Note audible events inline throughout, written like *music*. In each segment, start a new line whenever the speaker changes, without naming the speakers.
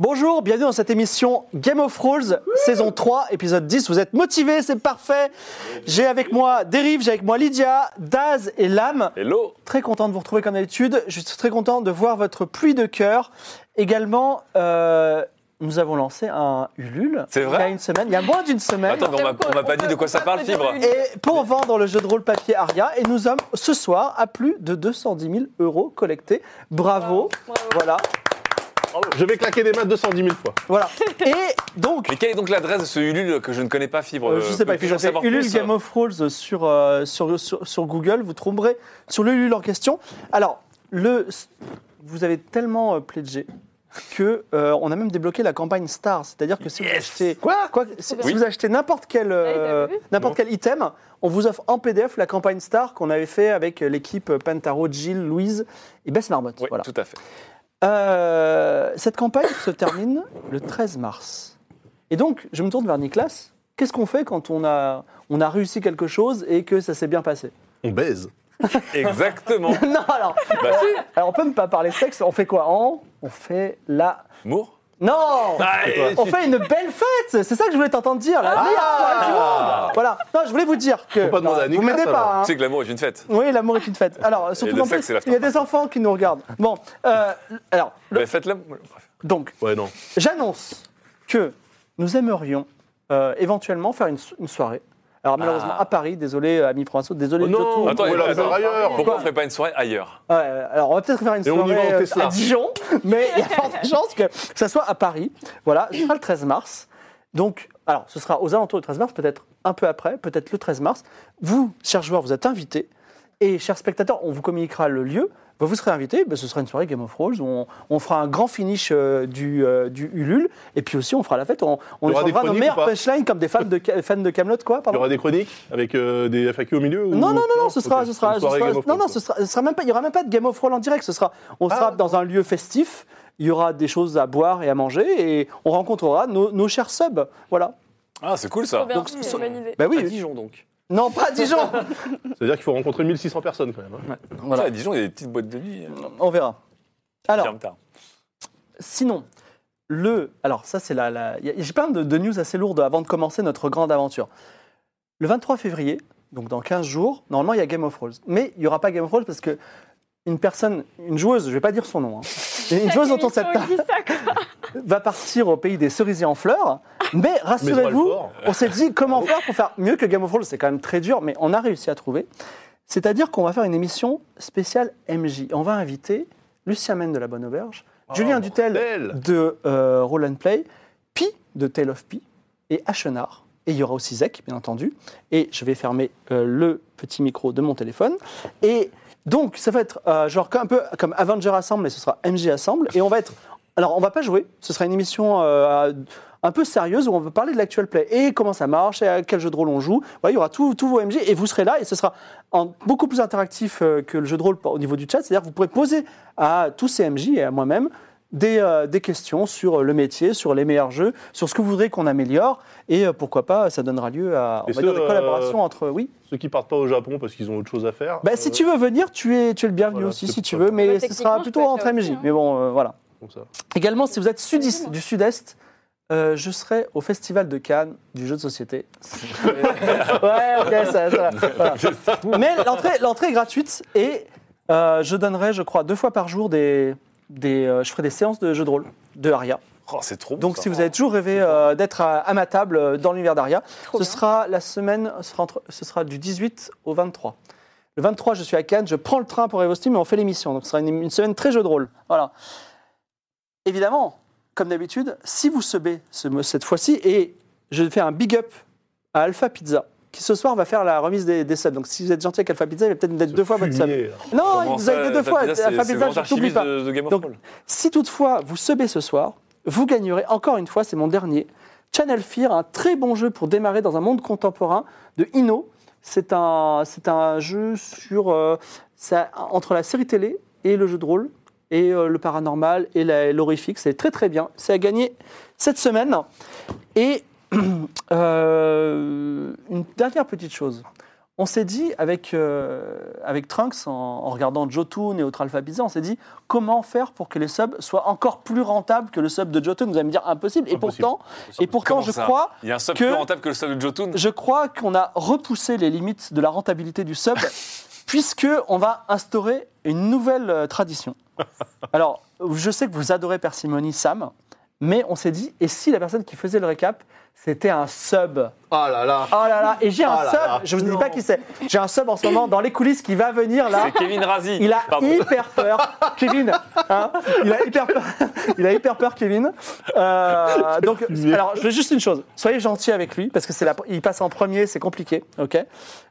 Bonjour, bienvenue dans cette émission Game of Thrones, saison 3, épisode 10. Vous êtes motivés, c'est parfait. J'ai avec moi Dérive, j'ai avec moi Lydia, Daz et Lame.
Hello
Très content de vous retrouver comme d'habitude. Je suis très content de voir votre pluie de cœur. Également, euh, nous avons lancé un Ulule.
C'est vrai
Il y a une semaine, il y a moins d'une semaine.
Attends, mais on m'a- on m'a pas dit de quoi ça parle, Fibre
Et pour vendre le jeu de rôle papier Aria, et nous sommes ce soir à plus de 210 000 euros collectés. Bravo. Voilà.
Je vais claquer des maths 210 000 fois.
Voilà. Et donc,
Mais quelle est donc l'adresse de ce Ulule que je ne connais pas, Fibre
euh, je sais pas,
Peux-tu
puis
en
j'ai
savoir
Ulule
plus
Game of Thrones sur, euh, sur, sur, sur Google, vous tomberez sur le Ulule en question. Alors, le, vous avez tellement euh, pledgé que euh, on a même débloqué la campagne Star, c'est-à-dire que si vous achetez
Quoi
quoi, si, si
Oui.
vous achetez n'importe quel euh,
Ah, il a vu.
n'importe quel item, on vous offre en PDF la campagne Star qu'on avait fait avec euh, l'équipe Pantaro, Jill, Louise et Bess Marmotte.
Oui,
voilà.
tout à fait.
Euh, cette campagne se termine le 13 mars. Et donc, je me tourne vers Nicolas. Qu'est-ce qu'on fait quand on a, on a réussi quelque chose et que ça s'est bien passé *laughs*
On baise.
Exactement.
Non, alors,
bah, si.
alors, on peut ne pas parler sexe, on fait quoi en On fait la...
Mour
Non
Ah,
et toi
On fait une belle fête C'est ça que je voulais t'entendre dire, la meilleure soirée du monde Voilà, non, je voulais vous dire que...
Faut pas demander à
vous
Nicolas,
m'aidez
alors.
pas, hein.
Tu sais que l'amour est une fête.
Oui, l'amour est une fête. Alors, surtout
le
qu'en
sexe,
plus,
c'est la
il y a des enfants qui nous regardent. Bon, euh, alors,
Bah, faites l'amour. Bref.
donc,
Ouais, non.
J'annonce que nous aimerions euh, éventuellement faire une, so- une soirée. Alors malheureusement à Paris, désolé euh, amis Provençaux, désolé
Oh
de
non,
tout.
Attends,
on va la
attends.
faire ailleurs.
Pourquoi on ferait pas une soirée ailleurs
Ouais, euh, alors on va peut-être faire une
Et on y
soirée
va en
euh,
Tesla.
à
*laughs*
Dijon, mais il y a forte chance que ça soit à Paris. Voilà, ce sera le 13 mars. Donc, alors ce sera aux alentours du 13 mars, peut-être un peu après, peut-être le 13 mars. Vous, chers joueurs, vous êtes invités. Et chers spectateurs, on vous communiquera le lieu. Bah, vous serez invités, bah, ce sera une soirée Game of Thrones. où On, on fera un grand finish euh, du, euh, du Ulule. Et puis aussi, on fera la fête. On, on
Il y aura
échangera
des
nos
chroniques
meilleurs
ou pas
punchlines comme des fans de, Ca- fans de Camelot, quoi.
Il y
Pardon
aura des chroniques avec euh, des FAQ au milieu ou-
non, non, non, non, ce
Ok,
sera, ce
une
sera, ce
soirée
sera-
Game of
non, non,
Thrones. Ah.
ce sera, ce sera même pas, il y aura même pas de Game of Thrones en direct. Ce sera, on sera dans un lieu festif. Il y aura des choses à boire et à manger et on rencontrera nos, nos chers subs. Voilà.
Ah, c'est cool ça.
Donc,
so-
c'est une bonne idée.
Bah
À
oui.
Dijon donc.
Non, pas à Dijon.
C'est-à-dire qu'il faut rencontrer 1600 personnes quand même. hein.
Putain, à Dijon, il y a des petites boîtes de nuit. euh,
*laughs* on verra. Alors,
ferme tard.
Sinon, le. Alors, ça, c'est la. la- y a- J'ai plein de, de news assez lourdes avant de commencer notre grande aventure. Le 23 février, donc dans 15 jours, normalement, il y a Game of Thrones. Mais il n'y aura pas Game of Thrones parce que une personne, une joueuse, je ne vais pas dire son *laughs* nom, hein, une joueuse autour de cette
Émission,
table
il dit ça,
*laughs*
quoi.
va partir au pays des cerisiers en fleurs. Mais rassurez-vous,
Maison Alfort.
on s'est dit comment faire pour faire mieux que Game of Thrones. C'est quand même très dur, mais on a réussi à trouver. C'est-à-dire qu'on va faire une émission spéciale MJ. On va inviter Lucien Mène de La Bonne Auberge, Julien Dutel
bordel.
de euh, Roll and Play, Pi de Tale of Pi et Achenard. Et il y aura aussi Zek, bien entendu. Et je vais fermer euh, le petit micro de mon téléphone. Et donc, ça va être euh, genre un peu comme Avenger Assemble, mais ce sera MJ Assemble. Et on va être. Alors, on va pas jouer. Ce sera une émission euh, un peu sérieuse où on va parler de l'actual play et comment ça marche et à quel jeu de rôle on joue. Voilà, il y aura tous tous vos MJ et vous serez là et ce sera en- beaucoup plus interactif euh, que le jeu de rôle au niveau du chat. C'est-à-dire que vous pourrez poser à tous ces MJ et à moi-même des, euh, des questions sur euh, le métier, sur les meilleurs jeux, sur ce que vous voudrez qu'on améliore et euh, pourquoi pas, ça donnera lieu à on
Et
va
ce,
dire, des
euh,
collaborations entre. Oui.
Ceux qui partent pas au Japon parce qu'ils ont autre chose à faire. euh,
Bah, si tu veux venir, tu es, tu es le bienvenu
Voilà,
aussi,
c'est
si tu
pas
veux, mais
Ouais,
ce
techniquement,
sera
je
plutôt
peux être
entre
là
MJ.
aussi, hein.
Mais bon, euh, voilà.
veux.
Également, si vous êtes sudiste, du sud-est, euh, je serai au Festival de Cannes du jeu de société. ouais, ok, ça, ça. voilà. Mais l'entrée- l'entrée est gratuite et euh, je donnerai, je crois, deux fois par jour des. des euh, je ferai des séances de jeux de rôle de Aria.
Oh, c'est trop bon,
Donc,
ça.
si vous avez toujours rêvé euh, d'être à, à ma table euh, dans l'univers d'Aria,
Trop
ce
bien.
sera la semaine, ce sera, entre- ce sera du 18 au 23. Le 23, je suis à Cannes, je prends le train pour Evostim et on fait l'émission. Donc, ce sera une, une semaine très jeu de rôle. Voilà. Évidemment, comme d'habitude, si vous sebez ce- cette fois-ci, et je vais faire un big up à Alpha Pizza, qui ce soir va faire la remise des, des subs. Donc si vous êtes gentil avec Alpha Pizza, il va peut-être vous donner deux fois votre sub.
Fumier, là.
Non, Oh, il
Comment
vous a
ça,
donné deux fois.
Fabizza, c'est-
Alpha
c'est le
Pizza,
grand
je t'oublie
archiviste
pas.
De, de Game of
Donc,
Thrones.
Si toutefois vous subez ce soir, vous gagnerez encore une fois, c'est mon dernier, Channel Fear, un très bon jeu pour démarrer dans un monde contemporain de Inno. C'est un, c'est un jeu sur, euh, ça- entre la série télé et le jeu de rôle, et euh, le paranormal et la- et l'horrifique. C'est très très bien. C'est à gagner cette semaine. Et *clears throat* euh, une dernière petite chose. On s'est dit, avec, euh, avec Trunks, en, en regardant Jotun et autres Alpha Pizza, on s'est dit comment faire pour que les subs soient encore plus rentables que le sub de Jotun. Vous allez me dire impossible. Et
Impossible.
pourtant, et pourtant
Comment
je
ça
crois.
Il y a un sub
que-
plus rentable que le sub de Jotun.
Je crois qu'on a repoussé les limites de la rentabilité du
*laughs*
sub, puisque on va instaurer une nouvelle euh,
*laughs*
tradition. Alors, je sais que vous adorez Persimony, Sam, mais on s'est dit, et si la personne qui faisait le récap, c'était un sub
Ah là là.
Oh là là, et j'ai un
Ah là
sub,
là,
je vous dis
non.
pas qui c'est, j'ai un sub en ce moment dans les coulisses qui va venir là.
C'est Kevin Razi.
Il a
*laughs* Pardon.
hyper peur, Kevin. hein. il a hyper peur. Il a hyper peur, Kevin. Euh, donc,
fumier.
alors, je veux juste une chose. Soyez gentil avec lui parce que c'est la. Il passe en premier, c'est compliqué, ok.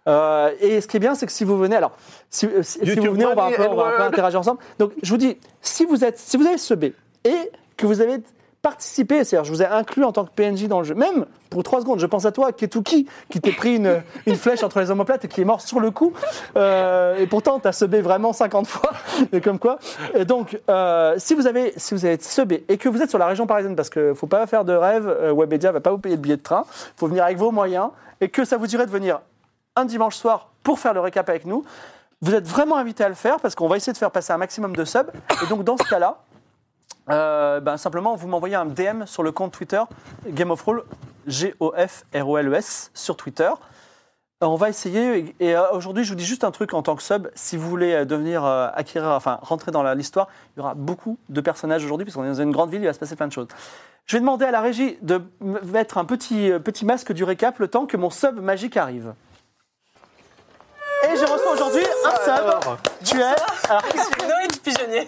Euh, et ce qui est bien, c'est que si vous venez, alors, si, euh, si- si
YouTube
vous venez, on va un
money,
peu, on va un peu
Edward.
interagir ensemble. Donc, je vous dis, si vous êtes, si vous avez ce B et que vous avez participé, c'est-à-dire je vous ai inclus en tant que PNJ dans le jeu, même pour trois secondes, je pense à toi, Ketuki, qui t'est pris
*laughs*
une, une flèche entre les omoplates et qui est mort sur le coup, Euh, et pourtant t'as subé vraiment 50 fois, *laughs* et comme quoi. Et donc, euh, si vous avez si vous êtes subé et que vous êtes sur la région parisienne, parce que faut pas faire de rêve, euh, Webedia va pas vous payer de billet de train, faut venir avec vos moyens, et que ça vous dirait de venir un dimanche soir pour faire le récap avec nous. Vous êtes vraiment invité à le faire parce qu'on va essayer de faire passer un maximum de subs. Et donc, dans ce cas-là, euh, ben, simplement, vous m'envoyez un DM sur le compte Twitter Game of Roll, G-O-F-R-O-L-E-S, E sur Twitter. Euh, On va essayer. Et, et, euh, aujourd'hui, je vous dis juste un truc en tant que sub. Si vous voulez euh, devenir euh, acquérir, enfin rentrer dans la- l'histoire, il y aura beaucoup de personnages aujourd'hui, puisqu'on est dans une grande ville, il va se passer plein de choses. Je vais demander à la régie de m- mettre un petit, euh, petit masque du récap le temps que mon sub magique arrive. Et je reçois aujourd'hui un sub. tu es.
Ah,
Alors,
Noé du pigeonnier.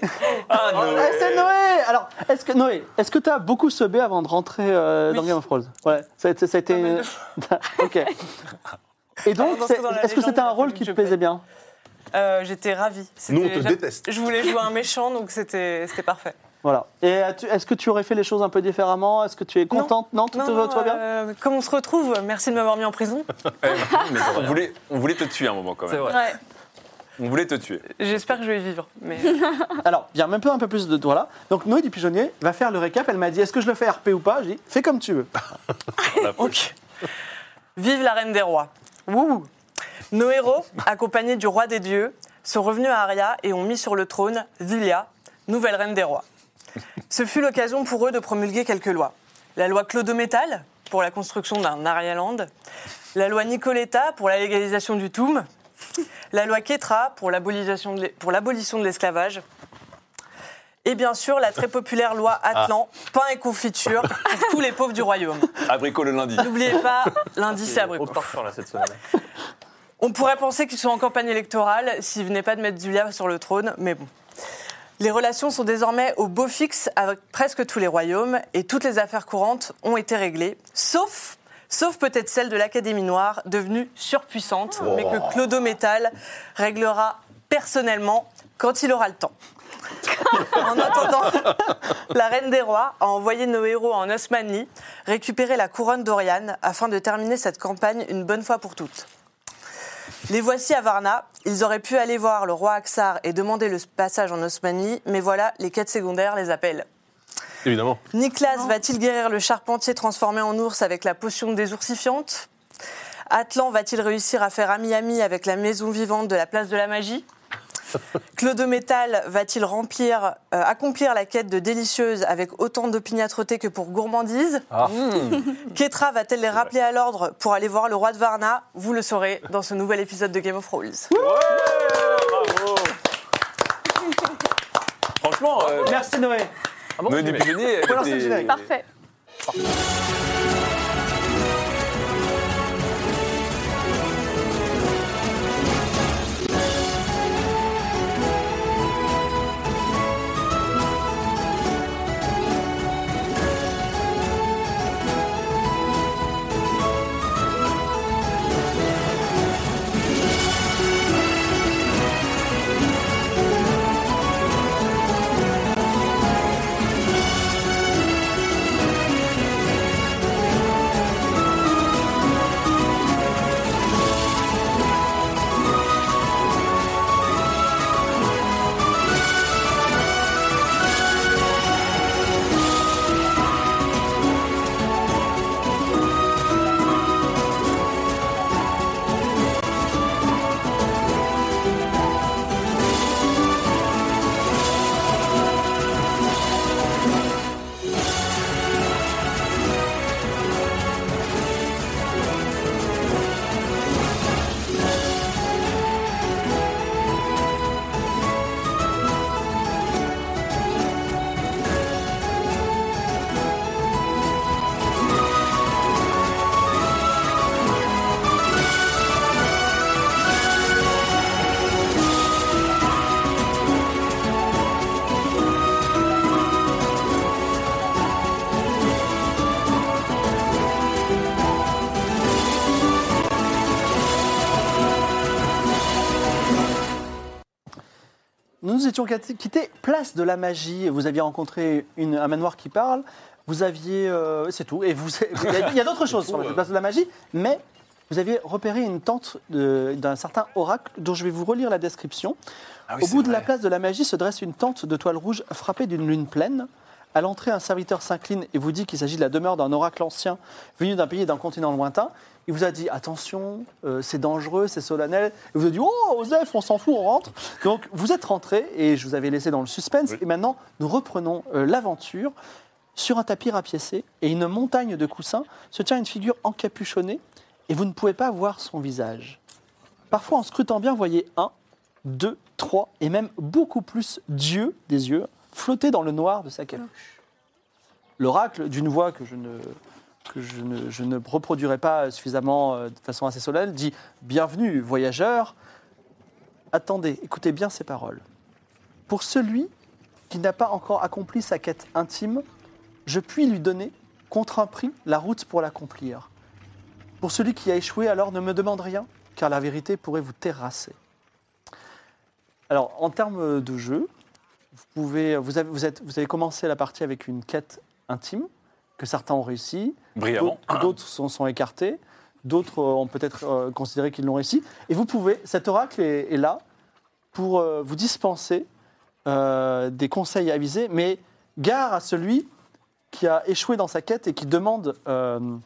ah, c'est Noé Alors, est-ce que Noé, est-ce que tu as beaucoup subé avant de rentrer euh, dans
Oui.
Game of Thrones Ouais, ça a été. ça a été-
mal de
*laughs* ok. Et donc,
Avant d'entrer
c'est-
dans la
est-ce que
légende,
c'était un
il a
rôle
fallu
qui
que
te
je
plaisait
paye.
bien
Euh, J'étais ravie. C'était-
Nous, on te
j'a-
déteste.
Je voulais jouer un méchant, donc c'était c'était parfait.
Voilà. Et as-tu- est-ce que tu aurais fait les choses un peu différemment Est-ce que tu es contente Non, tout te va tout va bien
euh, comme on se retrouve, merci de m'avoir mis en prison.
Eh, on, voulait, on voulait te tuer un moment quand même.
Ouais,
On voulait te tuer.
J'espère que je vais vivre. Mais...
Alors, il y a même peu un peu plus de doigts là. Donc, Noé du Pigeonnier va faire le récap. Elle m'a dit est-ce que je le fais RP ou pas J'ai dit fais comme
*laughs*
tu veux.
ok. Vive la reine des rois. Wouh Nos héros, accompagnés du roi des dieux, sont revenus à Aria et ont mis sur le trône Zilia, nouvelle reine des rois. Ce fut l'occasion pour eux de promulguer quelques lois. La loi Clodométal, pour la construction d'un Arialand, la loi Nicoletta, pour la légalisation du Toum, la loi Ketra, pour l'abolisation de l'es- pour l'abolition de l'esclavage, et bien sûr la très populaire loi Atlan, pain et confiture pour tous les pauvres du royaume.
Abricot le lundi.
N'oubliez pas, lundi c'est abricot.
Au parfum, là, cette semaine.
On pourrait penser qu'ils sont en campagne électorale s'ils venaient pas de mettre Zulia sur le trône, mais bon. Les relations sont désormais au beau fixe avec presque tous les royaumes et toutes les affaires courantes ont été réglées, sauf, sauf peut-être celle de l'Académie Noire, devenue surpuissante, mais que Clodo Métal réglera personnellement quand il aura le temps. en attendant, la Reine des Rois a envoyé nos héros en Osmanli récupérer la couronne d'Oriane afin de terminer cette campagne une bonne fois pour toutes. Les voici à Varna. Ils auraient pu aller voir le roi Aksar et demander le passage en Osmanli, mais voilà, les quêtes secondaires les appellent.
Évidemment.
Niklas va-t-il guérir le charpentier transformé en ours avec la potion désoursifiante Atlan va-t-il réussir à faire ami-ami avec la maison vivante de la place de la magie Clodo Métal va-t-il remplir, euh, accomplir la quête de délicieuse avec autant d'opiniâtreté que pour gourmandise *laughs* Ketra va-t-elle les rappeler à l'ordre pour aller voir le roi de Varna Vous le saurez dans ce nouvel épisode de Game of Thrones.
Franchement, euh,
Merci Noé.
Ah
Noé du Pigeonnier.
Faut lancer le
était-
générique.
Parfait.
nous étions quitté- quittés place de la magie. Vous aviez rencontré une- un manoir qui parle. Vous aviez. euh, c'est tout. Et vous, *laughs* il y a- il y a, d'autres choses sur la place de la magie, mais vous aviez repéré une tente de- d'un certain oracle dont je vais vous relire la description.
Ah
Au bout de la place de la magie se dresse une tente de toile rouge frappée d'une lune pleine. À l'entrée, un serviteur s'incline et vous dit qu'il s'agit de la demeure d'un oracle ancien venu d'un pays et d'un continent lointain. Il vous a dit attention, euh, c'est dangereux, c'est solennel. Et vous a dit oh Osef, on s'en fout, on rentre. Donc vous êtes rentré et je vous avais laissé dans le suspense. Et maintenant, nous reprenons euh, l'aventure. Sur un tapis rapiécé et une montagne de coussins se tient une figure encapuchonnée et vous ne pouvez pas voir son visage. Parfois, en scrutant bien, vous voyez un, deux, trois et même beaucoup plus Dieu des yeux flotter dans le noir de sa capuche. L'oracle, d'une voix que je ne que je ne, je ne reproduirai pas suffisamment euh, de façon assez solennelle, dit Bienvenue, voyageurs. Attendez, écoutez bien ces paroles. Pour celui qui n'a pas encore accompli sa quête intime, je puis lui donner, contre un prix, la route pour l'accomplir. Pour celui qui a échoué, alors ne me demande rien, car la vérité pourrait vous terrasser. Alors, en termes de jeu, vous, pouvez, vous, avez, vous êtes- vous avez commencé la partie avec une quête intime, que certains ont réussi,
Brillamment.
D'autres- D'autres sont, sont écartés, d'autres euh, ont peut-être euh, considéré qu'ils l'ont réussi. Et vous pouvez, cet oracle est, est là pour euh, vous dispenser euh, des conseils avisés, mais gare à celui qui a échoué dans sa quête et qui demande euh,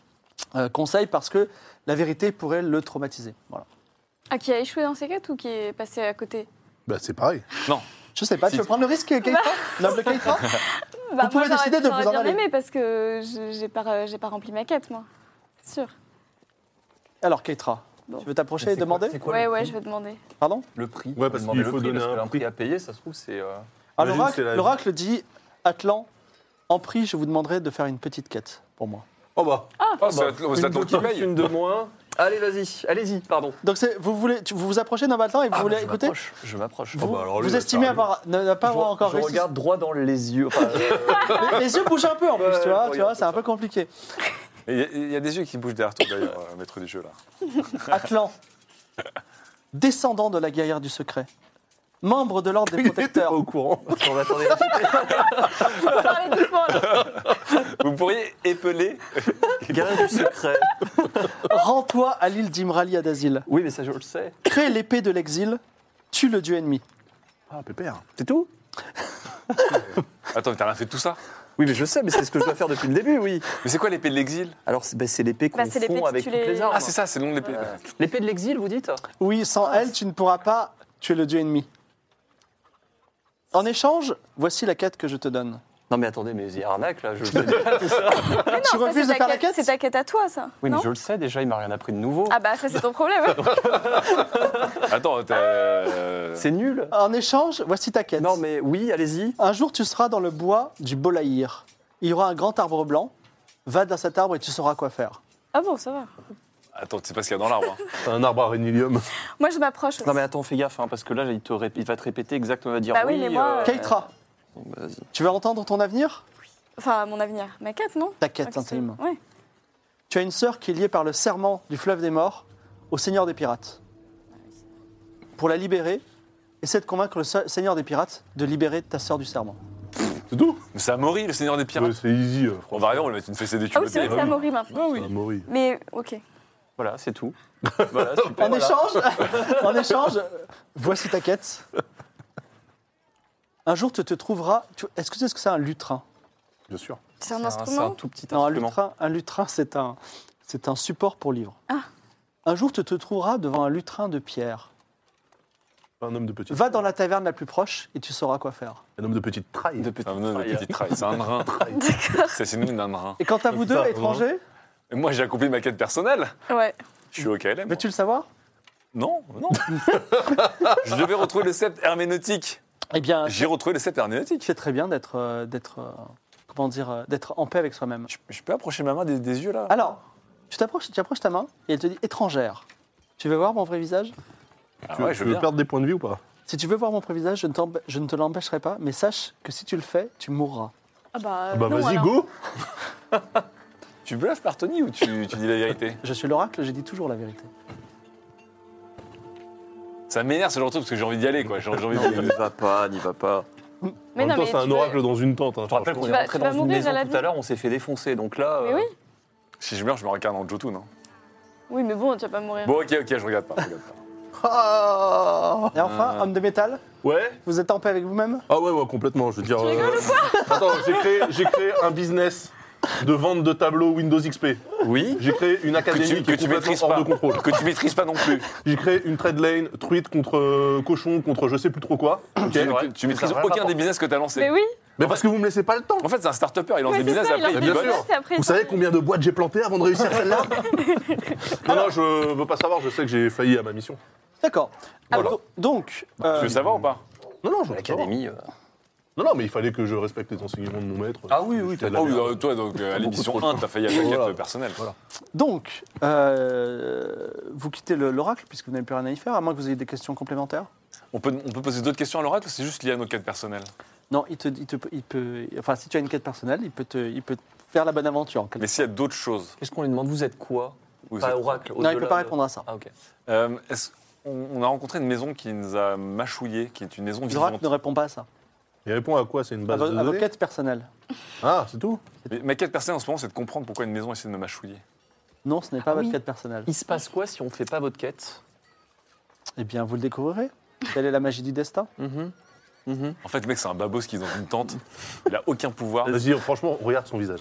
euh, conseil parce que la vérité pourrait le traumatiser. Voilà.
Ah, qui a échoué dans ses quêtes ou qui est passé à côté
Bah, c'est pareil.
Je sais pas, tu veux prendre le risque, Keitra Noble Keitra
Bah,
pouvez
j'aurais-
décider de
j'aurais
vous en
bien
aller.
aimé parce que je- j'ai pas, re- j'ai pas rempli ma quête, moi. C'est sûr.
Alors, Keitra,
Bon.
tu veux t'approcher et
C'est quoi-
demander
c'est quoi
ouais,
le
ouais,
prix
je
*laughs*
vais demander.
Pardon
Le prix.
Ouais, parce
Faut demander
qu'il faut
le prix,
donner
parce
un
que prix à payer, ça se trouve, c'est. euh,
Ah,
Imagine,
l'oracle-
c'est la vie.
L'oracle dit Atlan, en prix, je vous demanderai de faire une petite quête pour moi.
Oh bah,
Ah,
Oh, c'est Atlan- c'est
une
Atlan
de
qui
plus,
paye.
une de moins.
Allez, vas-y, allez-y, pardon.
Donc c'est- vous voulez, tu- vous vous approchez d'un Atlan et vous
Ah,
voulez
bah, je
écouter
m'approche, Oh, Je m'approche.
Vous,
bah, alors lui,
vous
là,
estimez
ça arrive.
avoir, ne, ne pas avoir
Je-
encore
Je
réussi.
regarde droit dans les yeux. *laughs* enfin, euh,
Les, les yeux bougent un peu en plus,
Ouais,
tu vois,
je
tu vois
regarde
c'est un
*laughs*
peu compliqué.
Il y, a- il y a des yeux qui bougent derrière toi, d'ailleurs, euh, maître du jeu, là.
Atlan, descendant de la guerrière du secret, membre de l'ordre des
T'es pas
protecteurs,
au courant.
Attends, attendez.
On va parler du point, là.
Vous pourriez épeler
Garde du secret.
rends-toi à l'île d'Imrali d'Asile,
Oui, mais ça, je le sais.
crée l'épée de l'exil, tue le dieu ennemi.
Ah, pépère.
C'est tout
Attends, mais t'as rien fait de tout ça
Oui, mais je sais, mais c'est ce que je dois faire depuis le début, oui.
Mais c'est quoi l'épée de l'exil
Alors, c'est bah, c'est l'épée qu'on
Bah, c'est l'épée
fond
que
avec
tu
toutes
les-
les armes.
Ah, c'est ça, c'est le nom de l'épée.
Euh, L'épée de l'exil, vous dites
Oui, sans
Ah.
elle, tu ne pourras pas tuer le dieu ennemi. En échange, voici la quête que je te donne.
Non, mais attendez, mais il y a arnaque, *laughs* là. Je sais déjà tout ça.
Mais non,
Tu
ça,
refuses
c'est
de
ta
faire la quête
C'est ta quête à toi, ça.
Oui, mais
non
je le sais déjà, il m'a rien appris de nouveau.
Ah, bah, ça, c'est
*laughs*
ton problème.
Attends, t'as. euh,
C'est nul.
En échange, voici ta quête.
Non, mais oui, allez-y.
Un jour, tu seras dans le bois du Bolaïr. Il y aura un grand arbre blanc. Va dans cet arbre et tu sauras quoi faire.
Ah bon, ça va.
Attends, tu sais pas ce qu'il y a dans l'arbre. hein.
C'est un arbre à rénilium.
Moi, je m'approche.
Non, mais attends, fais gaffe, hein, parce que là, il, te ré- il va te répéter exactement, il va dire
Bah oui, mais moi, euh,
Keitra,
Bon, bah, vas-y.
tu veux entendre ton avenir
Enfin, mon avenir. Ma quête, non
Ta quête
Ah, qu'est-ce que-
intime.
Ouais.
Tu as une sœur qui est liée par le serment du fleuve des morts au Seigneur des pirates. Pour la libérer, essaie de convaincre le se- Seigneur des pirates de libérer ta sœur du serment.
C'est tout
Mais c'est Amaury, le seigneur des
Ouais,
pirates.
C'est easy, euh,
On
franchement.
va rien, on lui met une fessée des
Ah
culottes.
oui, c'est
euh,
vrai que c'est Amaury maintenant.
C'est un Maury.
Mais, ok.
Voilà, c'est
*laughs*
tout. Voilà, super,
En
voilà.
échange, en échange, voici ta quête. Un jour, tu te trouveras. tu- Est-ce que tu sais ce que c'est un lutrin
Bien sûr.
C'est un
C'est un
instrument
tout petit
Non, un
instrument.
lutrin, un lutrin, c'est un, c'est un support pour livre.
Ah.
Un jour, tu te trouveras devant un lutrin de pierre.
Un homme de petite.
Va dans la taverne la plus proche et tu sauras quoi faire.
Un homme de petite traille.
De
C'est
petit
un nom Ah, de
trail.
petite trail, c'est un nain.
D'accord.
C'est synonyme d'un nain.
Et quant à vous deux,
putain,
étrangers,
Et moi, j'ai accompli ma quête personnelle.
*laughs* Ouais.
Je suis au KLM.
veux-tu le savoir
Non, non. *laughs* je devais retrouver le sceptre herméneutique.
Eh bien,
J'ai retrouvé le sceptre herméneutique.
c'est très bien d'être, euh, d'être, euh, comment dire, euh, d'être en paix avec soi-même.
Je, je peux approcher ma main des, des yeux, là
Alors, tu t'approches, tu approches ta main et elle te dit étrangère. Tu veux voir mon vrai visage
Ah
Tu,
ouais,
veux-
je
tu
veux
veux
bien.
perdre des points de vie ou pas
Si tu veux voir mon vrai visage, je ne, t'emp- je ne te l'empêcherai pas, mais sache que si tu le fais, tu mourras.
Ah bah, euh,
Ah Bah
non,
vas-y,
alors.
go
Tu bluffes par Tony ou tu, tu dis la vérité
Je suis l'oracle, je dis toujours la vérité.
Ça m'énerve ce genre de truc parce que j'ai envie d'y aller, quoi. J'ai j'ai envie
Non,
d'y aller.
n'y va pas, n'y va pas.
En même temps, c'est
tu
un
peux-
oracle dans une tente. hein,
Je te rappelle
franchement.
qu'on
Tu
est
vas-
rentré
tu vas
dans une
mourir
maison
à la
tout
vie.
à l'heure, on s'est fait défoncer. Donc là,
Mais
euh,
oui,
Si je meurs, je me regarde en Jotun. hein.
oui, mais bon, tu vas pas mourir.
Bon, ok, ok, je regarde pas. je regarde pas.
*laughs*
Ah
Et enfin,
Euh.
homme de métal,
Ouais
vous êtes en paix avec vous-même
Ah ouais, ouais, complètement. Je veux dire. euh, *laughs* Attends, j'ai créé, j'ai créé un business de vente de tableaux Windows XP.
Oui.
J'ai créé une
Que
académie
tu,
qui
que
est
tu
complètement
maîtrises
hors
pas.
de contrôle.
Que tu maîtrises pas non plus.
J'ai créé une trade lane truite contre euh, cochon, contre je sais plus trop quoi. Ok.
Tu- tu, tu maîtrises
Ça va
aucun
pas.
des business que t'as lancé.
Mais oui,
Mais parce que vous me laissez pas le temps.
En fait, c'est un start-upper, il lance
mais
des
c'est
business
ça,
après
il
il
a
bien
dit bah,
sûr.
business et après
Vous
ça-
savez combien de boîtes j'ai plantées avant de réussir celle-là Non, non, je veux pas savoir, je sais que j'ai failli à ma mission.
D'accord.
Voilà.
Alors, Donc,
Tu veux
euh,
savoir ou pas
Non, non, je veux pas savoir.
L'académie. euh,
Non, non, mais il fallait que je respecte les enseignements de mon maître.
Ah oui, oui,
J'étais de la
Ah oui,
bah, merde.
euh, toi, donc, euh, à l'émission
beaucoup trop
1, t'as failli à ta quête
Voilà.
euh, personnelle.
donc euh, vous quittez le- l'oracle puisque vous n'avez plus rien à y faire, à moins que vous ayez des questions complémentaires.
On, peut, on peut poser d'autres questions à l'oracle ou c'est juste lié à nos quêtes personnelles
Non, il te, il te- il peut, enfin, si tu as une quête personnelle, il peut te, il peut te faire la bonne aventure. en quelque
Mais s'il y a d'autres choses.
Qu'est-ce qu'on lui demande Vous êtes quoi
vous
Pas
êtes-
oracle.
sorte. non, il
au-delà
peut pas
de-
répondre à ça.
Ah, ok.
Euh, est-ce- on, on a rencontré une maison qui nous a mâchouillé, qui est une maison
L'oracle
vivante.
ne répond pas à ça.
Il répond à quoi C'est une
À,
base
vo-
de
à vos
données
quêtes personnelles.
Ah, c'est tout
Mais ma quête personnelle en ce moment, c'est de comprendre pourquoi une maison essaie de me mâchouiller.
Non, ce n'est pas
Ah
votre
oui.
quête personnelle.
Il se passe quoi si on fait pas votre quête
Eh bien, vous le découvrirez. Quelle est la magie du destin
Mhm.
En fait, le mec, c'est un babos qui est dans une tente. Il a aucun pouvoir.
Ah, Vas-y, franchement, regarde son visage.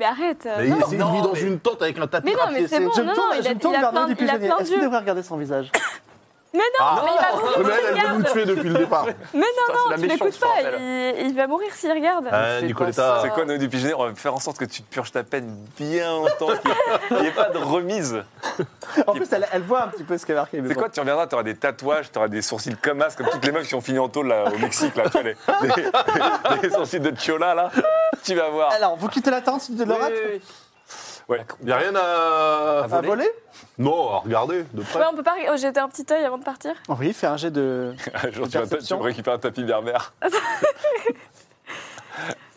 Mais arrête. euh,
Mais
non.
il il vit
non,
dans
mais-
une tente avec un tapis
Mais non, mais
rapiécé.
c'est bon,
Je me
non,
tourne,
non, il
je
a,
me tourne
il a
vers
plein,
Noémie
il a
Pigeonnier.
plein
Est-ce qu'il
d'yeux.
devrait regarder son
*laughs*
visage
Mais non,
Ah.
mais il va mourir
Mais
s'il
elle, elle veut nous
regarde.
tuer depuis le départ.
Mais non,
Ça,
non,
c'est la
tu
méchante,
l'écoutes
je
pas,
rappelle.
il, il va mourir s'il regarde.
Ah,
fait
Nicoletta.
C'est quoi, Noé du Pigeonnier On va faire en sorte que tu purges ta peine bien longtemps, qu'il n'y ait pas de remise.
En plus, elle, elle voit un petit peu ce qui est marqué. mais
C'est
bon.
quoi, tu reviendras, t'auras des tatouages, t'auras des sourcils comme as, comme toutes les meufs qui ont fini en tôle là, au Mexique, là, tu vois, les, des- des sourcils de Chola, là. Tu vas voir.
Alors, vous quittez la tente de l'oracle
Ouais.
Y a rien à.
à voler
Non, à regarder, de près.
Ouais, on peut pas oh, jeter un petit œil avant de partir.
Oui, fais un jet de.
Genre, tu, vas- tu
Perception.
me récupères un tapis berbère.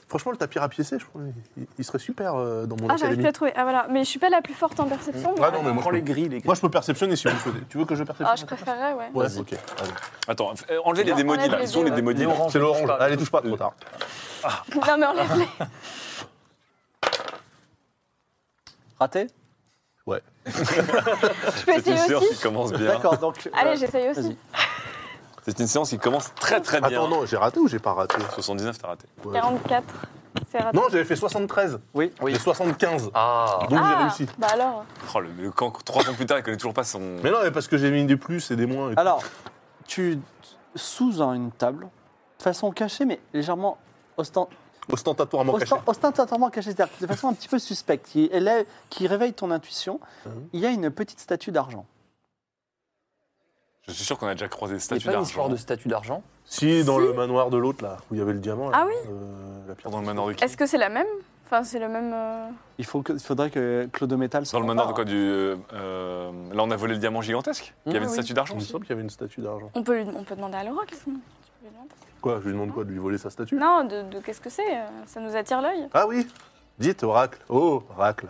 Franchement, le tapis rapiécé, je crois, il, il serait super euh, dans mon
Ah, j'arrive
académie.
plus à trouver. Ah voilà, mais je suis pas la plus forte en perception.
Ah non, mais moi,
Prends
je
les
peux,
grilles, les grilles.
moi, je peux perceptionner si vous le souhaitez. Tu veux que je
Ah,
perceptionne
je préférerais, ouais.
Ouais,
Vas-y.
ok. allez.
Attends, euh, enlevez les démodis, là. Ils sont où, les démodis
Les
là
oranges,
C'est l'orange.
touche pas.
Allez, touche pas, trop tard.
*laughs* Non, mais enlève-les.
Raté
Ouais.
Je peux
C'est une
essayer
séance
aussi.
qui commence bien.
D'accord, donc. euh,
Allez, j'essaye aussi.
C'est une séance qui commence très très bien.
Attends, non, j'ai raté ou j'ai pas raté
79, t'as raté.
Ouais.
44, c'est raté.
Non, j'avais fait 73.
Oui.
J'ai 75. Donc
Ah.
ah,
j'ai réussi.
Bah alors.
Oh, le, le camp, trois ans plus tard, il connaît toujours pas son.
Mais non, mais parce que j'ai mis des plus et des moins.
Ah.
et tout.
Alors, tu. Sous un- une table, de façon cachée, mais légèrement ostent-
Ostentatoirement caché.
Ostent- Ostentatoirement caché, c'est-à-dire de façon un petit peu suspecte, qui, élève- qui réveille ton intuition,
Mhm.
il y a une petite statue d'argent.
Je suis sûr qu'on a déjà croisé des
Il n'y
statues
a pas une histoire
d'argent.
de statue d'argent
Si, dans
Si.
le manoir de l'autre, là, où il y avait le diamant. là,
Ah oui
euh, la pierre.
Dans le manoir de qui
Est-ce que c'est la même Enfin, c'est le même. euh,
Il, faut que- il faudrait que Claude Métal se
Dans le
rende
manoir de
là.
quoi du, euh, euh, Là, on a volé le diamant gigantesque. Il y avait une
oui.
statue d'argent
Il me
aussi.
semble qu'il y avait une statue d'argent.
On peut, lui, on peut demander à Laura qu'est-ce qu'on- tu peux lui demander
Quoi Je lui demande quoi De lui voler sa statue
Non, de, de qu'est-ce que c'est euh, Ça nous attire l'œil.
Ah oui Dites, oracle. Oh, oracle.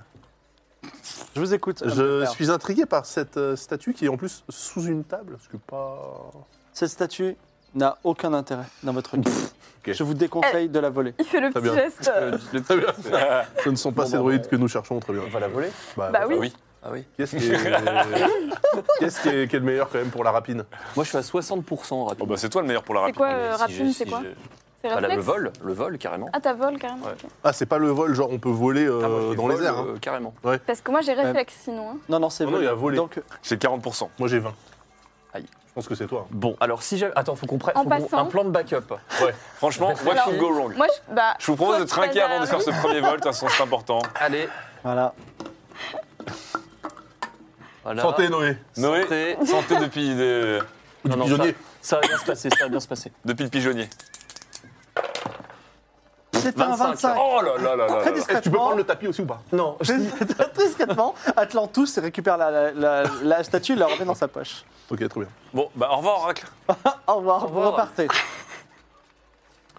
Je vous écoute. homme de
Je
fer.
suis intrigué par cette euh, statue qui est en plus sous une table. Parce que pas.
Cette statue n'a aucun intérêt dans
*laughs*
votre vie. Je vous déconseille de la voler.
Il fait le
Très
petit
bien.
geste.
Ah,
euh,
Ce ne sont pas
Bon,
ces
bah,
droïdes
on-
que nous cherchons, très bien.
On va la voler
bah oui.
oui.
Ah oui.
Qu'est-ce qui est...
*laughs*
Qu'est-ce qui est... qui est le meilleur quand même pour la rapine
Moi, je suis à 60% rapide.
Oh, bah, c'est toi le meilleur pour la
C'est
rapide.
quoi,
Ah, mais
euh,
si
rapine,
j'ai-
c'est
si
quoi
j'ai-
C'est
Bah,
Voilà,
réflexe.
Bah, le vol, le vol carrément.
Ah, t'as vol carrément.
Ouais.
ok.
Ah, c'est pas le vol, genre on peut voler euh,
Ah, moi, j'ai
dans
vol,
les airs. hein.
euh, carrément.
Parce que moi j'ai réflexe sinon. hein.
Non, non, c'est
Oh Non, non,
volé.
il a volé.
Donc,
J'ai 40%.
Moi j'ai 20.
Aïe.
Je pense que c'est toi.
Bon, alors si j'avais. Attends, faut qu'on prenne
En
faut qu'on-
passant.
un plan de backup.
Ouais.
Franchement, what
Alors-
could go wrong
Moi je. Bah,
Je vous propose de
toi, tu
trinquer
vas
avant de faire
vers-
ce premier vol, de toute façon, c'est important.
Allez,
voilà.
voilà.
Santé Noé.
Noé,
Santé.
santé depuis, euh,
Ou du Eh,
Non, non,
pigeonnier.
Ça va bien se passer, ça va bien se passer.
depuis le pigeonnier.
C'est un 25.
Oh là là là là
Très
là.
Eh, tu peux
discrètement,
prendre le tapis aussi ou pas
Non, je
*laughs* très discrètement, Atlantus récupère la, la- la- la statue et la remet dans sa poche.
Ok, très bien.
Bon, bah au revoir Oracle.
Au revoir,
Au
vous
revoir.
repartez.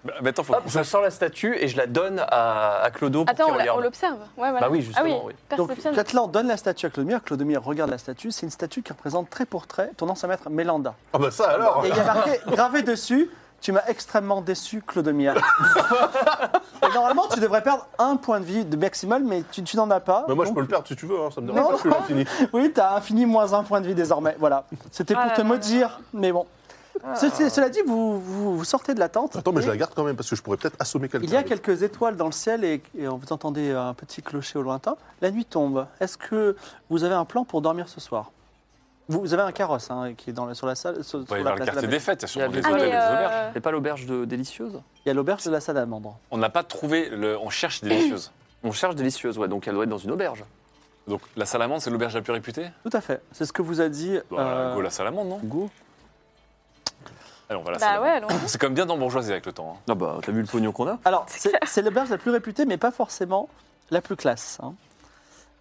Bah, mais attends, faut
Hop, je sors la statue et je la donne à, à Clodo pour
Attends,
qu'il
on la- on
regarde.
l'observe. Ouais, voilà.
Bah oui, justement,
Ah
oui.
oui,
Donc,
perception.
Catlan donne la statue à Clodomir. Clodomir regarde la statue. C'est une statue qui représente trait pour trait ton ancien maître Mélanda.
Ah bah ça alors
Et il y a marqué gravé dessus Tu m'as extrêmement déçu,
*laughs*
Clodomir. Et normalement, tu devrais perdre un point de vie de maximal, mais tu, tu n'en as pas.
Bah moi je
Donc,
peux le perdre si tu veux, hein, ça me
Non,
dérange pas, je suis
non.
l'infini.
Oui, t'as infini moins un point de vie désormais. Voilà. C'était pour
Ah là
te
là Ah.
maudire, mais bon. Ce- ce- Cela dit, vous, vous, vous sortez de la tente.
Attends mais je
et
la garde quand même parce que je pourrais peut-être assommer quelqu'un.
Il y a
avec.
quelques étoiles dans le ciel et, et vous entendez un petit clocher au lointain. La nuit tombe. Est-ce que vous avez un plan pour dormir ce soir vous, vous avez un carrosse hein, qui est dans la- sur la salle. Sur,
On va
sur
aller
la
vers le
place de la
quartier
Mer.
des fêtes, il y a sûrement
Il y a
des
des
hôtels et des
Allez, euh,
auberges.
C'est pas l'auberge de- délicieuse
Il y a l'auberge de la salamandre.
On n'a pas trouvé, le... on cherche des délicieuses.
*coughs*
On cherche délicieuse, ouais, donc elle doit être dans une auberge.
Donc la salamande, c'est l'auberge la plus réputée
Tout à fait. C'est ce que vous a dit.
Bah,
euh,
Go la salamande, non
Go
Allez, on va à la
Bah
salamande.
ouais, allons.
C'est comme bien dans bourgeoisie avec le temps. hein.
Ah bah, t'as vu le pognon qu'on a
Alors, c'est c'est l'auberge la plus réputée, mais pas forcément la plus classe. hein.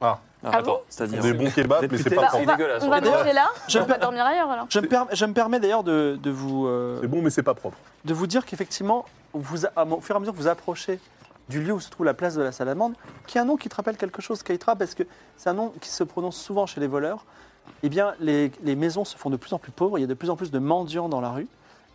Ah
Attends,
bon
C'est-à-dire.
Des bons kebabs mais c'est
Député.
pas
Bah,
tant.
on
c'est
va,
dégueulasse, hein.
on va
on dirait.
manger là,
Je
on
me,
va dormir ailleurs alors.
je me perm- je me permets d'ailleurs de, de vous, euh,
C'est bon mais c'est pas propre.
de vous dire qu'effectivement, vous, a- au fur et à mesure que vous approchez du lieu où se trouve la place de la salamande, qui est un nom qui te rappelle quelque chose, Keitra, parce que c'est un nom qui se prononce souvent chez les voleurs, eh bien, les, les maisons se font de plus en plus pauvres, il y a de plus en plus de mendiants dans la rue,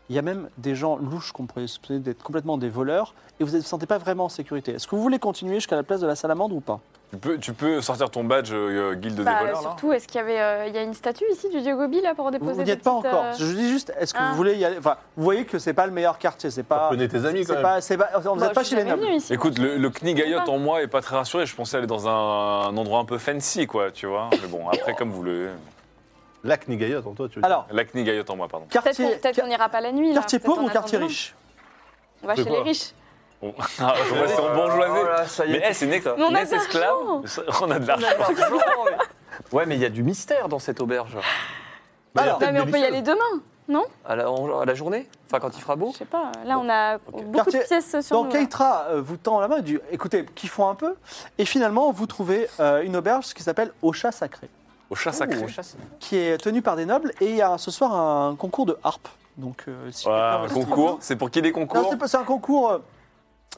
il y a même des gens louches qu'on pourrait soupçonner d'être complètement des voleurs, et vous ne vous sentez pas vraiment en sécurité. Est-ce que vous voulez continuer jusqu'à la place de la salamande ou pas
Tu peux, tu peux sortir ton badge euh, guilde
Bah,
des voleurs, là
surtout, est-ce qu'il y avait, euh, il y a une statue ici du Dieu Gobi là pour
Vous
déposer
vous n'y
des
êtes pas
petites,
encore.
euh,
Je vous dis juste, est-ce que
Ah.
vous voulez y aller Enfin, vous voyez que c'est pas le meilleur quartier, c'est pas.
Connais tes amis
c'est
quand même.
pas, c'est pas, vous
bah,
n'êtes pas
je suis
chez les
jamais
nobles.
venue ici.
Écoute, le, le knigayot
pas.
en moi est pas très rassuré. Je pensais aller dans un, un endroit un peu fancy, quoi, tu vois. Mais bon, après, comme vous le.
La knigayotte en toi tu veux
Alors,
La knigayot en moi, pardon.
Peut-être
quartier,
qu'on peut-être qu'on n'ira pas la nuit. là,
quartier
peut-être
pauvre
on
ou quartier
attendra.
riche
On va
C'est
chez
quoi
les riches.
On ah, on va rester en
Oh
bourgeoisie.
oh,
Mais eh, c'est
Mais on a
une
de
ex esclave. On a de l'argent.
Ouais, mais il y a du mystère dans cette auberge.
Mais il y a
Alors,
peut-être
Non, mais on peut y
délicieuse.
aller demain, non
À la, en- à la journée Enfin, quand il fera beau
Je sais pas. Là, on a beaucoup
Quartier-
de pièces sur
Donc
nous.
Keitra euh, vous tend la main et dit écoutez, kiffons un peu. Et finalement, vous trouvez euh, une auberge qui s'appelle Au Chat Sacré,
Au chat sacré.
Oh, chasse.
qui est tenue par des nobles. Et il y a ce soir un concours de harpe. Donc, euh, si
Voilà,
quelqu'un
un
veut se
concours. C'est pour qui les
Non,
concours
c'est pas- c'est un concours. euh,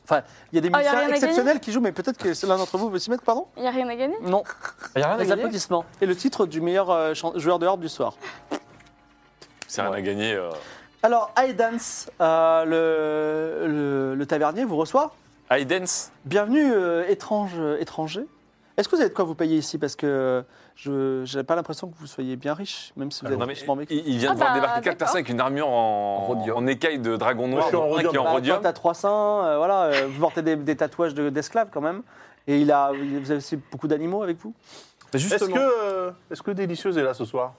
Enfin, Oh, il y a des
Ah, il y a
musiciens
rien à
exceptionnels qui jouent, mais peut-être que l'un d'entre vous veut s'y mettre, pardon Ah,
Il n'y a rien à gagner
Non.
Il y a rien à
Les
gagner
applaudissements. Et le titre du meilleur euh, chan- joueur de harpe du soir.
C'est rien à gagner. euh.
Alors, Aidance, euh, le, le- le tavernier, vous reçoit.
High dance
Bienvenue, euh, étrange, euh, étranger. Est-ce que vous avez de quoi vous payer ici Parce que euh, je n'ai pas l'impression que vous soyez bien riche, même si vous êtes
Ah, Non, mais
richement
il,
mec.
il vient de
Ah
voir
bah,
débarquer quatre
d'accord.
personnes avec une armure en,
En rhodium.
en écaille de dragon
Moi,
noir.
je suis en
dont Ah, un
rhodium.
qui est en
Bah,
rhodium.
toi, t'as 300, euh, voilà, euh, vous portez des, des tatouages de- d'esclaves quand même. Et il a, vous avez aussi beaucoup d'animaux avec vous
Mais
Est-ce
Justement.
que, euh, est-ce que Délicieuse est là ce soir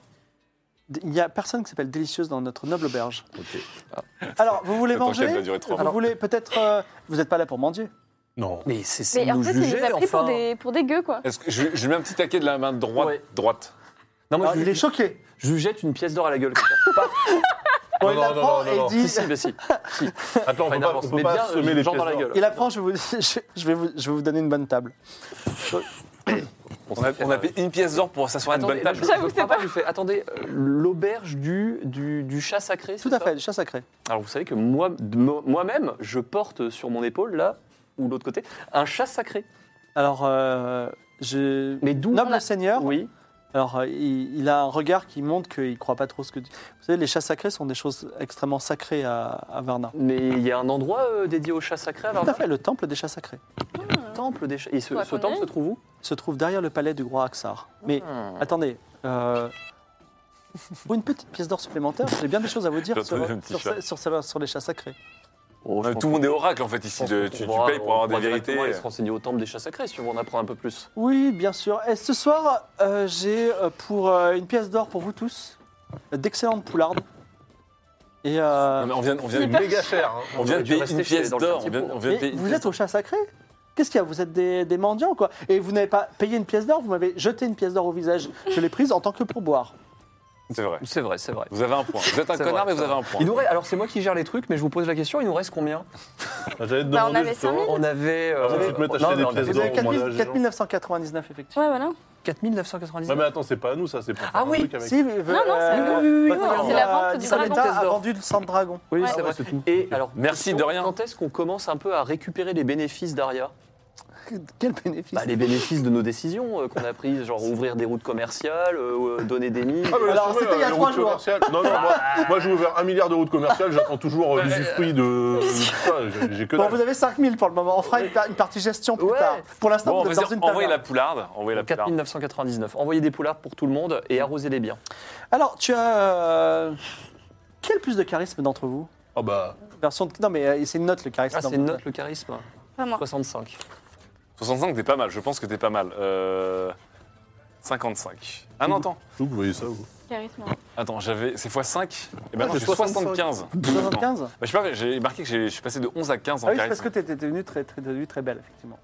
Il n'y a personne qui s'appelle Délicieuse dans notre noble auberge. Ah. Alors, vous voulez
Cette enquête va
manger
durer trois
Vous
mois.
voulez peut-être... euh, vous n'êtes pas là pour mendier.
Non.
Mais c'est c'est
Mais en
nous
fait, il
juger,
nous a pris pour
enfin.
des pour des gueux, quoi.
Est-ce que je, je mets un petit taquet de la main droite
Ouais.
droite.
Non, moi,
Ah,
Alors,
je,
Ah, il est choqué.
je lui jette une pièce d'or à la gueule. comme ça. Paf.
Bon,
Non,
il
non,
la
non,
prend
non, non,
et
non.
dit...
si, si, mais si. si.
Attends, on
Enfin,
peut
une
pas,
avance,
on peut
mais
pas
bien,
semer les
genre
pièces
dans la
d'or.
gueule.
Il apprend, je, vous- *laughs* je, je vais vous, je vais vous donner une bonne table.
On a, on a payé une pièce d'or pour s'asseoir à une bonne
Attendez, là,
table.
je, je crois pas, je lui fais, attendez, euh, l'auberge du, du, du chat sacré.
Tout
c'est
à
ça
fait, du chat sacré.
Alors vous savez que moi, de- mo- moi-même, je porte sur mon épaule, là, ou l'autre côté, un chat sacré.
Alors, euh, je...
Mais d'où
Noble
on a-
seigneur,
Oui.
alors euh, il, il a un regard qui montre qu'il ne croit pas trop ce que tu... Vous savez, les chats sacrés sont des choses extrêmement sacrées à, à Varna.
Mais il y a un endroit euh, dédié au chat sacré, alors
Tout à fait, Ah. le temple des chats sacrés.
le temple des chats. Et ce,
Faudra
ce
qu'on y
temple
aille.
se trouve où
se trouve derrière le palais du roi Aksar. Mais attendez, euh, *laughs* pour une petite pièce d'or supplémentaire, j'ai bien des choses à vous dire sur,
J'entendais un petit
sur
chat.
ce- sur ce- sur les chats sacrés.
Oh, je
Euh,
pense
Tout le
qu'on-
monde est oracle en fait ici.
je
de-
pense
tu, tu
qu'on pourra-
payes pour
on
avoir des
pourra
vérités.
directement aller se renseigner au temple des chats sacrés si on veut en apprendre un peu plus.
Oui, bien sûr. Et ce soir, euh, j'ai euh, pour euh, une pièce d'or pour vous tous d'excellentes poulardes. Et, euh,
Non, mais on *laughs* vient, on vient,
Il est
de-
pas-
Méga cher. hein.
on vient de
aurait dû
payer
rester
une
chez-
pièce
dans le
d'or.
quartier
On vient,
pauvre.
on vient de
mais
payer une
vous
pièce
êtes au chat sacré Qu'est-ce qu'il y a Vous êtes des, des mendiants, quoi. Et vous n'avez pas payé une pièce d'or, vous m'avez jeté une pièce d'or au visage. Je l'ai prise en tant que pourboire.
C'est vrai.
C'est vrai, c'est vrai.
Vous avez un point. Vous êtes un
C'est
connard,
vrai,
mais vous
c'est
avez
vrai.
un point.
Il nous reste- alors c'est moi qui gère les trucs, mais je vous pose la question, il nous reste combien
J'allais te
Bah, on
demander
avait
justement.
5000.
On avait... euh,
Avant que tu te mettes à
non,
acheter des
non, on avait
pièces
Vous
d'or.
avez
au moins, là,
4000
j'ai
4999, effectivement.
Ouais, voilà.
4999.
Ouais, mais attends, c'est pas à nous ça, c'est pour faire
Ah
un
oui,
truc avec.
Si, non,
non, c'est-
Euh,
oui, oui, oui,
non, c'est la vente du dragon.
a vendu le sang de dragon. *laughs*
Oui,
Ouais.
c'est vrai.
Ouais, c'est tout.
Et alors,
Merci
question,
de rien.
Quand est-ce qu'on commence un peu à récupérer les bénéfices d'Aria
Que- Quel bénéfice
Bah, Les bénéfices de nos décisions euh, qu'on a prises, genre ouvrir des routes commerciales, euh, euh, donner des mines.
Ah, mais
Alors,
assumer,
c'était il y a
les
trois
routes
jours.
commerciales. Non, non, moi, moi j'ai ouvert un milliard de routes commerciales, j'attends toujours euh, l'usufruit de. Putain, j'ai- J'ai que
Bon,
dalle.
vous avez 5000 pour le moment. On fera une, par- une partie gestion plus
Ouais.
tard. Pour l'instant,
Bon, on
vous
va
êtes
dire,
dans une
envoyez
taverne.
la poularde. Envoyez la poularde.
4999. Envoyer des poulards pour tout le monde
Mm.
et arroser les biens.
Ah,
Alors, tu as. euh, Quel plus de charisme d'entre vous
Ah bah.
Version de- Non, mais euh, c'est une note le charisme.
Ah, c'est une note le charisme
Pas moi.
65.
65, t'es pas mal. Je pense que t'es pas mal. Euh, 55. Ah non, attends.
Je trouve que vous voyez ça, vous.
Charisme.
Attends, j'avais. C'est x5 Et ben
Ah,
non,
t'es
j'ai
65.
75.
75
Bah, je sais pas, j'ai marqué que j'ai- je suis passé de 11 à 15 en
Ah oui, c'est parce
charisme.
que t'es t'es devenue très, très, devenue très belle, effectivement.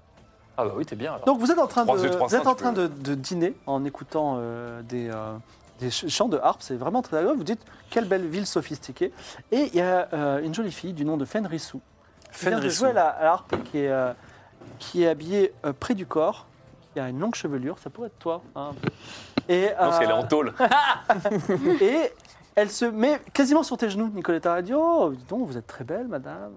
Ah bah oui, t'es bien alors.
Donc vous êtes en train de,
Trois yeux, trois
vous êtes
seins,
en
tu
train de, de dîner en écoutant euh, des, euh, des ch- chants de harpe, c'est vraiment très agréable. Vous dites quelle belle ville sophistiquée. Et il y a euh, une jolie fille du nom de Fenrisou. qui vient de
Fenrisou.
jouer à la à la harpe et qui est, euh, qui est habillée euh, près du corps, qui a une longue chevelure, ça pourrait être toi. hein, un peu. Et,
Non, parce
euh,
qu'elle est en tôle.
et elle se met quasiment sur tes genoux, Nicoletta. Elle dit Oh, dis donc, vous êtes très belle, madame.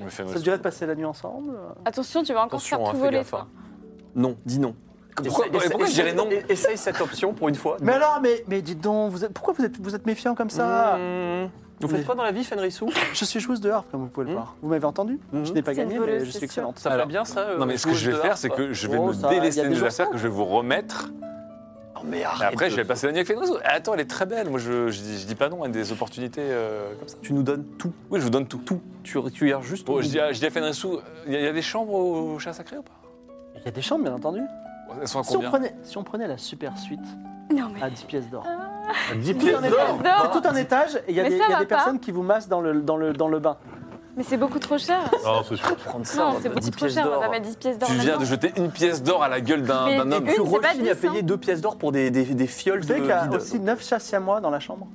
Mais
Ça
Fenrisou.
te dirait de passer la nuit ensemble
Mm.
Attention, tu vas encore
Attention,
faire
hein,
tout
fais
voler,
gaffe,
toi.
hein. Non, dis non.
Pourquoi-
Essaye-
pourquoi je
essaye-
dirais non
Essaye cette option pour une fois. Mmh.
Mais alors, mais, mais dites donc, vous êtes- pourquoi vous êtes, vous êtes méfiant comme ça
Mmh. Vous faites quoi dans la vie, Fenrisou
Je suis joueuse de harpe, comme vous pouvez le
Mhm.
voir. Vous m'avez entendu Je n'ai pas
C'est
gagné,
une voleuse,
mais je suis
c'est sûr.
excellente.
Mm. Ça
Mmh. Alors,
fait bien ça euh,
Non, mais ce que
joueuse
je vais
de
faire,
harpe
c'est que je vais
Oh,
me
ça, y
délester
a
de
des
mes
jours
affaires que je vais vous remettre.
Non, mais
Et
arrête
après, je vais
de-
passer la nuit avec Fenrisou. Eh, Attends, elle est très belle. Moi, je, je, dis, je dis pas non à des opportunités euh, comme ça.
Tu nous donnes tout.
Oui, je vous donne tout.
Tout. Tu, tu y as juste.
Bon, je dis à, je dis à Fenrisou, il y, a- y a des chambres au chat sacré ou pas
Il y a des chambres, bien entendu.
Elles sont à
Si on,
combien
prenait, si on prenait la super suite
Non, mais.
à 10 pièces d'or,
10
tout un
pièces
étage-
d'or
Ah. d'or.
c'est tout un étage et il y a
Mais
des,
ça
il y a
va
des
pas.
personnes qui vous massent dans le, dans le, dans le bain.
Mais c'est beaucoup trop cher.
Non, c'est sûr.
prendre ça.
Non,
on
c'est
a
beaucoup
10
trop
pièces
cher. On
d'or.
va mettre 10 pièces d'or.
Tu viens
maintenant.
de jeter une pièce d'or à la gueule d'un
Mais
d'un homme.
une,
Tu
c'est pas
refines à
10, hein.
payer deux pièces d'or pour des, des, des fioles
Vous savez
de
qu'il y a
vide.
aussi 9 châssis à moi dans la chambre.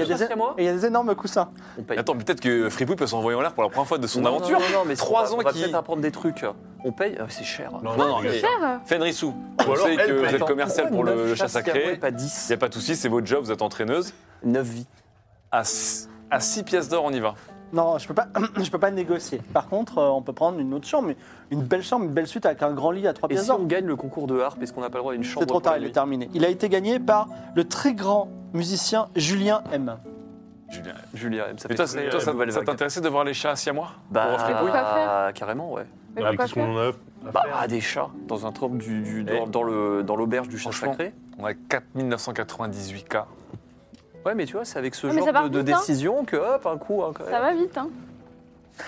il y a des-
chasses à moi
Et il y a des énormes coussins.
On paye.
Attends, peut-être que Fripouille peut s'envoyer en l'air pour la première fois de son
Non,
aventure.
Non, non, mais
Trois ans
on va
qui-
peut-être apprendre des trucs. On paye Ah, C'est cher.
Non,
Non, non,
c'est
mais-
Cher.
Fenrisou,
Ou
vous
alors,
savez que
elle
vous
paye.
êtes commercial pour le, le chat sacré.
pas
Il n'y
10.
a pas de souci, c'est votre job, vous êtes entraîneuse.
9 vies.
À, s- à 6 pièces d'or, on y va.
Non, je peux pas, *clears throat* je peux pas négocier. Par contre, euh, on peut prendre une autre chambre, mais une belle chambre, une belle suite avec un grand lit à 3
Et
pièces
si
d'or.
on gagne le concours de harpe, est-ce qu'on n'a pas le droit à une chambre
C'est trop
pour
tard,
la
il
nuit
est terminé. Il a été gagné par le très grand musicien Julien M.
Julien.
Julien, ça
Mais toi,
fait très,
c'est- toi,
euh,
ça,
nouvelle
ça
vague.
t'intéressait de voir les chats assis à moi
Bah,
offrir Pourquoi faire
carrément, ouais.
Mais
Ah,
pourquoi
Qu'est-ce
faire
qu'on en a à
Bah,
faire
des chats dans un temple du, du-
Eh.
dans, dans le dans l'auberge du chat
Franchement.
sacré.
On a 4998 cas.
Ouais, mais tu vois, c'est avec ce
Ouais, mais ça
genre
part
de, de
vite, hein.
décision que hop, un coup. hein, quand
Ça
même.
va vite, hein.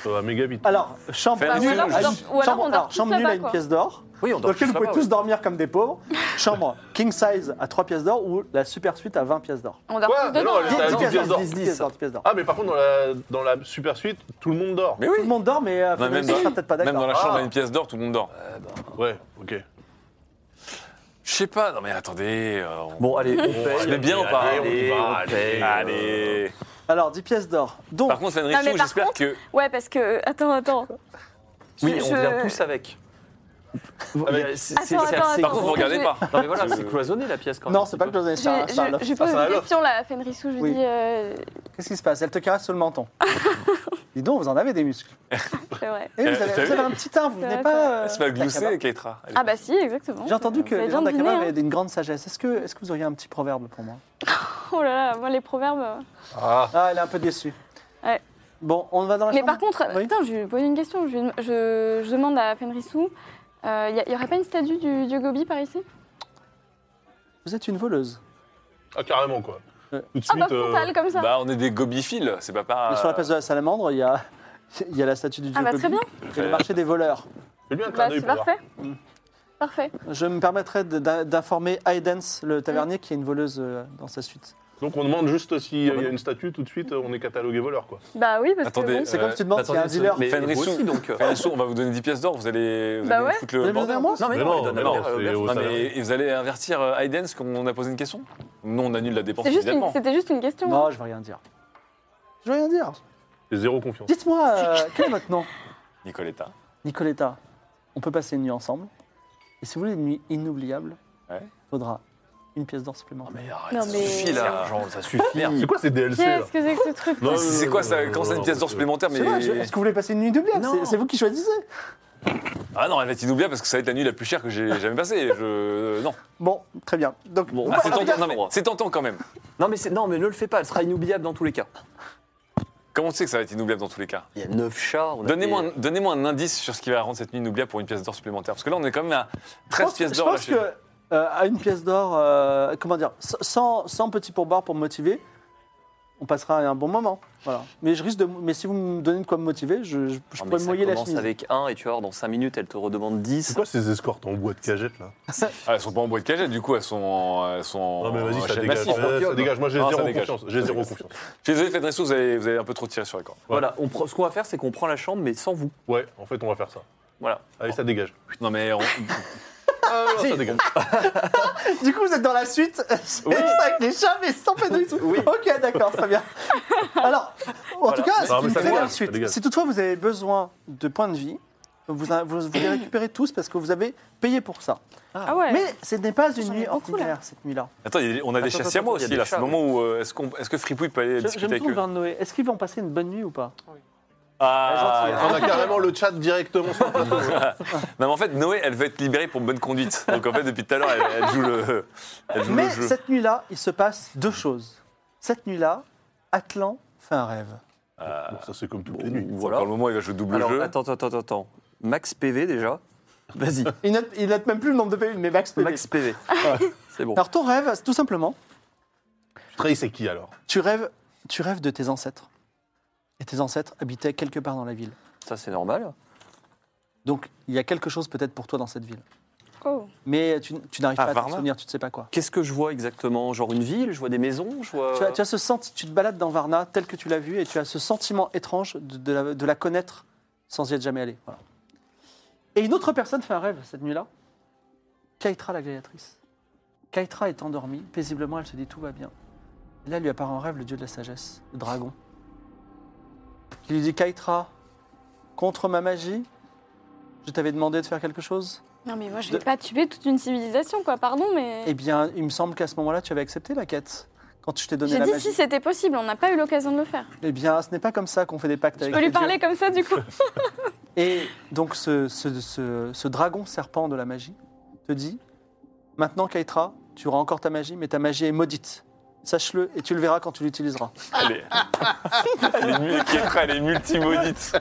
Ça va méga vite.
Alors, chambre
Bah, ou
nulle,
alors on
à-
dort-
ou alors
chambre-
on dort tous
chambre nulle
là-bas,
à une
quoi.
pièce d'or.
Oui, on
Dans
dort
lequel
tous
vous pouvez
là-bas,
tous
ouais.
dormir comme des pauvres. Chambre king size à 3 pièces d'or ou la super suite à 20 pièces d'or.
On dort
Quoi
tous
Mais
dedans.
non,
là.
elle-
10
10
pièces
pièces
d'or,
d'or.
10 pièces d'or, 10 pièces d'or.
Ah, mais par contre, dans la, dans la super suite, tout le monde dort.
Mais
Tout le
oui
monde dort, mais euh,
Non, même,
Frédéric, tu seras
dans,
peut-être pas
même dans
d'accord.
la chambre
Ah.
à une pièce d'or, tout le monde dort.
Ouais, ok.
Je sais pas, non mais attendez. euh, on-
Bon, *laughs* allez, on
se
paye.
met bien ou pas
Allez, on y va,
on
allez.
paye.
Allez
Alors, 10 pièces d'or. Donc,
Par contre,
Non, mais
Fenrisou,
par
j'espère
contre-
que.
Ouais, parce que. Attends, attends.
Oui,
Je- je-
on vient tous avec.
Avec-
C'est-
Attends,
c'est-
attends,
c'est-
attends.
c'est-
Par contre, vous
Je-
regardez pas.
Non, mais voilà, c'est cloisonné la pièce quand même.
non, c'est pas que je donnais
Je,
ça. ça,
je-
là.
je
Ah,
pose
ça va,
une question là à Fenrisou, je lui
Oui.
dis. euh,
Qu'est-ce qui se passe Elle te caresse sur le
*laughs*
menton. Dis donc, vous en avez des muscles.
C'est vrai.
Et
Euh,
vous, avez,
t'as
vous
vu
avez un petit teint, vous
C'est
venez
vrai,
pas. euh,
Elle se fait glousser,
d'Akaba.
Keitra. Allez.
Ah bah si, exactement.
J'ai entendu que
Ça
les
vient
gens
de
d'Akaba
dîner, hein.
avaient une grande sagesse. Est-ce que, est que vous auriez un petit proverbe pour moi
*laughs* Oh là là, moi les proverbes. euh.
Ah,
Ah, elle est un peu déçue.
Ouais.
Bon, on va dans la
Mais
chambre.
par contre,
Oui.
attends, je lui pose une question. Je, lui- je- je demande à Fenrisou. Euh, Il n'y aurait pas une statue du dieu Gobi par ici
Vous êtes une voleuse.
ah, carrément, quoi.
Ouais.
Tout de
Ah bah
euh,
frontale comme ça.
Bah, on est des gobiphiles, c'est pas pas.
Mais sur la place de la salamandre, il y a, il y a la statue du dieu
ah bah
Gobi.
très bien.
Il y a le marché des voleurs.
fais lui un clin
Bah
d'œil
c'est
pour voir.
parfait.
Mm.
Parfait.
Je me permettrai de- d'in- d'informer Aidens, le tavernier, qui est une voleuse euh, dans sa suite.
Donc on demande juste s'il y a une statue, tout de suite, on est catalogué voleur, quoi.
Bah oui, parce
Euh, Attendez,
euh,
que bon,
C'est comme si tu demandes s'il y a un
attendez,
dealer.
mais-
Fenrisou.
vous aussi, donc, euh.
Fenrisou, on va vous donner 10 pièces d'or, vous allez, vous
Bah
allez
ouais.
foutre
Vous
le
avez besoin
bordel.
d'un moi
Non, mais
Mais
non,
non,
on donne
mais
la
non,
valeur,
c'est
valeur. Non,
au
Non,
mais-
salaire.
mais et vous allez avertir euh, Hayden ce qu'on a posé une question Nous, on annule la dépense
c'est juste, une-
immédiatement.
c'était juste une question. hein.
Non, je vais rien dire. Je vais rien dire.
J'ai zéro confiance.
Dites-moi, euh, quel est votre nom
Nicoletta.
Nicoletta, on peut passer une nuit ensemble. Et si vous voulez une nuit inoubliable,
Ouais.
faudra une pièce d'or supplémentaire.
Non, mais-
suffit,
hein.
là.
ça suffit.
C'est quoi ces DLC là
Qu'est-ce que c'est que ce truc
Non,
là
C'est c'est quoi ça Quand c'est une pièce d'or supplémentaire, mais.
C'est vrai, je- Est-ce que vous voulez passer une nuit inoubliable
Non.
C'est- C'est vous qui choisissez.
Ah non, elle va être inoubliable parce que ça va être la nuit la plus chère que j'ai jamais passée. Je... euh, Non.
Bon, très bien. Donc,
Bon,
on
Ah,
va-
c'est
regarde-
tentant, non, mais c'est tentant quand même.
Non mais, c'est- non, mais ne le fais pas, elle sera inoubliable dans tous les cas.
Comment tu sais que ça va être inoubliable dans tous les cas
Il y a neuf chats. on a
Donnez-moi
fait-
un, donnez-moi un indice sur ce qui va rendre cette nuit inoubliable pour une pièce d'or supplémentaire. Parce que là, on est quand même à
je
13
pense,
pièces
je
d'or.
pense
là, chez
que euh, à une pièce d'or, euh, comment dire, sans, sans petit pourboire pour me motiver, on passera un bon moment. Voilà. Mais je risque de, mais si vous me donnez de quoi me motiver, je, je, je
Ah,
Non, mais
pourrais
ça
mouiller la
commence
chemise.
avec un et tu vas voir, dans 5 minutes, elle te redemande 10.
C'est quoi ces escortes en bois de cagette là
nous. Ah, elles sont pas en bois de cagette, du coup, elles sont en. Elles sont en-
Non mais vas-y,
en
ça
Oh, chaîne
dégage.
massive.
Ouais, Ça dégage. Moi j'ai
Ah, ça
zéro
dégage.
confiance.
*laughs*
J'ai zéro confiance.
Je suis désolé, Fedressou, vous avez, vous avez un peu trop tiré sur les cordes.
Voilà, on prend- ce qu'on va faire, c'est qu'on prend la chambre, mais sans vous.
Ouais, en fait, on va faire ça.
Voilà.
Allez, ça dégage.
Non, mais on-
Ah, non, ça dégage.
Du coup, vous êtes dans la suite, *laughs* c'est ça avec les chats, mais sans pédouille. Ok, d'accord, très
*laughs*
bien. Alors, en tout cas, c'est
Non, mais
une
ça
très
dégage,
bonne
ça
suite.
dégage.
Si toutefois vous avez besoin de points de vie, vous, vous, vous les récupérez tous parce que vous avez payé pour ça.
Ah ouais
Mais ce n'est pas une
J'en ai
nuit
beaucoup, là.
ordinaire, cette nuit-là.
Attends, il y a- on a des
Attends,
chats
attends,
siamois
attends, il y
aussi,
a
là.
des
C'est le
chats,
moment où. euh, Est-ce qu'on- est-ce que Fripouille peut aller
Je, je
discuter
me hein.
avec
tourne
eux
vers Noé. Est-ce qu'ils vont passer une bonne nuit ou pas
Ah,
*laughs*
On a carrément le chat directement sur le plateau.
Non, mais en fait, Noé, elle veut être libérée pour bonne conduite. Donc, en fait, depuis tout à l'heure, elle, elle joue le, elle joue le
Mais
jeu.
cette nuit-là, il se passe deux choses. Cette nuit-là, Atlan fait un rêve.
Bon, Ça, c'est comme toutes les
Bon,
nuits.
Voilà.
voilà.
Par le moment, où il va jouer double
Alors,
jeu.
attends, attends, attends, attends. Max PV déjà. Vas-y,
Il note, il note même plus le nombre de PV, mais Max PV.
Max PV. C'est bon.
Alors ton rêve, c'est tout simplement,
Tu trahis, c'est qui alors
tu rêves, tu rêves de tes ancêtres. Et tes ancêtres habitaient quelque part dans la ville.
Ça, c'est normal.
Donc il y a quelque chose peut-être pour toi dans cette ville.
Oh.
Mais tu, tu n'arrives
Ah,
pas à te
Varna
souvenir, tu ne sais pas quoi.
Qu'est-ce que je vois exactement Genre une ville Je vois des maisons Je vois.
Tu as, tu as ce senti, tu te balades dans Varna tel que tu l'as vu et tu as ce sentiment étrange de, de la, de la connaître sans y être jamais allé. Voilà. Et une autre personne fait un rêve cette nuit-là. Kaitra la gladiatrice. Kaitra est endormie, paisiblement elle se dit tout va bien. Et là lui apparaît en rêve le dieu de la sagesse, le dragon. Il lui dit Kaitra, contre ma magie, je t'avais demandé de faire quelque chose
Non, mais moi, je vais pas tuer toute une civilisation, quoi. Pardon, mais.
Eh bien, il me semble qu'à ce moment-là tu avais accepté la quête. Quand je t'ai donné
J'ai
la
dit
magie.
si c'était possible, on n'a pas eu l'occasion de le faire.
Eh bien, ce n'est pas comme ça qu'on fait des pactes
Je
avec
peux lui
les dieux.
parler comme ça, du coup.
Et donc ce, ce- ce- ce dragon serpent de la magie te dit, maintenant Kaitra, tu auras encore ta magie, mais ta magie est maudite. Sache-le et tu le verras quand tu l'utiliseras.
Elle est, elle est, mu- Kétra, elle
*laughs*
est multi-maudite.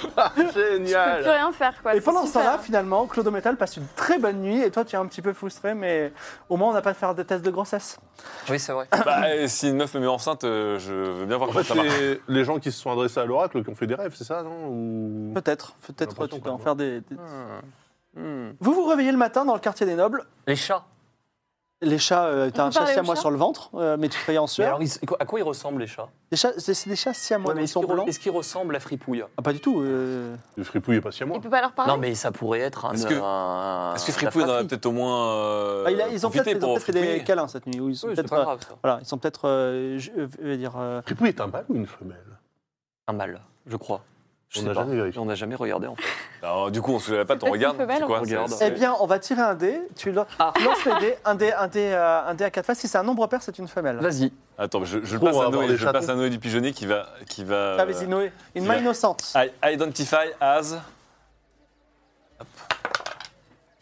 Je peux plus
Génial
rien faire, quoi.
et
c'est
pendant ce
super.
temps-là, finalement, Claude Metal passe une très bonne nuit et toi tu es un petit peu frustré, mais au moins on n'a pas à faire de tests de grossesse.
Oui, c'est vrai.
Bah, euh, si une meuf me met enceinte, euh, je veux bien voir
En
comment
fait,
ça marche.
c'est les gens qui se sont adressés à l'oracle qui ont fait des rêves, c'est ça, non Ou-
Peut-être, peut-être
l'impression
tu peux en
quand
faire des, des-
Hmm.
Hmm.
Vous vous réveillez le matin dans le quartier des nobles.
Les chats.
Les chats, euh,
peut
t'as un chat
parler aux
siamois
chats
sur le ventre, euh, mais tu te réveilles en
Mais
sueur.
alors, ils- à quoi ils ressemblent, les chats
Les chats, c'est c'est des chats siamois,
Ouais, mais
ils
Est-ce
sont
qu'ils re-
blancs.
est-ce qu'ils ressemblent à Fripouille
Ah, pas du tout. euh,
Le fripouille est pas si à moi.
Il peut pas leur parler.
Non, mais ça pourrait être un.
Est-ce que-
un-
Est-ce que
un-
Fripouille
la
en a
fratrie.
peut-être au moins. euh,
Ah, il a- ils ont
profité
peut-être ils ont
pour
peut-être fait des
Fripouille
câlins cette nuit. ou ils sont
Oui, c'est
peut-être,
pas
euh,
grave, ça.
voilà, ils sont peut-être, euh, je, euh, je veux dire, euh,
Fripouille est un mâle ou une femelle
Un mâle, je crois. Je
On
sais
n'a
pas.
jamais vérifié.
On n'a jamais regardé, en fait.
Alors, du coup, on se lève la patte, on
Peut-être
regarde.
qu'il peut pas
c'est
le
quoi,
regarder.
c'est-
eh bien, on va tirer un dé. Tu lo-
Ah.
lances les dés, un dé, un dé, euh, un dé à quatre faces. Si c'est un nombre pair, c'est une femelle.
Vas-y.
Attends, je, je le
Trop, on
passe
va
à
avoir
Noé,
des
je le passe
chatons.
à Noé du pigeonnier qui va. Qui va euh,
Ah, vas-y, Noé. Une main
Ouais.
innocente.
I- identify as.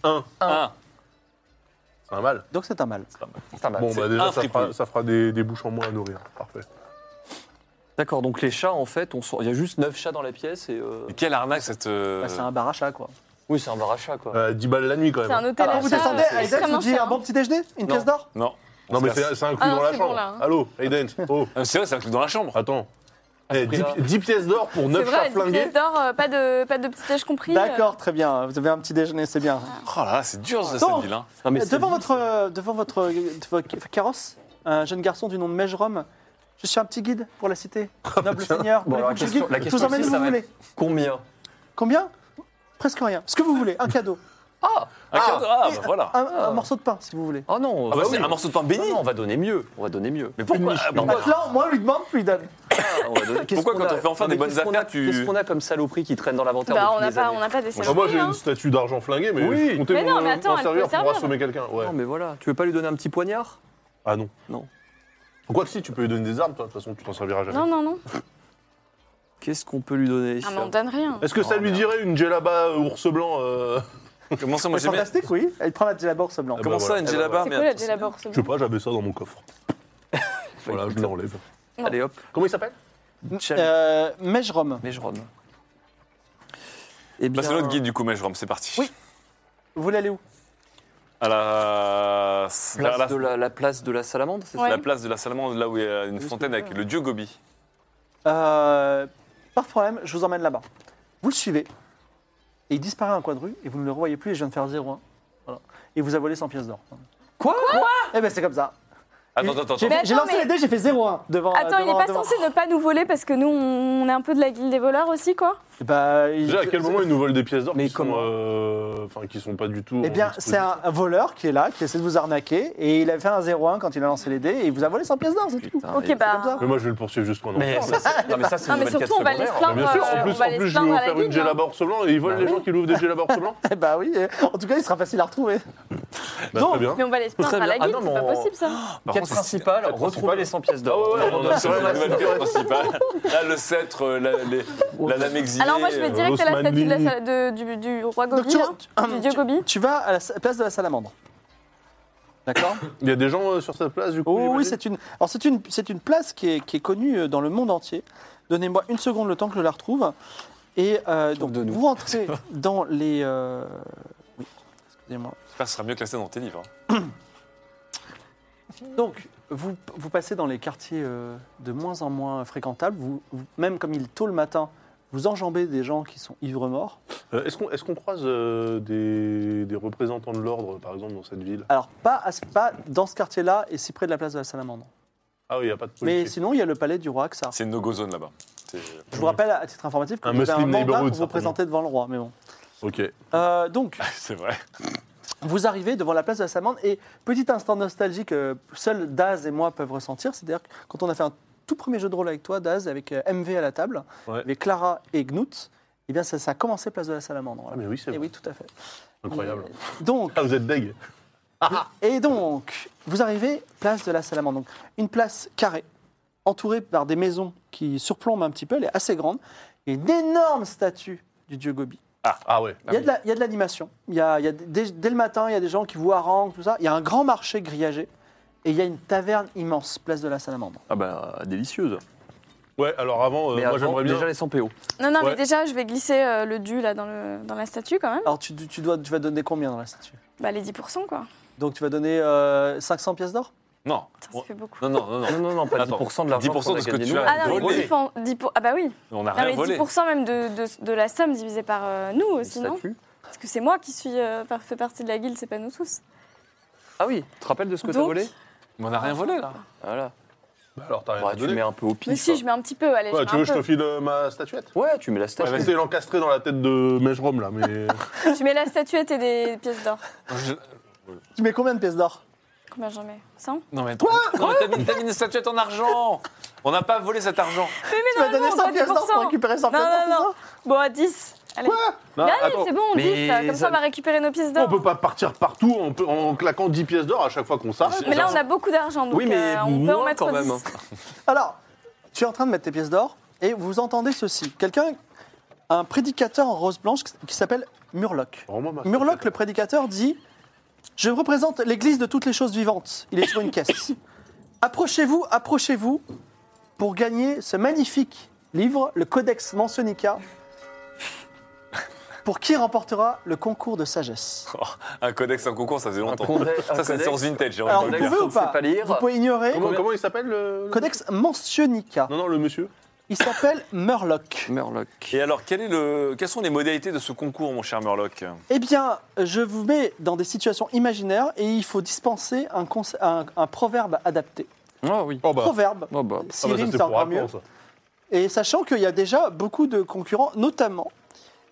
Un.
Un.
C'est un mâle.
Donc c'est un mâle.
Bon,
c'est
bah
un
déjà, ça
fripouille.
fera, ça fera des, des bouches en moins à nourrir. Parfait.
D'accord, donc les chats, en fait, on sort- il y a juste 9 chats dans la pièce et. euh,
Mais Quelle arnaque cette. euh,
Bah, c'est un bar à chat, quoi.
Oui, c'est un bar à chats, quoi.
Euh, 10 balles la nuit quand
C'est un
même.
hôtel
Ah,
Alors,
à
vous
chat,
descendez,
c'est
Isaac vous
extrêmement
dit
cher,
un bon
hein.
petit déjeuner Une
Non.
pièce d'or
Non.
Non, mais c'est
Ah,
c'est inclus
Ah non,
dans la
c'est bon,
chambre.
là, hein.
Allô, *laughs* Hayden. Oh,
euh, C'est vrai, c'est inclus dans la chambre.
attends.
ce
Eh, 10,
prix-là.
pièces d'or pour
C'est
9
vrai,
chats
10
flingués
pièces d'or, euh, pas de, pas de petit déj compris.
euh.
D'accord, très bien. Vous avez un petit déjeuner, c'est bien.
Oh là là, c'est dur ça, cette
Donc,
Ah,
ville. hein.
Non, Ah. mais c'est-
Devant votre, euh, devant votre, euh, votre carrosse, un jeune garçon du nom de Mejrom. Je suis un petit guide pour
*laughs*
la cité, noble seigneur.
Oh, Bon, alors, la
Voulez-vous que je
question-
guide
la
Je vous
question
emmène
ici,
où
ça
vous
va être-
voulez.
Combien
Combien Presque rien. Ce que vous voulez, un cadeau.
Un quart d'heure Ah,
Et
bah, voilà.
un, un morceau de pain, si vous voulez.
Oh non,
bah
c'est
oui.
un morceau de pain béni. on va donner mieux. On va donner mieux. Mais pourquoi
niche,
ah,
une
pourquoi-
Bah, là, moi, on lui demande, puis il donne.
on va donner- qu'est-ce
Pourquoi
qu'on
quand
a-
on fait enfin
Non, mais
des bonnes
qu'est-ce qu'on a-
affaires, tu-
Qu'est-ce qu'on a comme saloperie qui traîne dans l'inventaire
Bah, on
depuis
n'a
des
pas,
années
on n'a pas des
Bah, moi,
saloperies.
j'ai
hein.
une statue d'argent flingué, mais
Oui.
je comptais
Mais non,
mon,
mais attends,
m'en
elle peut
servir pour
servir.
assommer quelqu'un. Ouais.
Non, mais voilà. Tu veux pas lui donner un petit poignard
Ah non.
Non.
Quoi que si, tu peux lui donner des armes, toi, de toute façon, tu t'en serviras jamais.
Non, non, non.
Qu'est-ce qu'on peut lui donner
Ah, mais on donne rien.
Est-ce que ça
Non,
lui
merde.
dirait une djellaba euh, ours blanc euh,
Comment ça, moi
C'est
j'aime bien.
fantastique, oui. Elle prend la djellaba ours blanc.
Ah bah,
Comment ça,
voilà.
Angela
C'est
Barr
quoi la Jellabor ce
Je sais pas, j'avais ça dans mon coffre. voilà, je l'enlève.
Non.
Allez hop.
Comment il s'appelle
Tcham.
Euh, Mejrom,
Mais je rome. Eh bien,
Bah, c'est notre guide du coup, Mejrom, c'est parti.
Oui. vous voulez aller où
À la.
place
vers la-
de la, la place de la salamandre, c'est
Ouais.
la place de la Salamandre, là où il y a une fontaine avec le dieu Gobi.
Euh, Pas de problème, je vous emmène là-bas. Vous le suivez, et il disparaît dans un coin de rue, et vous ne le revoyez plus, et je viens de faire 0-1. Voilà. Et il vous a volé 100 pièces d'or.
Quoi
Eh ben c'est comme ça.
Attends, attends,
J'ai
attends.
Mais
j'ai
attends,
lancé
mais-
les dés, j'ai fait 0-1 devant.
Attends, il
devant-
est pas
devant.
censé ne pas nous voler parce que nous, on est un peu de la guilde des voleurs aussi, quoi.
Bah, il-
Déjà, à quel moment il nous vole des pièces d'or
Mais
qui, sont,
comment
euh, enfin, qui sont pas du tout.
Eh
en
bien, c'est
exposition
un un voleur qui est là, qui essaie de vous arnaquer, et il a fait un 0-1 quand il a lancé les dés, et il vous a volé 100 pièces d'or, c'est tout.
Putain,
Ok,
mais-
bah.
Mais moi, je vais le poursuivre jusqu'en enfer.
Mais ça, c'est- non, mais ça, c'est
Non,
une
mais
nouvelle quête
surtout, on va les
secondaire.
plaindre.
Bien sûr,
euh,
en
on
plus,
va
en
les
plus je lui ai
plaindre à la
offert une
guilde, hein.
djellaba ours blanc et il vole
Bah
les
oui.
gens qui lui ouvrent des djellabas ours blancs.
Eh bah oui, euh, en tout cas, il sera facile à retrouver.
Bah,
Donc,
très bien.
Mais on va les se
Très
plaindre à la
bien. Ah
guilde,
non,
c'est
mais
pas
on-
possible ça.
Par
Quête
contre, c'est-
principale,
quête
retrouver les 100 pièces d'or.
Ah ouais, ouais,
On
on
en
a-
a-
C'est vrai, la nouvelle quête principale. Là, le sceptre, euh, la, les- la lame exilée.
Alors moi je vais
euh,
direct à la
Haussmann
statue de la
Lily.
sa- de- du, du roi Gobi,
Donc, tu,
là, du dieu
tu-
Gobi.
tu vas à la sa- place de la salamandre. D'accord
Il y a des gens euh, sur cette place, du coup
Oh oui,
j'imagine
c'est une, alors c'est une, c'est une place qui est, qui est connue euh, dans le monde entier. Donnez-moi une seconde le temps que je la retrouve. Et euh, donc,
de nous.
vous rentrez dans les. euh, Oui, excusez-moi.
J'espère que ce sera mieux classé dans tes livres. hein.
Donc, vous, vous passez dans les quartiers euh, de moins en moins fréquentables. Vous, vous- même comme il est tôt le matin, vous enjambez des gens qui sont ivres morts.
Euh, Est-ce qu'on est-ce qu'on croise euh, des, des représentants de l'ordre, par exemple, dans cette ville
Alors, pas, à ce- pas dans ce quartier-là et si près de la place de la Salamandre.
Ah oui, il n'y a pas de
Mais
police.
sinon, il y a le palais du roi Aksar.
C'est une no-go zone là-bas. C'est- euh,
*laughs* Je vous rappelle à titre informatif que
Un
vous avez un
Muslim
mandat
neighborhood,
pour vous
certainement.
présenter devant le roi. Mais bon.
Ok.
Euh, donc,
C'est vrai.
Vous arrivez devant la place de la Salamandre et petit instant nostalgique que seuls Daz et moi peuvent ressentir, c'est-à-dire que quand on a fait un tout premier jeu de rôle avec toi, Daz, avec euh, MV à la table,
Ouais.
avec Clara et Gnout, eh bien ça, ça a commencé place de la Salamandre.
Ah,
voilà.
mais oui, c'est
Eh
vrai.
oui, tout à fait. Euh,
incroyable.
Donc,
Ah, vous êtes deg.
et donc, vous arrivez place de la Salamandre, donc une place carrée, entourée par des maisons qui surplombent un petit peu, elle est assez grande, et une énorme statue du dieu Gobi.
Ah, ah ouais.
Il y a de la- il y a de l'animation. Il y a, il y a des- dès, dès le matin, il y a des gens qui vous haranguent, tout ça. Il y a un grand marché grillagé. Et il y a une taverne immense, place de la Salamandre.
Ah bah, délicieuse.
Euh,
Ouais, alors avant, euh,
Mais
moi
avant,
j'aimerais bien.
Déjà les 100 PO.
Non, non,
Ouais.
mais déjà, je vais glisser euh, le du là dans, le, dans la statue quand même.
Alors, tu, tu, dois, tu vas donner combien dans la statue
Bah, les 10%, quoi.
Donc, tu vas donner euh, 500 pièces d'or
Non,
Ça, ça
on-
fait beaucoup.
non, non, non. non.
Non, non, non, pas
Attends,
10% de l'argent.
10%
qu'on a
de ce que
gagné,
tu
nous.
as
Ah non, mais
Volé.
10, pour- 10 pour- ah bah oui.
On n'a
Non,
rien
mais
volé.
10% même de, de- de la somme divisée par euh, nous
Une
aussi, non
statue.
Parce que c'est moi qui suis, euh, par- fait partie de la guilde, c'est pas nous tous.
Ah oui, tu te rappelles de ce que t'as
Donc-
volé
Mais on n'a rien volé là.
Voilà.
Bah, alors, t'as rien
Bah,
à
tu
donner.
mets un peu au pif.
Mais si, je mets un petit peu, allez,
Ouais,
je
tu
mets un
veux que je te
peu.
file euh, ma statuette
Ouais, tu mets la statue.
Je vais essayer de l'encastrer dans la tête de Mejrom, là, mais.
Tu mets la statuette et des pièces d'or.
Je-
Tu mets combien de pièces d'or
Combien j'en mets 100
Non, mais attends. Non, mais T'as mis, t'as mis une statuette en argent. On n'a pas volé cet argent.
Mais, mais
Tu vas donner 100 pièces d'or pour récupérer 100
Non,
pièces d'or,
non,
c'est
non.
ça
Bon, à 10. Allez,
Non,
Allez,
Bah, attends.
c'est bon, on
Mais
10, ça, comme ça,
ça-
on va récupérer nos pièces
On
d'or.
peut pas partir partout en, pe- en claquant 10 pièces d'or à chaque fois qu'on s'arrête.
Mais là, on a beaucoup d'argent, donc
Oui, mais
euh, on peut en
moins,
mettre
quand même.
10.
Alors, tu es en train de mettre tes pièces d'or et vous entendez ceci. Quelqu'un, un prédicateur en rose blanche qui s'appelle Murloc.
Rends-moi ma
Murloc,
statuette.
le prédicateur, dit Je représente l'église de toutes les choses vivantes. Il est sur une
*laughs*
caisse. Approchez-vous, approchez-vous pour gagner ce magnifique livre, le Codex Mansonica, pour qui remportera le concours de sagesse.
Un codex, un concours, ça faisait
Un
longtemps.
condé- un
Ça, c'est une
codex.
séance vintage, j'ai
Alors,
envie
vous
de
Codex
le
pouvez
dire.
qu'on
ou
ne sait
pas
pas lire.
Vous pouvez ignorer
Comment, comment il s'appelle le.
Codex Mansionica.
Non, non, le monsieur.
Il s'appelle Murloc.
Murloc.
Et alors, quel est le... quelles sont les modalités de ce concours, mon cher Murloc
Eh bien, je vous mets dans des situations imaginaires et il faut dispenser un, conse- un- un proverbe adapté.
Oh oui.
Oh bah.
Proverbe.
Oh bah.
Si
Ah bah,
rime,
ça,
c'est
c'est pour
encore mieux.
Alphonse, ça.
Et sachant qu'il y a déjà beaucoup de concurrents, notamment,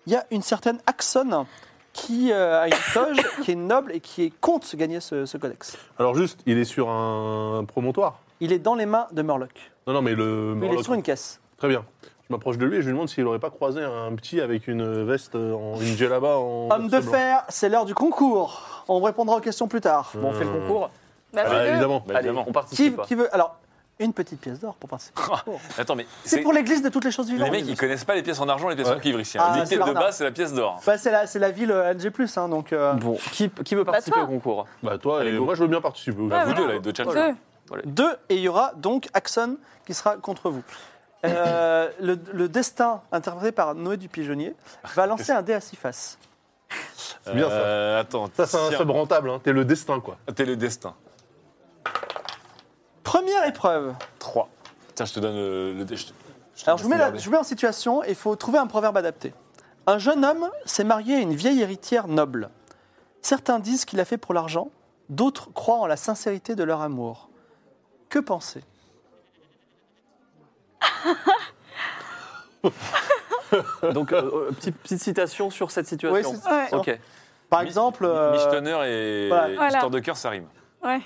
il y a une certaine Axon qui euh, a une toge, qui est noble et qui est compte gagner ce, ce codex.
Alors juste, il est sur un promontoire.
Il est dans les mains de Murloc.
Non, non, mais le.
Il est
Morlock-
sur une caisse.
Très bien. Je m'approche de lui et je lui demande s'il n'aurait pas croisé un petit avec une veste, euh, en, une djellaba en.
Homme de
blanc.
fer, c'est l'heure du concours. On répondra aux questions plus tard.
Bon, on fait le concours.
Bah,
Ah,
fais-le.
évidemment.
Bah,
Allez,
Hmm, évidemment.
on
Qui,
participe. pas.
qui veut Alors, une petite pièce d'or pour participer. au concours.
Attends, mais
C'est pour l'église de toutes les choses vivantes.
les mecs, ils connaissent pas les pièces en argent, les pièces en
Ouais.
cuivre ici.
Ah,
Ah,
c'est
de
l'arnaque.
base, c'est la pièce d'or.
Bah, c'est la, c'est la ville euh, LG+, hein, donc... euh,
Bon, qui, qui veut participer
toi.
au concours
Bah toi,
Allez,
et
go.
moi je veux bien participer. aussi.
Bah, vous deux, là, les deux challengers.
Deux.
Deux, et il y aura donc Axon qui sera contre vous. Euh, le, le destin interprété par Noé du Pigeonnier va lancer un dé à six faces.
C'est bien, ça.
Euh, attends,
Ça c'est un
tiens,
sub rentable, hein. t'es le destin quoi.
T'es le destin.
Première épreuve.
3. Tiens, je te donne le. le- je te- te
Alors je vous, mets la-
regarder.
je vous mets en situation et il faut trouver un proverbe adapté. Un jeune homme s'est marié à une vieille héritière noble. Certains disent qu'il l'a fait pour l'argent, d'autres croient en la sincérité de leur amour. Que penser
Donc, euh, euh, petite, petite citation sur cette situation.
Oui, c'est ça.
Ouais.
Ok.
Par
Mi-
exemple,
Mi-
euh,
Michtonner et
voilà.
Histoire
Voilà.
de cœur, ça rime.
Ouais.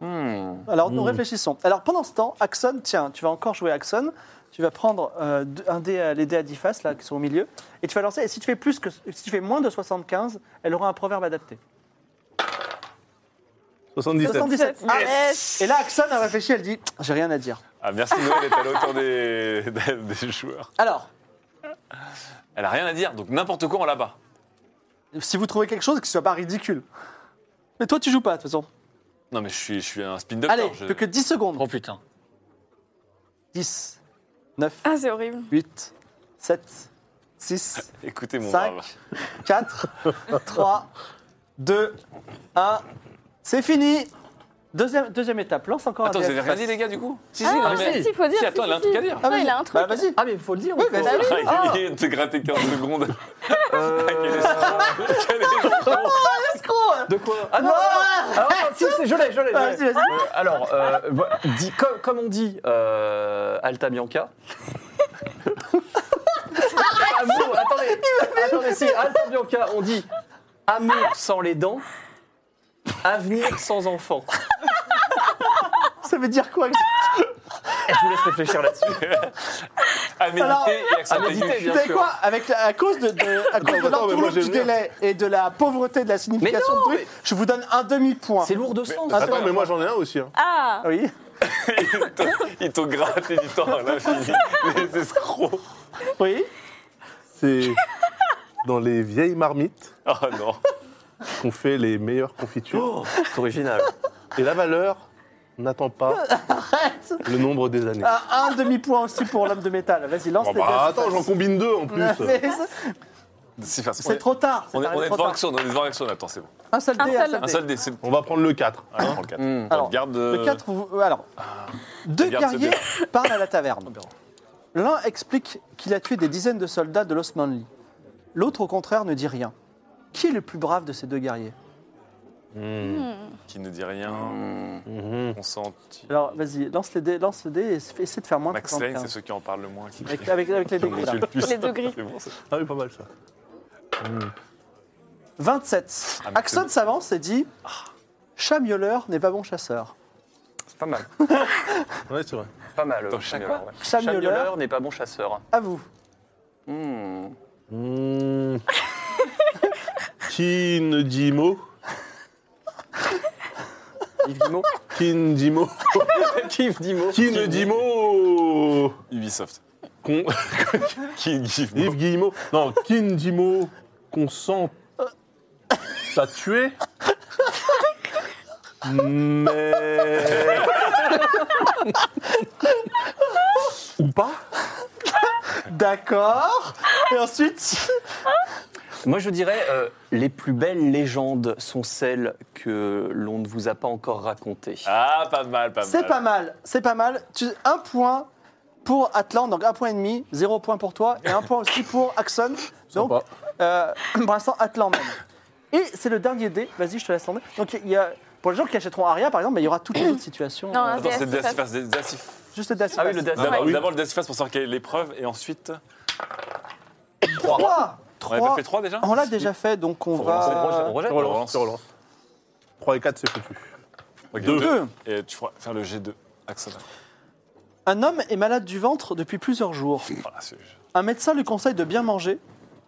Hmm.
alors nous réfléchissons. Alors pendant ce temps, Axon, tiens, tu vas encore jouer Axon. Tu vas prendre euh, deux- un dé à- les dés à 10 faces là qui sont au milieu et tu vas lancer. Et si tu fais plus que si tu fais moins de 75, elle aura un proverbe adapté.
77.
77. Ah, Et là, Axon a réfléchi. Elle dit, j'ai rien à dire.
Ah, merci Noël est à la hauteur des, *laughs* des- des joueurs.
Alors,
Elle a rien à dire, donc n'importe quoi, on la bat.
Si vous trouvez quelque chose qui soit pas ridicule. Mais toi, tu joues pas, de toute façon.
Non, mais je suis, je suis un spin doctor.
Allez,
je-
plus que 10 secondes.
Oh putain.
10, 9,
Ah, c'est horrible.
8, 7, 6,
Écoutez mon
Cinq.
brave.
*laughs*
4, 3, 2, 1. C'est fini. Deuxième, deuxième étape, lance encore
Attends,
un
vous
dé
avez
à
rien
dix
dit, les gars, du coup Si,
Ah,
non,
non,
mais-
si, si, faut dire.
Si, attends,
si,
elle a un
si,
truc à
si.
dire.
Ah, oui. il a un truc.
Bah, vas-y.
Ah, mais il faut le dire.
Oui,
on peut-
vas-y.
oui.
Ah, il vient de te gratter 15 secondes.
Euh, De quoi Ah non, non, non.
Ah,
Ah, ouais, si, c'est- je l'ai, je l'ai, je l'ai.
Vas-y, vas-y.
Euh, Alors, euh, vo- dis- comme, comme on dit euh, Alta Bianca. amour, attendez, attendez, si Alta Bianca, on dit amour sans les dents, avenir sans enfant.
*laughs* Ça veut dire quoi
Et je vous laisse réfléchir là-dessus.
*laughs* À
Alors-
méditer et
À
accepter.
méditer,
Vous
bien
savez
sûr.
quoi Avec la- à cause de, de, à cause de
attends, mais moi,
l'entourloupe
j'aime
du
bien.
délai et de la pauvreté de la signification
non,
du truc, je vous donne un demi-point.
C'est lourd de sens.
Attends, mais moi j'en ai un aussi. hein.
Ah
Ah Oui.
Ils t'ont- Ils t'ont gratté du temps *laughs* à l'infini. Les escrocs.
Oui.
C'est dans les vieilles marmites
Oh non.
qu'on fait les meilleures confitures.
Oh, C'est original.
*laughs* Et la valeur n'attend pas le nombre des années.
Ah, un demi-point aussi pour l'homme de métal. Vas-y, lance
Bon,
les
bah,
dés.
attends, j'en combine deux en plus.
*laughs* Mais
C'est facile.
C'est trop tard. c'est
On est, on
arrivé
est
trop
devant
tard.
Axon, on est devant Axon, attends, c'est bon.
Un seul
Un
dé. un
seul.
seul
Un
dé.
seul dé, c'est...
On va prendre le 4.
Ah,
Allez, prends le 4.
Alors,
Regarde...
Le 4, euh, alors, deux
Euh, Ah, regarde Oh, ce
guerriers *laughs* parlent à la taverne. L'un explique qu'il a tué des dizaines de soldats de l'Osmanli. L'autre, au contraire, ne dit rien. Qui est le plus brave de ces deux guerriers
qui ne dit rien, Mm-hmm. on sent...
Alors, vas-y, lance les dés, lance les dés et essaie essaie de faire moins de
Max Lane, c'est
75.
ceux qui en parlent le moins. Qui...
Avec, avec, avec les degrés, là.
le plus.
Les degrés.
*laughs* C'est bon, ça.
Ah oui, pas mal ça.
27.
Ah, mais c'est
Axon
bon.
s'avance et dit Chat miauleur n'est pas bon chasseur.
C'est pas mal.
Ouais, c'est vrai.
Pas mal.
Attends,
Chaque
chaque-
Chamioleur.
n'est pas bon chasseur.
À vous.
Hmm.
Mmh. Qui ne dit mot
Yves Guimau
Qui ne dit mot
Yves Guimau.
Qui ne dit mot
Ubisoft.
Qu'on-
Qui give
Yves Guillemot. Non, Kin Dimo consent à tuer. Mais. Ou pas
D'accord. Et ensuite,
Moi, je dirais, euh, les plus belles légendes sont celles que l'on ne vous a pas encore racontées.
Ah, pas mal, pas mal.
C'est pas mal, c'est pas mal. Tu, un point pour Atlan, donc un point et demi, zéro point pour toi, et un point aussi pour Axon. Donc,
Sympa.
euh, pour l'instant, Atlan même. Et c'est le dernier dé, vas-y, je te laisse tomber. Donc, il y a, pour les gens qui achèteront Aria, par exemple, mais il y aura toutes les autres situations.
Non,
euh,
Attends, c'est le
Daciface.
Daciface, le Daciface.
juste le Daciface.
Ah oui, le dernier.
D'abord,
oui.
d'abord le Daciface pour savoir quelle est l'épreuve et ensuite.
Trois
On avait pas
Trois
fait le 3 bah déjà
On l'a déjà fait, donc on va...
On rejette,
Tu
on
relances, tu relances. 3 et 4, c'est foutu.
Ok,
Deux.
deux. Et tu feras faire le G2. Axel.
Un homme est malade du ventre depuis plusieurs jours.
Voilà, c'est-
Un médecin lui conseille de bien manger,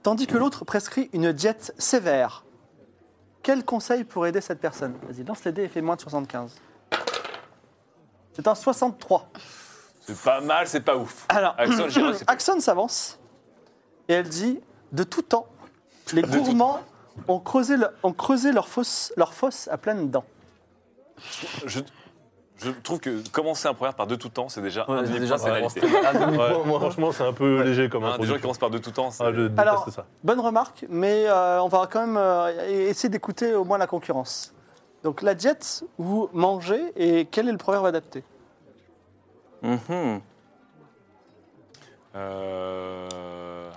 tandis que l'autre prescrit une diète sévère. Quel conseil pour aider cette personne Vas-y, lance les dés et fais moins de 75. C'est un 63.
c'est pas mal, c'est pas ouf.
Alors,
Axel, j'ai c'est pas
Axon s'avance et elle dit De tout temps, les gourmands ont creusé, le- ont creusé leur, fosse, leur fosse à pleines dents.
je, je trouve que commencer un première par deux tout temps, c'est déjà
Ouais,
un demi
déjà,
point de
c'est vraiment-
pénalité.
Ouais, Franchement, c'est un peu léger comme
Hein,
un
Des gens qui commencent par deux tout temps, c'est-
Ah, je déteste
Alors,
ça.
bonne remarque, mais euh, on va quand même euh, essayer d'écouter au moins la concurrence. Donc, la diète, vous mangez et quel est le proverbe adapté
Mhm.
Euh...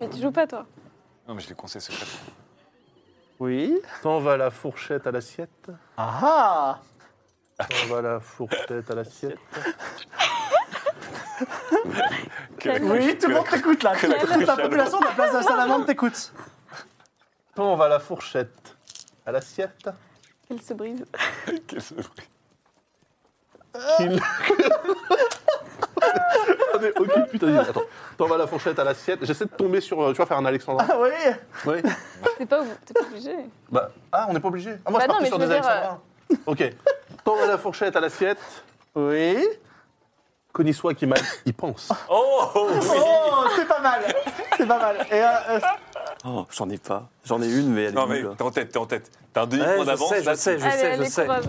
Mais tu joues pas, toi.
Non, mais je les conseille secrètement.
Oui.
T'en vas la fourchette à l'assiette
Ah
T'en vas la fourchette à l'assiette
Oui, tout le monde t'écoute là. Toute, toute la population de la place de la Salamandre t'écoute.
T'en vas la fourchette à l'assiette
Elle se brise.
Quel secret.
Qu'il- J'en ai aucune putain d'idée. Attends, t'en vas la fourchette à l'assiette. J'essaie de tomber sur. euh, Tu vas faire un Alexandrin.
Ah oui
Oui.
*laughs* T'es pas, t'es pas obligé.
Bah, ah, on n'est pas obligé. Ah, moi,
Bah
je
non,
partais
mais je
sur des
veux dire,
Alexandrins. Ok. T'en vas la fourchette à l'assiette.
Oui.
Connais-toi qui m'a. Il pense.
Oh, oh, oui.
Oh, c'est pas mal. C'est pas mal. Et, euh, euh,
Oh, j'en ai pas. J'en ai une, mais elle
Non,
est
mais
nulle.
t'es en tête, t'es en tête. T'as un
Ouais,
demi-point
je
d'avance.
sais, je
là,
sais, je
allez,
sais, je
allez,
sais.
courage.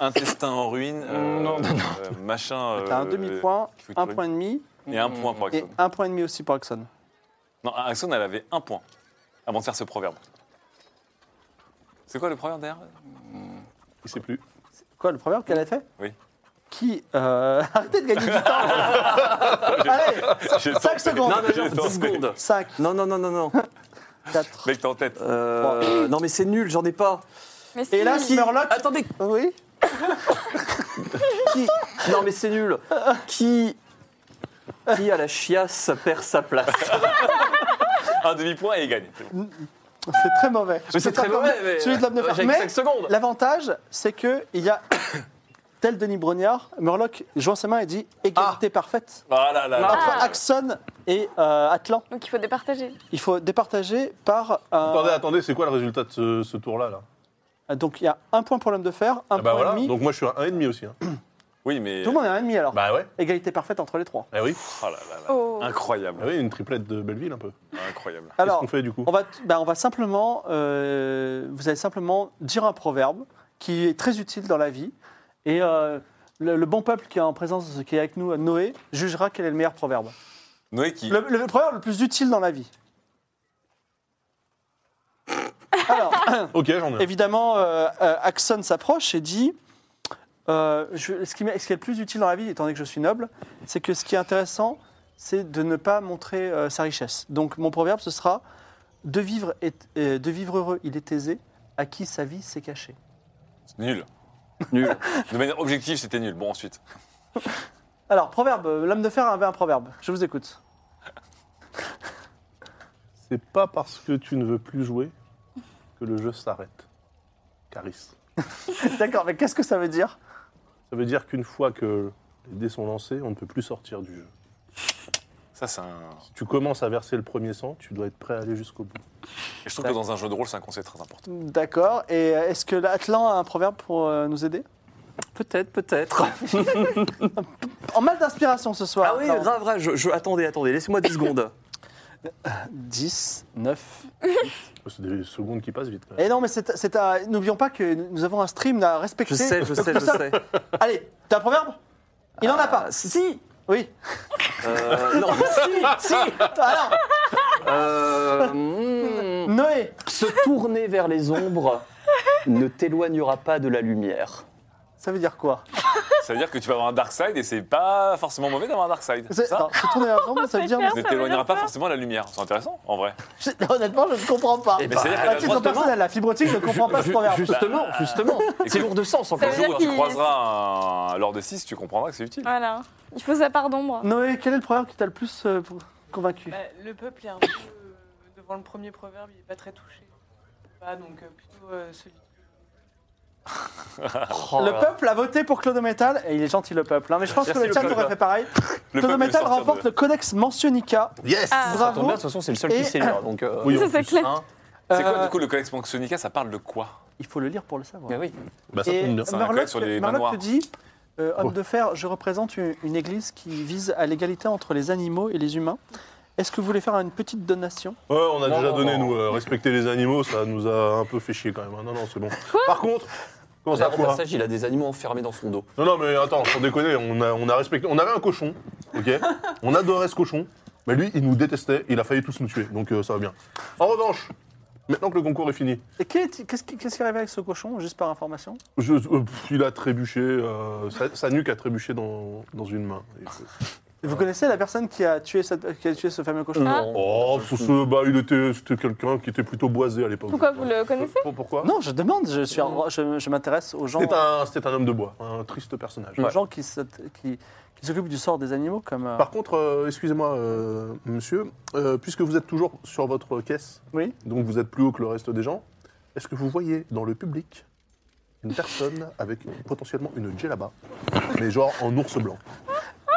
Un- Intestin en ruine. euh,
Non, non,
euh, machin.
t'as un
euh,
demi-point,
qui fout
un
de
point et demi,
Et un point pour
et
Axon.
un point et demi aussi pour Axon.
Non, Axon, elle avait un point avant de faire ce proverbe. C'est quoi le proverbe derrière
Il sait plus.
Quoi, le proverbe qu'elle a fait
Oui.
Qui euh, *laughs* Arrêtez de gagner du temps
*laughs*
Allez,
J'ai
5
tenté.
secondes
Non, non,
J'ai
non, 10
tenté.
secondes.
5,
Non, non, non, non, non.
4.
Mec, t'es en tête.
Euh, non, mais c'est nul, j'en ai pas.
Mais si,
Et là, Smurloc.
Attendez,
Oui
qui Non, mais c'est nul. Qui Qui à la chiasse perd sa place
Un demi-point et il gagne.
C'est très mauvais.
Mais c'est
Je peux
très
pas
mauvais,
permettre-
mais- euh,
celui de l'homme de fer.
J'ai que
Mais
cinq secondes.
L'avantage, c'est que il y a *coughs* tel Denis Brognard, Murloc joint ses mains et dit égalité parfaite
Ah là là.
entre
là.
Axon et euh, Atlan.
Donc il faut départager.
Il faut départager par euh, un-
Attendez, attendez, c'est quoi le résultat de ce, ce tour-là là
donc il y a un point pour l'homme de fer, un
Ah bah
point
voilà.
et demi.
Donc moi, je suis à 1,5 aussi. hein.
Oui, mais.
Tout le monde est à un demi alors.
Bah ouais.
Égalité parfaite entre les trois.
Ah oui.
Oh là là là.
Oh.
Ah
Incroyable.
oui, une triplette de Belleville un peu.
Incroyable.
Qu'est-ce
Alors,
qu'on fait du coup
on va, bah, on va simplement, euh, vous allez simplement dire un proverbe qui est très utile dans la vie et euh, le, le bon peuple qui est en présence, qui est avec nous, Noé, jugera quel est le meilleur proverbe.
Noé qui.
Le, le proverbe le plus utile dans la vie. Alors,
Ok, j'en ai. un.
évidemment, euh, euh, Axon s'approche et dit euh, je- ce, qui, m'est- ce qui est le plus utile dans la vie, étant donné que je suis noble, c'est que ce qui est intéressant, c'est de ne pas montrer euh, sa richesse. Donc, mon proverbe, ce sera de vivre, est- euh, de vivre heureux, il est aisé, à qui sa vie s'est cachée.
Nul.
Nul.
De manière objective, c'était nul. Bon, ensuite.
Alors, proverbe, euh, l'homme de fer avait un proverbe. Je vous écoute.
C'est pas parce que tu ne veux plus jouer que le jeu s'arrête. Caris.
D'accord, mais qu'est-ce que ça veut dire
Ça veut dire qu'une fois que les dés sont lancés, on ne peut plus sortir du jeu.
Ça, c'est un.
Si tu commences à verser le premier sang, tu dois être prêt à aller jusqu'au bout.
Et je trouve que dans un jeu de rôle, c'est un conseil très important.
D'accord, et euh, est-ce que l'Atlan a un proverbe pour euh, nous aider
Peut-être, peut-être.
En mal d'inspiration ce soir.
Ah oui,
Atlan.
grave, grave. Je, je- attendez, attendez, laissez-moi 10 secondes.
10, 9,
C'est des secondes qui passent vite. quand même.
Et Eh non, mais c'est, c'est un- n'oublions pas que nous avons un stream à respecter.
Je sais, je
Donc,
sais, je
nous sommes-
sais.
Allez, t'as un proverbe Il en a pas.
Ah, si
Oui. *laughs*
Euh, Non, si, si
Alors,
Euh, hmm,
Noé
Se tourner vers les ombres ne t'éloignera pas de la lumière.
Ça veut dire quoi
Ça veut dire que tu vas avoir un dark side et c'est pas forcément mauvais d'avoir un dark side. C'est
C'est-
ça
alors, Se tourner vers les ombres, ça veut dire.
clair.
ne
ça veut
t'éloignera
dire
pas
ça.
forcément de la lumière. C'est intéressant, en vrai.
Honnêtement, je ne comprends pas. Ah,
Mais c'est-à-dire
La
que la
question
droite de
personnelle, la fibre optique, je ne comprends pas ce proverbe.
Justement,
Bah,
justement. C'est
Écoute,
lourd de sens en
Ça
Le
fait.
veut
jour
dire
où tu
qu'il-
croiseras un Lord de 6, tu comprendras que c'est utile.
Voilà. Il faut sa part d'ombre.
Noé, quel est le proverbe qui t'a le plus euh, convaincu
Bah, le peuple est un peu euh, devant le premier proverbe, il n'est pas très touché. Bah, donc euh, plutôt euh, celui.
Oh
Le
là.
peuple a voté pour Clodo Metal et il est gentil le peuple. hein, mais je pense que
Merci,
le chat
le peuple.
aurait fait pareil.
Le
Clodo
peuple est
Metal
sortir
remporte
de-
le codex Mentionnica.
Yes
Ah.
Ça tombe
Bravo.
bien, de toute façon, c'est le seul
Et-
qui sait lire. Donc, euh,
Oui, en
Ça, c'est
plus,
clair.
hein.
C'est quoi,
Euh,
du coup, le Codex Sonica, ça parle de quoi
Il faut le lire pour le savoir.
bah oui.
Bah, ça
Et
tombe bien.
C'est un collègue sur les
Murloc
manoirs.
te dit, euh, homme
Ouais.
de fer, je représente une, une église qui vise à l'égalité entre les animaux et les humains. Est-ce que vous voulez faire une petite donation
Ouais, on a
Non,
déjà
non,
donné,
non.
nous, euh, respecter les animaux, ça nous a un peu fait chier quand même. hein. Non, non, c'est bon. Par contre, comment ça,
Avant
quoi
passage, il a des animaux enfermés dans son dos.
Non, non, mais attends, sans déconner, on a, on a respecté. On avait un cochon, ok On adorait ce cochon, mais lui, il nous détestait, il a failli tous nous tuer, donc euh, ça va bien. En revanche, maintenant que le concours est fini,
Et quel est- qu'est-ce qui, qu'est-ce qui est arrivé avec ce cochon, juste par information
je- euh, pff, il a trébuché, euh, sa, sa nuque a trébuché dans, dans une main. Et c'est-
Vous connaissez la personne qui a tué, cette- qui a tué ce fameux cochon
Ah.
Oh, pour ce, bah, il était, c'était quelqu'un qui était plutôt boisé à l'époque.
Pourquoi vous le connaissez
Pour- Pourquoi
Non, je demande, je, suis un- je, je m'intéresse aux gens,
C'était
euh,
un, c'était un homme de bois, un triste personnage.
aux gens qui, se- qui- qui s'occupent du sort des animaux, comme... euh,
Par contre, euh, excusez-moi, euh, monsieur, euh, puisque vous êtes toujours sur votre caisse,
Oui.
donc vous êtes plus haut que le reste des gens, est-ce que vous voyez dans le public une personne avec potentiellement une djellaba, mais genre en ours blanc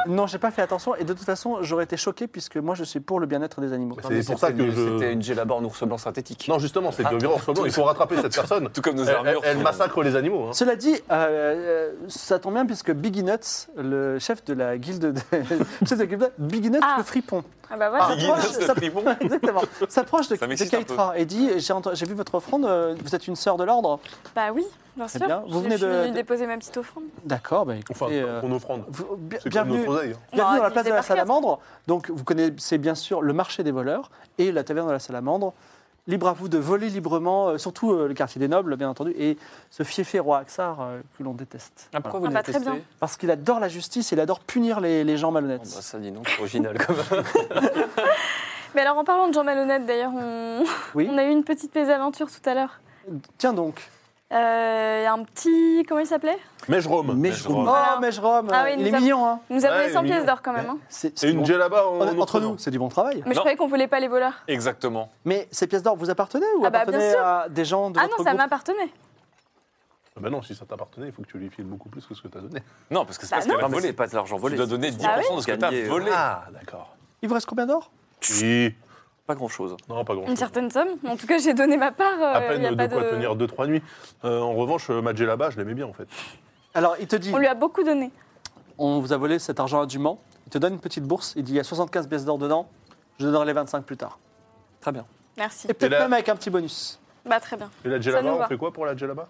Non, j'ai pas fait attention, et de toute façon, j'aurais été choqué, puisque moi, je suis pour le bien-être des animaux.
C'est pour ça que je...
C'était une Ah. djellaba en ours blanc synthétique.
Non, justement, c'est que le ours blanc, il faut rattraper
*laughs*
cette personne.
Tout comme nos
Elle, elle-
armures.
elle
font-
massacre les animaux. hein.
Cela dit, euh, euh, ça tombe bien puisque Biggie Nuts, le chef de la guilde, de, *laughs* chef de la guilde Biggie Nuts
Ah.
le fripon, *laughs*
Ah bah voilà.
Biggie
proche,
Nuts, le
ça-
fripon.
exactement, s'approche de,
Ça
de
m'excite un
Keitra et dit j'ai ent- j'ai vu votre offrande, euh, vous êtes une sœur de l'ordre.
Bah oui, bien sûr.
bien, vous
Je
venez
suis
de-
venue
de-
déposer ma petite offrande.
D'accord, bah, écoutez,
Enfin,
euh,
qu'on offrande.
vous- bien-
C'est comme
bienvenue,
notre oseille. hein.
bienvenue
Bah,
dans la place de la
divisé par quatre.
salamandre. Donc vous connaissez bien sûr le marché des voleurs et la taverne de la salamandre. Libre à vous de voler librement, euh, surtout euh, le quartier des nobles, bien entendu, et ce fiefé roi Axar euh, que l'on déteste.
Ah, pourquoi
Ah
vous
bah,
le
très
détestez
bien.
Parce qu'il adore la justice, et il adore punir les, les gens
Ah
malhonnêtes.
bah, Ça dit non, c'est original quand même.
Mais alors en parlant de Jean Malhonnête, d'ailleurs, on...
Oui.
on a eu une petite mésaventure tout à l'heure.
Tiens donc.
Euh, Il y a un petit. Comment il s'appelait
Mais je rome.
Mais
je
Oh,
rome.
Voilà.
mais je rome,
Ah oui,
il
nous
est
avons-
mignon, hein.
Il Nous avons
Ouais,
les 100
il est
pièces
mignon.
d'or quand même. hein.
C'est
Et
c'est
une
bon.
djellaba en
Hon-
ours
Entre
blanc.
nous, c'est du bon travail.
Mais je
Non.
croyais qu'on voulait pas les voleurs.
Exactement.
Mais ces pièces d'or vous appartenaient ou
Ah bah, bien
appartenaient
sûr.
à des gens de
Ah
votre
non, ça
groupe
m'appartenait.
Ah Bah non, si ça t'appartenait, il faut que tu lui files beaucoup plus que ce que t'as donné.
Non, parce que c'est
Bah
pas ce qu'elle
Non,
va
mais c'est
voler.
pas de l'argent
Tu
volé.
dois donner 10%
Ah oui
de ce que t'as
Gagner,
volé.
Ah, d'accord.
Il vous reste combien d'or
Si.
Pas grand chose.
Non, pas grand
Une certaine somme. En tout cas, j'ai donné ma part.
à
euh,
peine
il y a
de
pas
quoi tenir deux trois nuits. Euh, en revanche, euh, ma djellaba, je l'aimais bien en fait.
Alors il te dit,
On lui a beaucoup donné.
on vous a volé cet argent à Dumont, il te donne une petite bourse, il dit il y a 75 pièces d'or dedans, je donnerai les 25 plus tard.
Très bien.
Merci.
Et peut-être
là-
même avec un petit bonus.
Bah très bien.
Et la
nous
djellaba, on
va.
fait quoi pour la djellaba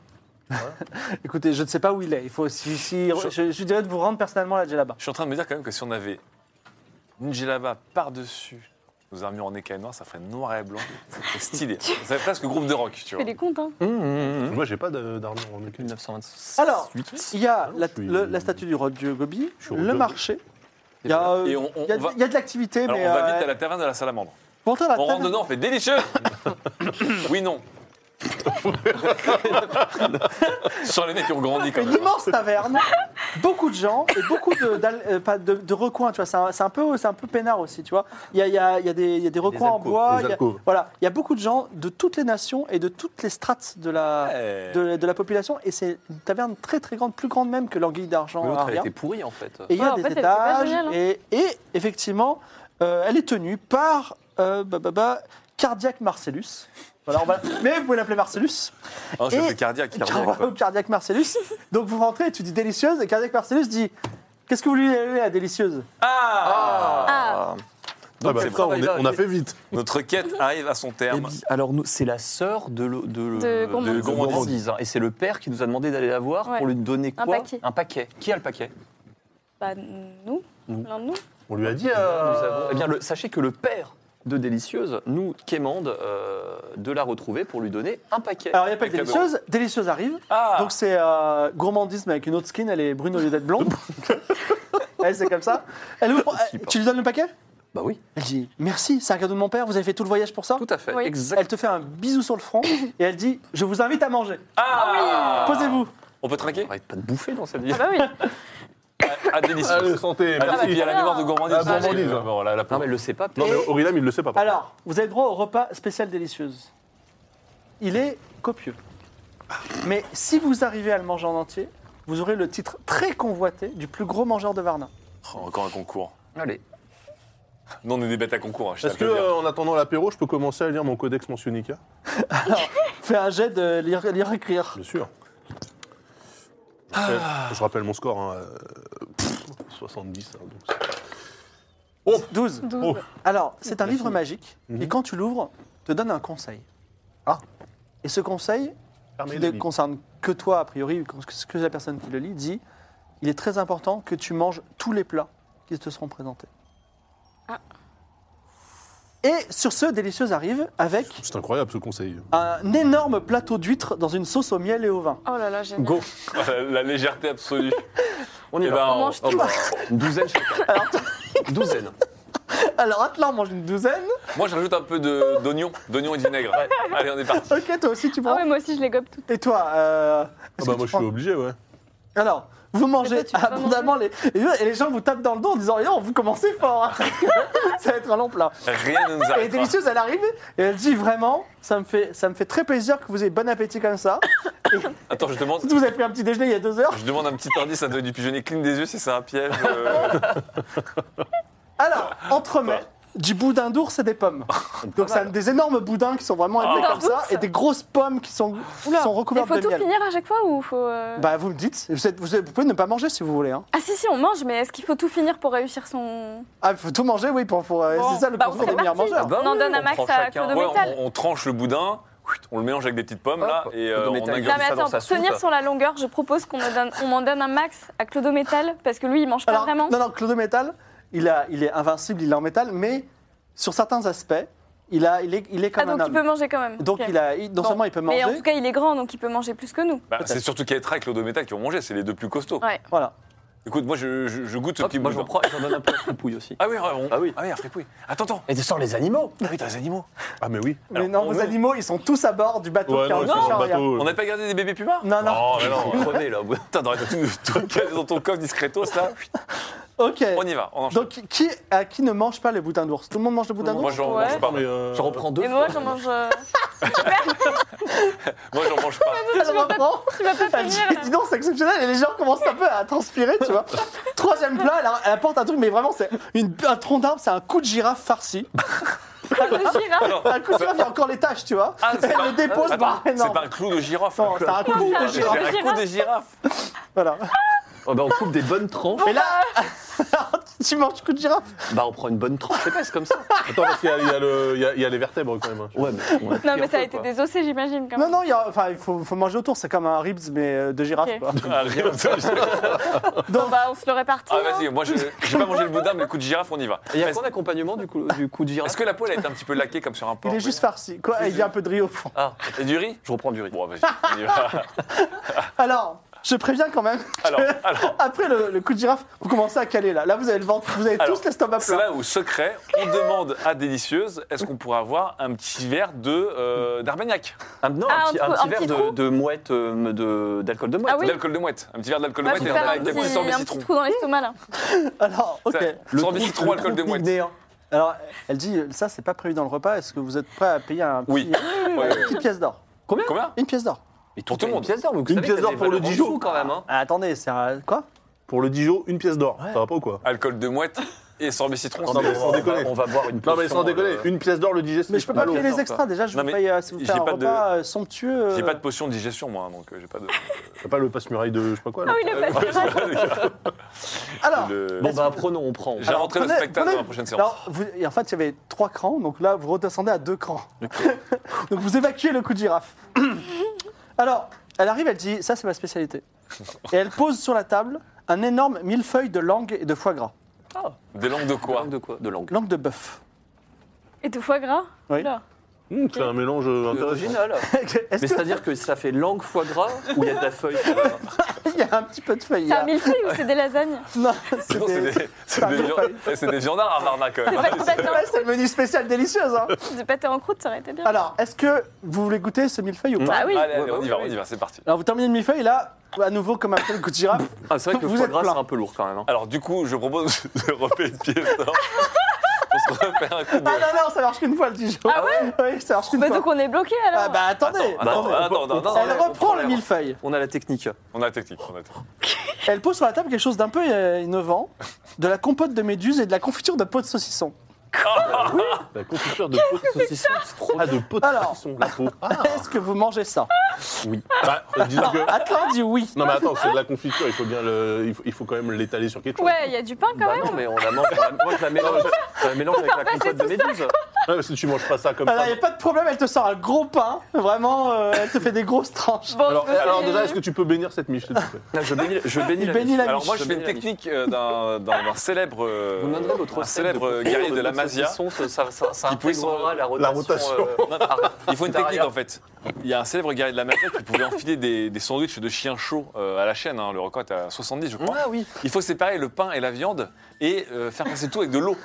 Écoutez, je ne sais pas où il est, il faut si, si-
Je-
je... je dirais de vous rendre personnellement là là-bas.
Je suis en train de me dire quand même que si on avait une djellaba par-dessus nos armures en écaille noire, ça ferait noir et blanc. C'est stylé.
*laughs*
ça ferait presque groupe de rock, tu
Je fais
vois.
les comptes. Hein.
Hmm
Moi, j'ai pas de- d'armure en écaille.
1926.
Alors, il y a
Ah non,
la,
je suis-
le- la statue du roi Dieu Gobi,
Je suis
le
Dieu.
marché, il y a, euh,
Et on- on
il y a-
va-
il y a de l'activité,
Alors
mais...
on va
euh, Ah,
vite à la taverne de la salamandre.
pourtant, la
On rentre
taverne-
dedans, on fait délicieux Oui, non. Sur les mecs qui ont grandi quand
Une
même.
immense taverne, beaucoup de gens et beaucoup de, d'al- euh, pas de- de recoins, tu vois. C'est un, c'est un peu, c'est un peu peinard aussi, tu vois. Il y a, il y a- il y a des, il y a des recoins en
alcôves,
bois.
des
il y a-
alcôves.
voilà, il y a beaucoup de gens de toutes les nations et de toutes les strates de la,
Ouais.
de, de la population. Et c'est une taverne très très grande, plus grande même que l'anguille d'argent. à
L'autre, elle
Aria.
était pourrie en fait.
Et il y a
Ouais, en
des
fait, elle était pas
étages.
géniale, hein.
et, et effectivement, euh, elle est tenue par euh, bah, bah, bah, Cardiac Marcellus. Voilà, on va- Mais vous pouvez l'appeler Marcellus.
Ah, je
Et-
fais cardiaque, cardiaque. quoi.
Cardiaque, Marcellus. *laughs* Donc vous rentrez et tu dis délicieuse et Cardiaque Marcellus dit qu'est-ce que vous voulez aller à délicieuse
Ah,
Ah.
Ah bah,
c'est
frère, on,
vrai,
est-
là,
on a
il-
fait vite.
Notre quête arrive à son
Eh
terme.
bien, alors, nous, c'est la sœur de, le- de,
De Gourmandise.
de Gourmandise.
Gourmandise, hein. Et c'est le père qui nous a demandé d'aller la voir
Ouais.
pour lui donner quoi
Un paquet.
Un paquet. Qui a le paquet
Bah nous,
Nous.
l'un de nous.
On lui a dit.
Nous
euh,
avons- Eh bien, le- sachez que le père
de délicieuse nous quémande euh, de la retrouver pour lui donner un paquet.
Alors, il n'y a pas que délicieuse. Délicieuse arrive.
Ah
Donc, c'est euh, gourmandisme avec une autre skin. Elle est brune au lieu d'être blonde. elle, c'est comme ça. Elle ouvre-
pas.
tu lui donnes le paquet
Bah oui,
Elle dit Merci, c'est un cadeau de mon père. Vous avez fait tout le voyage pour ça
tout à fait.
Oui.
Exact.
Elle te fait un bisou sur le front et elle dit Je vous invite à manger.
Ah
Posez-vous.
On peut trinquer
Arrête pas de bouffer dans cette vie.
Ah bah oui.
Ah, délicieux.
Allez, santé,
Ah,
merci.
il y a la mémoire de gourmandise.
Ah, gourmandise.
Ah, bon, là, là,
Non mais elle le sait pas.
Non, mais
peut-être.
Aurélam, il le sait pas. par
Alors, vous avez droit au repas spécial délicieuse. Il est copieux. Mais si vous arrivez à le manger en entier, vous aurez le titre très convoité du plus gros mangeur de Varna.
Oh, encore un concours.
Allez.
Non, on est des bêtes à concours. hein, je
contre. Est-ce que,
tiens à le dire.
euh, en attendant l'apéro, je peux commencer à lire mon codex mentionnica
Fais un jet de lire, lire écrire.
Bien sûr. Je rappelle, je rappelle mon score. hein, euh, pff, 70. hein, donc c'est-
12.
Oh.
Alors, c'est un livre magique
Mhm.
et quand tu l'ouvres, te donne un conseil.
Ah.
Et ce conseil,
Fermez
qui
les
ne
livres.
concerne que toi a priori, que- ce que la personne qui le lit dit, il est très important que tu manges tous les plats qui te seront présentés.
Ah.
Et sur ce, Délicieuse arrive avec
C'est incroyable ce conseil. Ah
un énorme plateau d'huîtres dans une sauce au miel et au vin.
Oh là là, génial.
Go.
la, *laughs* la légèreté absolue.
On y
Eh
va.
ben,
On mange
Oh,
tout.
bah, une douzaine chacun. *laughs* douzaine.
Alors Atlan mange une douzaine.
Moi, je rajoute un peu de- d'oignon, d'oignon et de vinaigre. Allez, on est parti.
Ok, toi aussi tu
Ah
prends.
ouais, moi aussi, je les gobe toutes.
Et toi euh,
Ah
est-ce
bah
que
moi
tu
je suis
prends
obligé, ouais.
Alors, vous mangez
Mais toi, tu peux pas
abondamment les... et les gens vous tapent dans le dos en disant, Eh non, vous commencez fort. hein. *laughs* Ça va être un long plat.
Rien ne nous
Elle est
arrête.
délicieuse, elle arrive et elle dit vraiment, ça me fait, ça me fait très plaisir que vous ayez bon appétit comme
*laughs*
ça.
Attends, je demande.
Vous avez pris un petit déjeuner il y a deux heures.
Je demande un petit indice à Noël du pigeonnier. Cligne des yeux si c'est un piège. euh,
Alors, entremets, du boudin d'ours et des
*laughs*
pommes. Donc, c'est des énormes boudins qui sont
Oh.
vraiment
Ah.
élevés comme ça
Boudin
et des grosses pommes qui sont, sont
Il
recouvertes
faut
de
tout
miel.
finir à chaque fois ou faut. euh,
Bah, vous me dites, vous, êtes- vous êtes- vous pouvez ne pas manger si vous voulez. hein.
Ah si, si, on mange, mais est-ce qu'il faut tout finir pour réussir son.
Ah, il faut tout manger, oui, pour, pour- euh,
Bon,
c'est ça le
bah, on
concours
fait
des meilleurs
partie.
mangeurs.
bah
on en
oui,
donne
on
à Max
prend
à
chacun.
Claude
ouais,
Métal.
on, on tranche le boudin, on le mélange avec des petites pommes là
Hop,
et euh,
de
on
métal.
ingurgite
Non mais
ça
attends,
dans sa
pour tenir
soupe.
sur la longueur, je propose qu'on me donne- on m'en donne un max à Clodo Métal parce que lui il mange pas
Alors,
vraiment.
non, non, Clodo Métal, il, a, il est invincible, il est en métal, mais sur certains aspects, il, a, il, est, il est
ah
comme
donc
un
il peut
homme.
manger quand même.
Donc,
Ok.
il a, il- non seulement il peut
Mais
manger,
en tout cas il est grand donc il peut manger plus que nous.
Bah, c'est surtout Kétra et Clodo Métal qui vont manger, c'est les deux plus costauds.
Ouais.
voilà.
Écoute, moi je, je- je goûte ce
Hop,
petit
moi
boudin.
j'en prends et j'en donne un peu à Poupouille aussi.
Ah oui, ouais, on-
Ah oui.
ah oui, un fripouille. Attends, attends.
Et tu sors les animaux.
Ah oui, t'as les animaux.
Ah mais oui.
Mais non, vos animaux, ils sont tous à bord du bateau
Ouais,
qui est
non,
en
ils sont sur le
arrière.
bateau. euh.
On n'a pas gardé des bébés pumas
Non, non.
Oh, mais non.
Prenez là.
Putain, t'aurais tout, tout calé dans ton coffre discretos là.
Ok.
On y va, on enchaîne.
Donc, qui, à qui ne mange pas les boudins d'ours Tout le monde mange le boudin
Moi
d'ours
j'en
Ouais.
mange pas.
Mais, euh,
Je reprends deux.
Et
fois.
moi j'en mange. euh,
Moi j'en mange pas.
Elle reprend.
Tu vas pas
Elle dit,
tenir.
Ah, dis donc, c'est exceptionnel. Et les gens commencent un peu à transpirer, tu
*laughs*
vois. Troisième plat, elle, elle apporte un truc, mais vraiment, c'est une- un tronc d'arbre, c'est un coup de girafe
*laughs*
farci.
Le girafe.
Un coup de girafe, il y a encore les taches, tu vois.
Ah,
elle
c'est pas-
le dépose, bah,
Attends, C'est
énorme.
pas un clou de girafe.
Non, c'est un coup de
C'est
girafe.
un clou de girafe.
Voilà.
Oh, bah, on coupe des bonnes tranches.
Et là, *laughs* tu manges coup de girafe.
Bah on prend une bonne tranche épaisse comme ça.
Attends, parce qu'il y a- il y, a le- il y a- il y a les vertèbres quand même. hein.
Ouais. Mais, on
Non
pris un
mais ça a
peu,
été
quoi.
désossé j'imagine quand
Non,
même.
non, il y a- enfin, il faut, faut manger autour, c'est comme un ribs, mais euh, de girafe,
Ok.
quoi.
Ah, le girafe de girafe.
Bon bah on se le répartit.
Ah,
non
vas-y, moi je- j'ai pas mangé le boudin, mais le coup de girafe, on y va.
Et il y a
Est-ce-
quoi d'accompagnement du coup du coup de girafe
Est-ce que la poêle a été un petit peu laquée comme sur un porc
Il est juste farci. Quoi, il y a un peu de riz au fond.
Ah, et du riz
Je reprends du riz.
Bon, vas-y, on y
*laughs*
va.
Alors, je préviens quand même. *laughs*
Alors, alors,
Après le, le coup de girafe, vous commencez à caler là. Là, vous avez le ventre, vous avez
Alors,
tous l'estomac
c'est
plein.
là où, secret, on demande à Délicieuse est-ce qu'on pourrait avoir un petit verre de, euh, d'Armagnac
Un, non,
Ah,
un, petit,
un
un
trou-
petit
un petit
verre de,
trou
de mouette, euh, de- d'alcool de mouette.
Ah oui.
D'alcool de mouette. Un petit verre d'alcool de
Bah,
Moi je
mouette
vais
et
faire un
avec
petit,
la mouette sorbet
un petit
citron.
trou dans l'estomac là.
Alors, ok.
Ça, Sorbet citron, alcool de mouette.
Néant.
hein. Alors, elle dit ça, c'est pas prévu dans le repas. Est-ce que vous êtes prêt à payer un petit-
Oui.
une petite pièce d'or
Combien
Une pièce d'or.
Mais
Pour tout le
une
monde.
pièce d'or, vous
Une
savez
pièce
qu'il y a
d'or
des
pour le
valeurs en
Dijon.
dessous, quand même. Hein.
Ah, attendez, c'est un- quoi
Pour le Dijon, une pièce d'or. Ça va pas ou quoi
Alcool de mouette et sorbet citron.
Non, mais
c'est-
sans
on,
déconner.
va, on va boire une
Non mais sans
potion,
déconner,
euh,
une pièce d'or le Dijon.
Mais je peux pas
Allô,
payer les
non,
extras. Déjà, je
Non,
vous
mais
paye euh, si vous
j'ai
faites un
pas de-
repas euh, somptueux. euh,
J'ai pas de potion de digestion, moi, hein, donc euh,
*laughs*
j'ai pas de. *laughs*
T'as pas le passe-muraille de je sais pas quoi. là
Ah oui le passage.
Alors,
Le-
Bon bah prenons, on prend.
J'ai rentré le
prenez-
spectacle
prenez-
dans la prochaine séance.
alors, vous- et en fait, il y avait trois crans, donc là, vous redescendez à deux crans. *laughs* donc, vous évacuez le coup de girafe. *coughs* Alors, elle arrive, elle dit Ça, c'est ma spécialité. Et elle pose sur la table un énorme millefeuille de langue et de foie gras.
Des langues de
De
quoi
langue de quoi De langue.
Langue de bœuf. *laughs*
Et de foie gras
Oui.
Là.
Mmh, c'est un mélange euh, intéressant.
*laughs* Original.
Est-ce
Mais c'est-à-dire que ça fait langue foie gras ou il y a de la feuille quand même
qu'il y a un petit peu de feuille
C'est un
là
millefeuille ou c'est des lasagnes
Non,
Non,
c'était-
*laughs* C'est des, c'est des, viand- c'est des viandards à Varna quand
C'est
même.
pas du pâté
Ouais,
en
*laughs* c'est le menu spécial délicieuse. hein.
croûte. Du pâté en croûte, ça aurait été bien.
Alors, est-ce que vous voulez goûter ce millefeuille
Mm.
ou pas
Bah oui.
Allez, allez,
Ouais,
on
bah
y va,
oui.
on y va, c'est parti.
Alors, vous terminez le millefeuille, là, à nouveau, comme après le coup de
*coughs*
girafe.
Ah, c'est vrai que
Vous
le foie
êtes
gras,
plein.
c'est un peu lourd quand même. hein.
Alors du coup, je propose *laughs* de repayer une pièce d'or. On se refait un coup de...
Ah non, non, ça marche qu'une fois le Dijon.
Ah
ouais Oui, ça marche qu'une
Bah
fois.
donc on est bloqué alors.
Ah bah attendez
Attends,
Bah,
attends,
on-
attends,
on-
attends,
Elle
on- on
reprend
prend
le
la-
millefeuille.
On a la technique.
On a la technique, on a la technique.
Elle pose sur la table quelque chose d'un peu euh, innovant, de la compote de méduse et de la confiture de peau de saucisson.
La confiture de peau de saucisson. C'est trop Ah, de peau de
Alors.
saucisson, la peau. Ah,
Est-ce que vous mangez ça
Bah, disons que-
Atlan dit oui.
Non mais attends, c'est de la confiture, il faut bien le, il faut, il faut quand même l'étaler sur quelque chose.
Ouais, il y a du pain quand
Bah
même. Bah,
non, mais on la mange, on la- moi, je la mélange, je la mélange avec la compote de méduse.
Ouais, mais Ah, si tu manges pas ça comme
Alors,
ça.
il n'y a pas de problème, elle te sort un gros pain. Vraiment, euh, elle te fait des grosses tranches.
Bon,
Alors,
je vais-
alors déjà, est-ce que tu peux bénir cette miche s'il te plaît
Ah, Je bénis, je bénis
Il
la
bénit
miche.
la
Alors moi, je fais
bénis
une
la miche.
technique euh, d'un- d'un d'un célèbre, euh,
Vous me donnerez votre
un
recette
célèbre
de-
guerrier de la
votre
Masia.
saucisson, Ça, ça, ça, ça
Qui pouvait
intégrera
se-
la rotation.
la rotation.
euh,
Non, non, Il faut une technique en fait. Il y a un célèbre guerrier de la mafia qui pouvait enfiler des, des sandwichs de chiens chauds euh, à la chaîne. hein. Le record est à 70, je crois.
Ah oui.
Il faut séparer le pain et la viande et euh, faire passer tout avec de l'eau.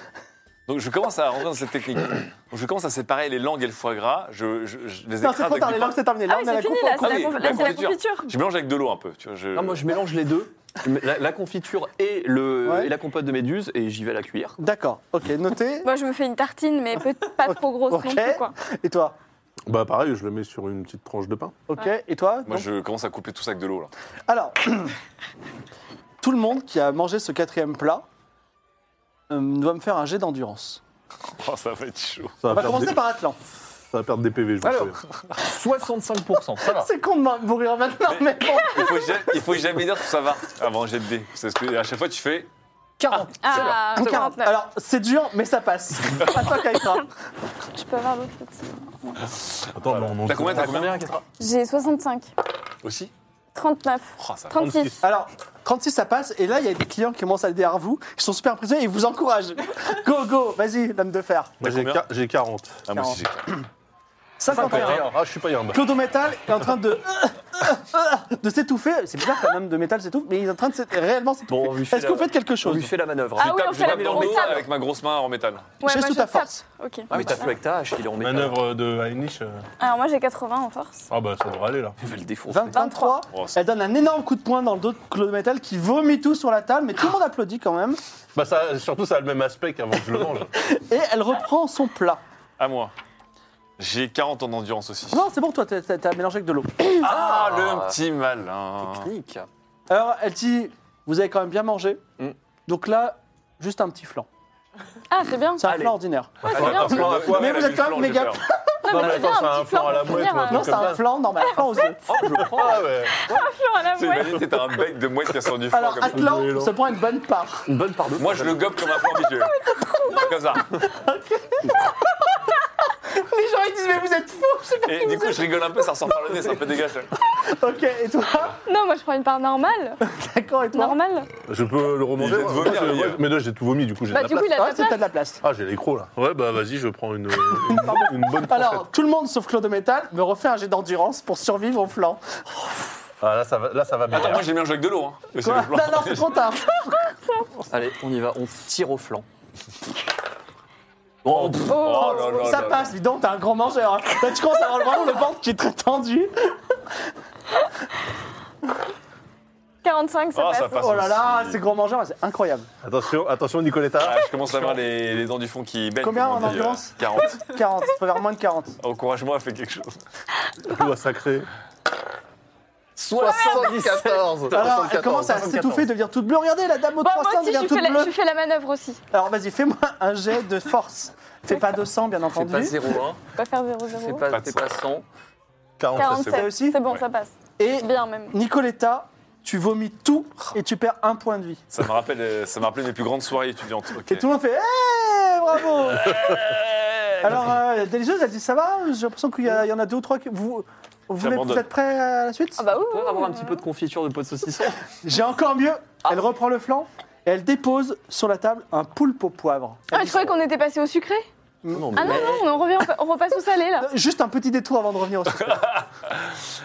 Donc je commence à rentrer dans cette technique. Donc, je commence à séparer les langues et le foie gras. Je, je- je
Non,
les écrase
c'est trop
avec
tard,
du
les
pain.
langues, c'est terminé. Là,
Ah oui,
on a la
c'est fini,
compote.
là, c'est
Ah
la
oui,
conf-
la
là, c'est la
confiture.
confiture.
Je mélange avec de l'eau un peu. Tu vois, je-
Non, moi je mélange les deux, Je mets la, la confiture et, le,
Ouais.
et la compote de méduse et j'y vais à la cuillère.
D'accord, ok, noté.
Moi, je me fais une tartine, mais peut- pas trop grosse
Ok.
non plus, quoi.
Et toi
Bah pareil, je le mets sur une petite tranche de pain.
Ok, et toi
Moi,
Donc,
je commence à couper tout ça avec de l'eau là.
Alors, *clears throat* tout le monde qui a mangé ce quatrième plat euh, doit me faire un jet d'endurance.
Oh, ça va être chaud.
On
Ça va,
va
perdre, des,
commencer par Atlan.
ça va perdre des PV, je vous
Alors.
le préviens.
65%, ça va.
C'est con de mourir maintenant, mais bon.
Il faut, ja- il faut jamais dire que ça va avant j'ai de dé. C'est ce que à chaque fois tu fais.
40.
Ah, 49.
Alors, c'est dur, mais ça passe. Attends, Kaïtra.
Je peux avoir d'autres petites.
Attends, mais on en
T'as combien T'as combien
J'ai 65,
aussi
39,
Oh, ça va.
36.
Alors, 36, ça passe. Et là, il y a des clients qui commencent à aider à vous. Ils sont super impressionnés et ils vous encouragent. Go, go, vas-y, l'homme de fer.
Moi, j'ai
combien
qua- J'ai 40.
Ah, moi aussi, j'ai-
51.
Ah, je suis pas yambe.
Clodo Métal est en train de, de s'étouffer. C'est bizarre qu'un homme de métal s'étouffe, mais il est en train de s'é- réellement s'étouffer.
Bon, on lui fait
Est-ce
la-
que vous faites quelque
On
chose
lui fait la manœuvre.
Ah oui, on
Je
fait la
tape dans le
on
dos
tape.
avec ma grosse main en métal.
Ouais,
J'ai
moi,
sous
je
ta
tape.
force.
Ok.
Ah, mais t'as fait avec ta hache, il est en métal.
Manœuvre de Heinrich. euh,
Alors, moi, j'ai 80 en force.
Ah bah ça devrait aller là.
Il va le défoncer.
20, 23.
Oh, c'est-
Elle donne un énorme coup de poing dans le dos de Clodo Métal qui vomit tout sur la table, mais tout le monde applaudit quand même.
Bah ça, surtout ça a le même aspect qu'avant que je
*laughs*
le mange.
Et elle reprend son plat.
À moi. J'ai 40 en endurance aussi.
Non, c'est bon, toi, t'as- t'as t'as mélangé avec de l'eau.
Ah, le petit malin. Ah,
Technique.
Alors, elle dit, vous avez quand même bien mangé.
Mm.
Donc là, juste un petit flan.
Ah, c'est bien.
C'est un
Allez.
flan ordinaire.
Ah, c'est
Attends,
bien.
attends,
Mais
attends, attends,
vous
elle a
êtes
vu
quand
le
même
flan,
méga-
j'ai peur.
Non, mais
mais
c'est bien,
attends, c'est
un petit
un
flan
flan à la
pour
mouette,
finir,
ou un
hein.
truc
Non,
Non,
c'est
comme
un
ça.
flan normal. Un flan aux œufs.
je
Ah ouais.
à la
C'est
mouette.
imagine, t'as un bec de mouette qui sort du flanc
Alors,
comme ça.
Atlan se prend une bonne part.
Une bonne part de
Moi, je le gobe comme un flambitieux. comme ça.
Les gens, ils disent, mais vous êtes fous. c'est pas-
Et du coup, je rigole un peu, ça ressort par le nez, c'est un peu dégagé.
Ok, et toi
Non, moi, je prends une part normale.
D'accord, et toi
Normale.
Je peux le remonter
Il vient de
moi
vomir,
Moi,
le
j'ai-
gars.
Mais là j'ai tout vomi du coup j'ai de
Bah,
la
du coup,
place.
il a
Ouais,
ta
c'est t'as
place.
de la place.
Ah j'ai l'écrou là. Ouais bah vas-y je prends une, une, une bonne
Alors, tout le monde sauf Claude Métal me refait un jet d'endurance pour survivre au flan.
Ah, là ça va, là ça va bien.
Attends, moi, j'ai mis un jeu avec de l'eau. Hein. Mais c'est
Quoi
le
Non,
flan.
non, c'est trop tard.
Allez, on y va, on tire au flanc.
Oh,
Oh,
là là
Ça
là.
passe, dis donc, t'es un grand mangeur. hein. Là, tu commences à avoir vraiment le ventre qui est très tendu.
45, ça
Ah,
passe.
ça passe.
Oh là là,
aussi.
ces grands mangeurs, c'est incroyable.
Attention, attention Nicoletta.
Ah, je commence à avoir les, les dents du fond qui baignent.
Combien
comme on
en
dit,
endurance
euh, 40.
40, il faut faire moins de 40.
Encourage-moi à faire quelque chose.
Tout va sacrer.
74
Alors, elle commence à s'étouffer, devenir toute bleue. Regardez, la dame au
Bon,
300
Bah, moi aussi,
devient
je fais,
toute
la,
bleue.
je fais la manœuvre aussi.
Alors, vas-y, fais-moi un jet de force. Fais pas 200, bien
C'est
entendu.
pas 0,1,
Je vais pas faire 0,
c'est
0.
pas, c'est pas 100.
47.
c'est bon. aussi
C'est bon,
Ouais.
ça passe.
Et
Bien, même.
Nicoletta, tu vomis tout et tu perds un point de vie.
Ça me rappelle, euh, ça m'a rappelé mes plus grandes soirées étudiantes. Ok.
Et tout le monde fait Hey, bravo
Eh,
Alors, euh, Délicieuse, elle dit Ça va J'ai l'impression qu'il y, a- il y en a deux ou trois qui. Vous, vous, voulez- vous
J'abandonne.
êtes prêts à la suite
Ah bah oui,
On
oui,
peut avoir un
oui.
petit peu de confiture de pot
*laughs*
de saucisson
J'ai encore mieux. Elle reprend le flan et elle dépose sur la table un poulpe au poivre.
Ah, mais je croyais qu'on était passé au sucré
Non, mais-
Ah non, non, on, revient, on repasse au salé là.
Euh, Juste un petit détour avant de revenir au sucré.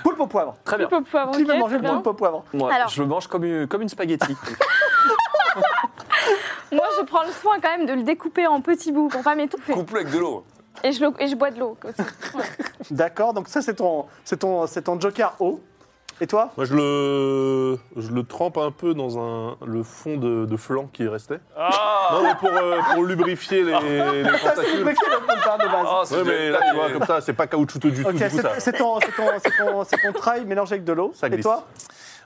Poulpe au poivre.
Très bien.
Poulpe au poivre,
Qui
ok,
veut manger le
très bien.
poulpe au poivre
Moi,
Alors.
je le mange comme une, comme une *laughs* spaghetti.
Moi, je prends le soin quand même de le découper en petits bouts pour pas m'étouffer.
Coupe-le avec de l'eau.
Et je, le- et je bois de l'eau aussi.
D'accord, donc ça c'est ton, c'est ton, c'est ton joker eau. Et toi
Moi, je le, je le trempe un peu dans un, le fond de, de flan qui restait.
Ah.
Ah.
non, mais pour, euh, pour lubrifier les, les
Ça c'est
tentacules.
lubrifié le poulpe hein, de base.
Ah, c'est
Ouais,
de-
mais là, tu vois, comme ça, c'est pas caoutchouteux du tout.
Ok,
du coup, ça-
c'est- c'est ton, c'est ton, c'est ton, c'est ton trail mélangé avec de l'eau.
Ça
Et
glisse.
toi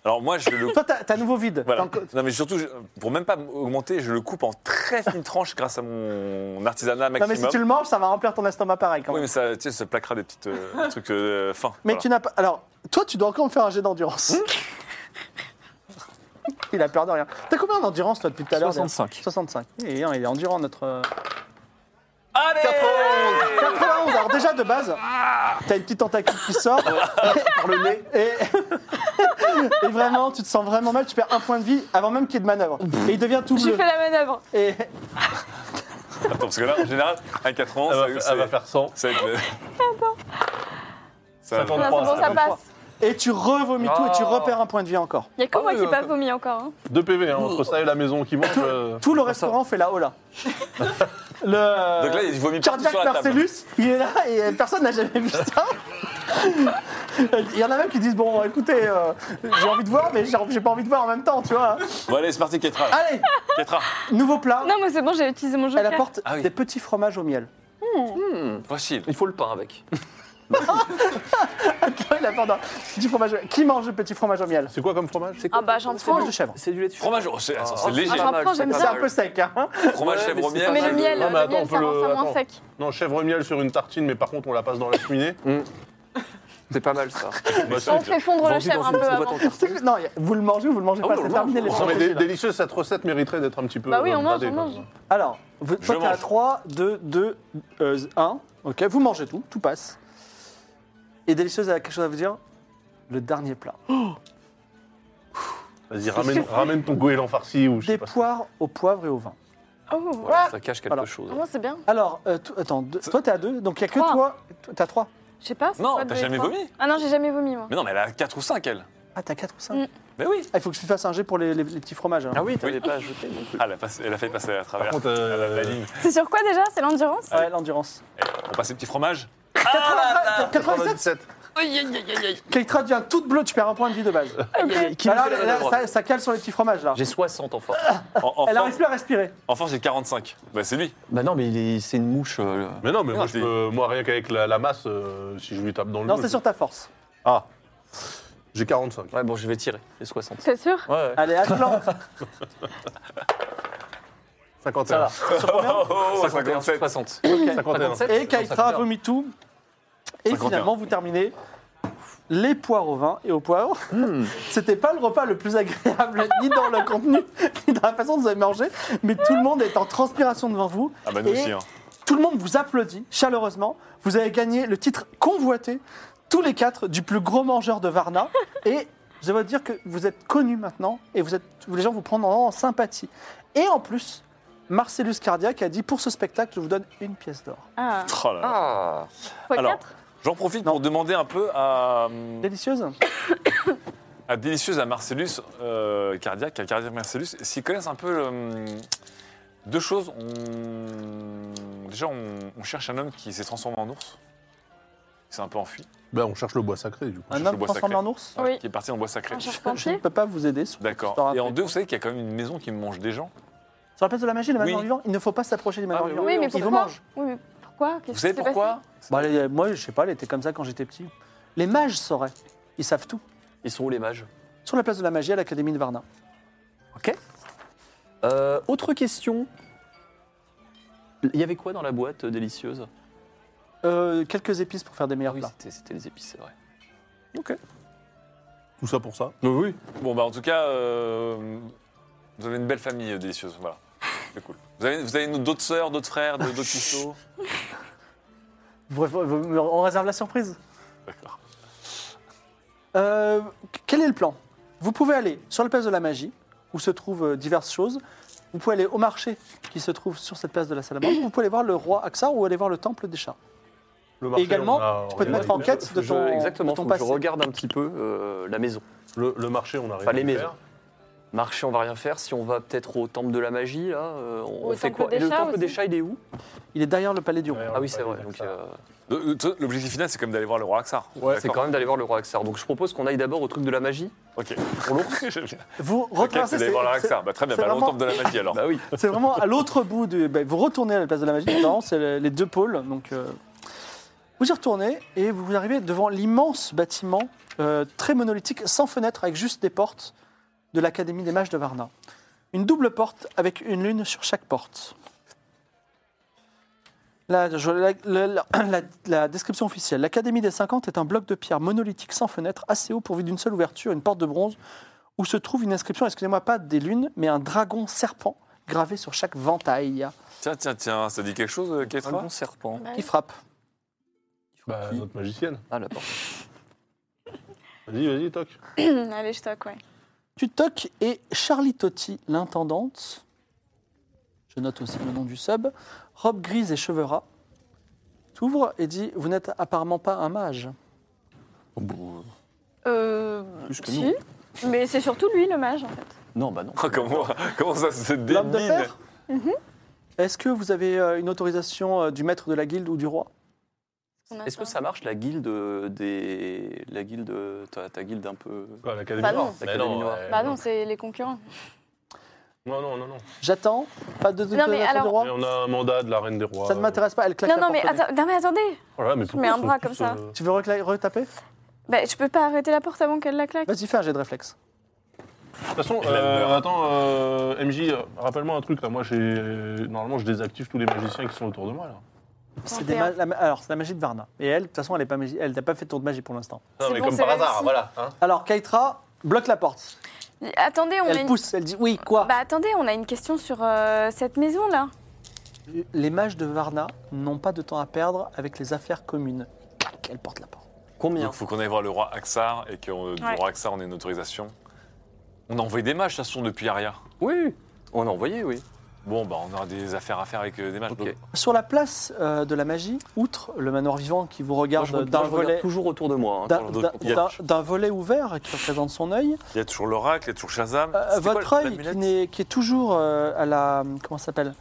Alors moi, je le
Toi, t'as t'as nouveau vide.
Voilà.
T'as un co-
Non, mais surtout, je- pour même pas augmenter, je le coupe en très fines tranches grâce à mon artisanat
Non,
maximum.
mais si tu le manges, ça va remplir ton estomac pareil quand
Oui,
même.
mais ça, tu sais, ça plaquera des petits trucs euh, fins.
Mais
Voilà. Hmm
tu n'as pas. Alors, toi, tu dois encore me faire un jet d'endurance. *laughs* il a peur de rien. T'as combien d'endurance, toi, depuis tout à l'heure
65.
65. Et il est endurant, notre. euh,
Allez
91 Alors, déjà, de base,
Ah.
t'as une petite tentacule qui
*laughs*
sort. par le nez. Et... et vraiment, tu te sens vraiment mal. Tu perds un point de vie avant même qu'il y ait de manœuvre. Et il devient tout
Je
bleu.
fais la manœuvre.
Et...
Attends, parce que là, en général, à 4 ans,
Elle va,
ça,
elle
c'est-
va faire 100.
ça va être le- Ça va-
Attends.
Non, c'est bon, ça passe.
et tu revomis tout et
Oh.
tu repères un point de vie encore.
Il y a que
Ah
moi
oui,
qui n'ai pas
d'accord.
vomi encore. hein.
2 PV, hein, entre ça et la maison qui mange. euh,
Tout le restaurant fait la
*laughs*
hola. le...
Donc là, il vomit partout
Cardiac
sur la table.
Marcellus, il est là et personne n'a jamais vu
*laughs*
ça. Il y en a même qui disent Bon, écoutez, euh, j'ai envie de voir, mais j'ai j'ai pas envie de voir en même temps, tu vois.
Bon, allez, c'est parti, Ketra.
Allez,
Ketra,
nouveau plat.
Non, mais c'est bon, j'ai utilisé mon
Elle
joker.
apporte
Ah oui.
des petits fromages au miel. *laughs*
facile.
Il faut le pain avec.
Il apporte un petit fromage au miel. Qui mange le petit fromage au miel
C'est quoi comme fromage
Ah bah, j'en prends.
Fromage de chèvre.
C'est du lait de chèvre.
Fromage, oh, c'est attends, c'est
Ah,
léger.
c'est
j'en prends, j'aime
pas
C'est
ça.
un peu sec, hein. *laughs*
Fromage
Ouais,
chèvre au
mais
miel.
c'est
Mais
pas
le
mal.
miel,
Non, mais
le
attends,
miel,
on
ça
peut
rend
le-
ça moins
attends.
sec.
Non, chèvre miel sur une tartine, mais par contre, on la passe dans la cheminée.
C'est pas mal ça.
Bah, c'est-
On fait fondre le
Vendu
chèvre
dans
un
une
peu
boîte
avant.
en carton.
C'est- Non, vous le mangez ou vous le mangez
Ah
pas,
oui, on
c'est
le
terminé les
Non, mais
fromages.
dé- délicieuse, cette recette mériterait d'être un petit peu.
Bah oui,
euh,
on mange,
bradée,
on
quoi.
mange.
Alors, vous- toi,
Je
t'es à
mange.
3, 2, 2, 1. euh, Ok, vous mangez tout, tout passe. Et délicieuse, elle a quelque chose à vous dire Le dernier plat.
Vas-y, ramène, ramène ton goéland farci ou je sais
Des
pas.
poires au poivre et au vin.
Oh,
Voilà, ça cache quelque
Voilà.
chose.
moi, c'est bien.
Alors, euh, t- attends, deux- toi t'es à deux, donc il n'y a que
Trois.
toi. toi, T'as trois.
Je sais pas. c'est
Non,
quoi,
t'as
deux et
jamais
trois
vomi
Ah non, j'ai jamais vomi, moi.
Mais non, mais elle a 4 ou 5, elle.
Ah, t'as quatre ou cinq
Mm.
Mais oui.
Ah, il faut que je fasse un jet pour les, les- les petits fromages. hein. alors.
Ah oui, t'avais pas ajouté non plus.
Ah, elle a, passé- elle a failli passer à
Par
travers.
contre, euh,
La ligne.
C'est sur quoi déjà C'est l'endurance
Ouais, l'endurance.
Eh, On passe les petits fromages.
97 Keitra devient toute bleue, tu perds un point de vie de base.
Qui
Bah
me
là,
fait la
là,
manœuvre
ça, ça cale sur les petits fromages là.
J'ai 60 enfants.
En,
Elle
en force,
n'arrive plus à respirer.
en force, j'ai 45. Bah, c'est lui.
*laughs* Bah non, mais il est- c'est une mouche. euh,
Mais non, mais
Non,
moi, je
t'es-
peux- moi, rien qu'avec la, la masse, euh, si je lui tape dans le
Non,
dos,
c'est
je-
sur ta force.
Ah, j'ai 45.
le- Ouais, bon, je vais tirer. Les 60.
C'est sûr
Ouais, ouais.
Allez, Atlan,
51.
Oh, oh, oh,
hein.
57. 60.
51.
57.
et Keitra vomit tout. Et
51.
finalement, vous terminez les poires au vin et au poivre. *laughs* C'était pas le repas le plus agréable, ni dans le contenu, *laughs* ni dans la façon dont vous avez mangé, mais tout le monde est en transpiration devant vous.
Ah, bah, nous
Et
aussi, hein.
Tout le monde vous applaudit chaleureusement. Vous avez gagné le titre convoité, tous les quatre, du plus gros mangeur de *laughs* Varna. Et je dois dire que vous êtes connus maintenant et vous êtes, les gens vous prennent en sympathie. Et en plus, Marcellus Cardiac a dit pour ce spectacle, je vous donne une pièce d'or.
Ah,
Oh là là.
Ah,
fois
Alors,
4
J'en profite pour demander un peu à,
Délicieuse
à Délicieuse, à Marcellus, euh, Cardiac, à Cardiac Marcellus, s'ils connaissent un peu euh, deux choses. On- Déjà, on, on cherche un homme qui s'est transformé en ours. C'est un peu enfui.
Ben, on cherche le bois sacré, du coup.
Un
cherche
homme
le bois
transformé
sacré.
en ours
Oui.
Qui est parti en bois sacré.
Un
Je ne
charpentier
peux pas vous aider. sur- sur
D'accord.
un-
Et en deux, vous savez qu'il y a quand même une maison qui mange des gens.
Sur la place de la magie, les malheurs
Oui. Ah
vivants, il ne faut pas s'approcher des malheurs
mais
vivants.
Oui, mais
Ils vous
pourquoi
mangent.
Oui, mais pourquoi Qu'est-ce
Vous savez
qui s'est
pourquoi
Bah, les- moi, je sais pas, elle était comme ça quand j'étais petit. Les mages sauraient. Ils savent tout.
ils sont où les mages
Sur la place de la magie à l'Académie de Varna.
Euh, Autre question. Il y avait quoi dans la boîte euh, délicieuse
Euh, quelques épices pour faire des meilleurs
Oui,
plats.
c'était- c'était les épices, c'est vrai.
Tout ça pour ça.
Oui.
Bon, bah en tout cas, euh, vous avez une belle famille euh, délicieuse. Voilà. C'est cool. Vous avez, vous avez d'autres sœurs, d'autres frères, d'autres tissos
Bref, on réserve la surprise.
D'accord.
Euh, quel est le plan Vous pouvez aller sur la place de la magie, où se trouvent euh, diverses choses. Vous pouvez aller au marché qui se trouve sur cette place de la Salamandre. Vous pouvez aller voir le roi Aksar ou aller voir le temple des chats.
Le marché,
également,
on a-
tu peux te
on a-
mettre en quête de
Euh, Je-
ton,
exactement,
de ton
faut que
passé.
je regarde un petit peu euh, la maison.
Le, le marché, on arrive.
Enfin, les maisons. Marché, on va rien faire. Si on va peut-être au temple de la magie, là, euh, on,
Au
on fait
temple
quoi
des
Et le
chats
temple des
aussi.
chats, il est où
Il est derrière le palais du roi.
Ah oui, c'est vrai. Donc, euh,
Le- le- L'objectif final, c'est quand même d'aller voir le roi Axar.
c'est quand même d'aller voir le roi Axar. Donc, je propose qu'on aille d'abord au truc de la magie.
Ok.
Pour l'ours
*laughs* J'aime bien.
Vous
Ok, c'est
retraversez.
d'aller voir le roi
c'est-
Axar. Bah, très bien,
c'est
bah, allons au
vraiment-
temple de la magie alors.
Bah oui.
C'est vraiment à l'autre bout du. ben, vous retournez à la place de la magie, normalement, c'est le- les deux pôles. Donc, euh, vous y retournez et vous arrivez devant l'immense bâtiment euh, très monolithique, sans fenêtre, avec juste des portes de l'Académie des mages de Varna. Une double porte avec une lune sur chaque porte. La, je- la- la- la- *coughs* la- la description officielle. L'Académie des 50 est un bloc de pierre monolithique sans fenêtre, assez haut pourvu d'une seule ouverture, une porte de bronze, où se trouve une inscription, excusez-moi, pas des lunes, mais un dragon serpent gravé sur chaque ventaille
Tiens, tiens, tiens, ça dit quelque chose, euh,
Un
Ketra
bon serpent.
Bah,
qui frappe.
Bah, notre magicienne.
Ah, la porte.
Vas-y, vas-y, toc.
Allez, je toque, ouais.
Tu toques et Charlie Totti, l'intendante, je note aussi le nom du sub, robe grise et cheveux ras, t'ouvre et dit Vous n'êtes apparemment pas un mage.
Bon.
Euh,
Plus que
si, mais c'est surtout lui le mage en fait.
Non, bah non.
*laughs* Oh, comment, comment ça se
L'homme de
débine
fer
Mhm.
Est-ce que vous avez euh, une autorisation euh, du maître de la guilde ou du roi
On a
Est-ce que ça marche la guilde euh, des. La guilde. euh, Ta, ta guilde un peu.
Quoi, l'Académie
Bah
Noire
non.
Mais
L'Académie
non,
Noire.
ouais.
Bah non, c'est les concurrents.
Non, non, non, non.
J'attends. Pas de
Non, mais
autorisation
alors-
du
Et
roi
on a un mandat de la Reine des Rois.
Ça ne m'intéresse pas. Elle claque
Non,
la
non, mais,
porte au nez.
atta- non, mais attendez,
Oh là là, mais pourquoi
mets un
ils sont
bras
tous,
comme ça.
euh,
Tu veux recla- retaper
bah, je peux pas arrêter la porte avant qu'elle la claque.
Vas-y, fais un jet de réflexe.
De toute façon,
Et la
euh,
lueur.
attends, euh, MJ, euh, rappelle-moi un truc là. Moi, j'ai normalement, je désactive tous les magiciens qui sont autour de moi là.
C'est des
31.
ma- la ma- Alors, c'est la magie de Varna. Et elle, de toute façon, elle est pas magie- elle n'a pas fait de tour de magie pour l'instant.
Non,
C'est
mais
bon,
comme
c'est
par hasard,
réussi.
voilà. hein.
Alors, Keitra bloque la porte.
Attendez, on a
Elle
une...
pousse, elle dit oui, quoi
Ah, Bah attendez, on a une question sur euh, cette maison là.
Les mages de Varna n'ont pas de temps à perdre avec les affaires communes. Clac, elle porte la porte.
Combien
Il faut qu'on aille voir le roi Axar et que euh, du
Ouais.
roi Axar, on ait une autorisation. On a envoyé des mages, de toute façon, depuis Aria.
Oui. On a envoyé, oui.
Bon, bah, on aura des affaires à faire avec euh, des mages.
Ok.
donc-
Sur la place euh, de la magie, outre le manoir vivant qui vous
Moi, je,
regarde
re-
d'un
moi, je regarde
volet,
toujours autour de moi. hein,
d'un-
quand je-
je-
d'un-
il y a-
d'un- d'un volet ouvert qui représente son œil,
Il y a toujours l'oracle, il y a toujours Shazam.
Euh,
C'était quoi,
votre œil qui,
l'amulette
n'est- qui est toujours euh, à la comment ça s'appelle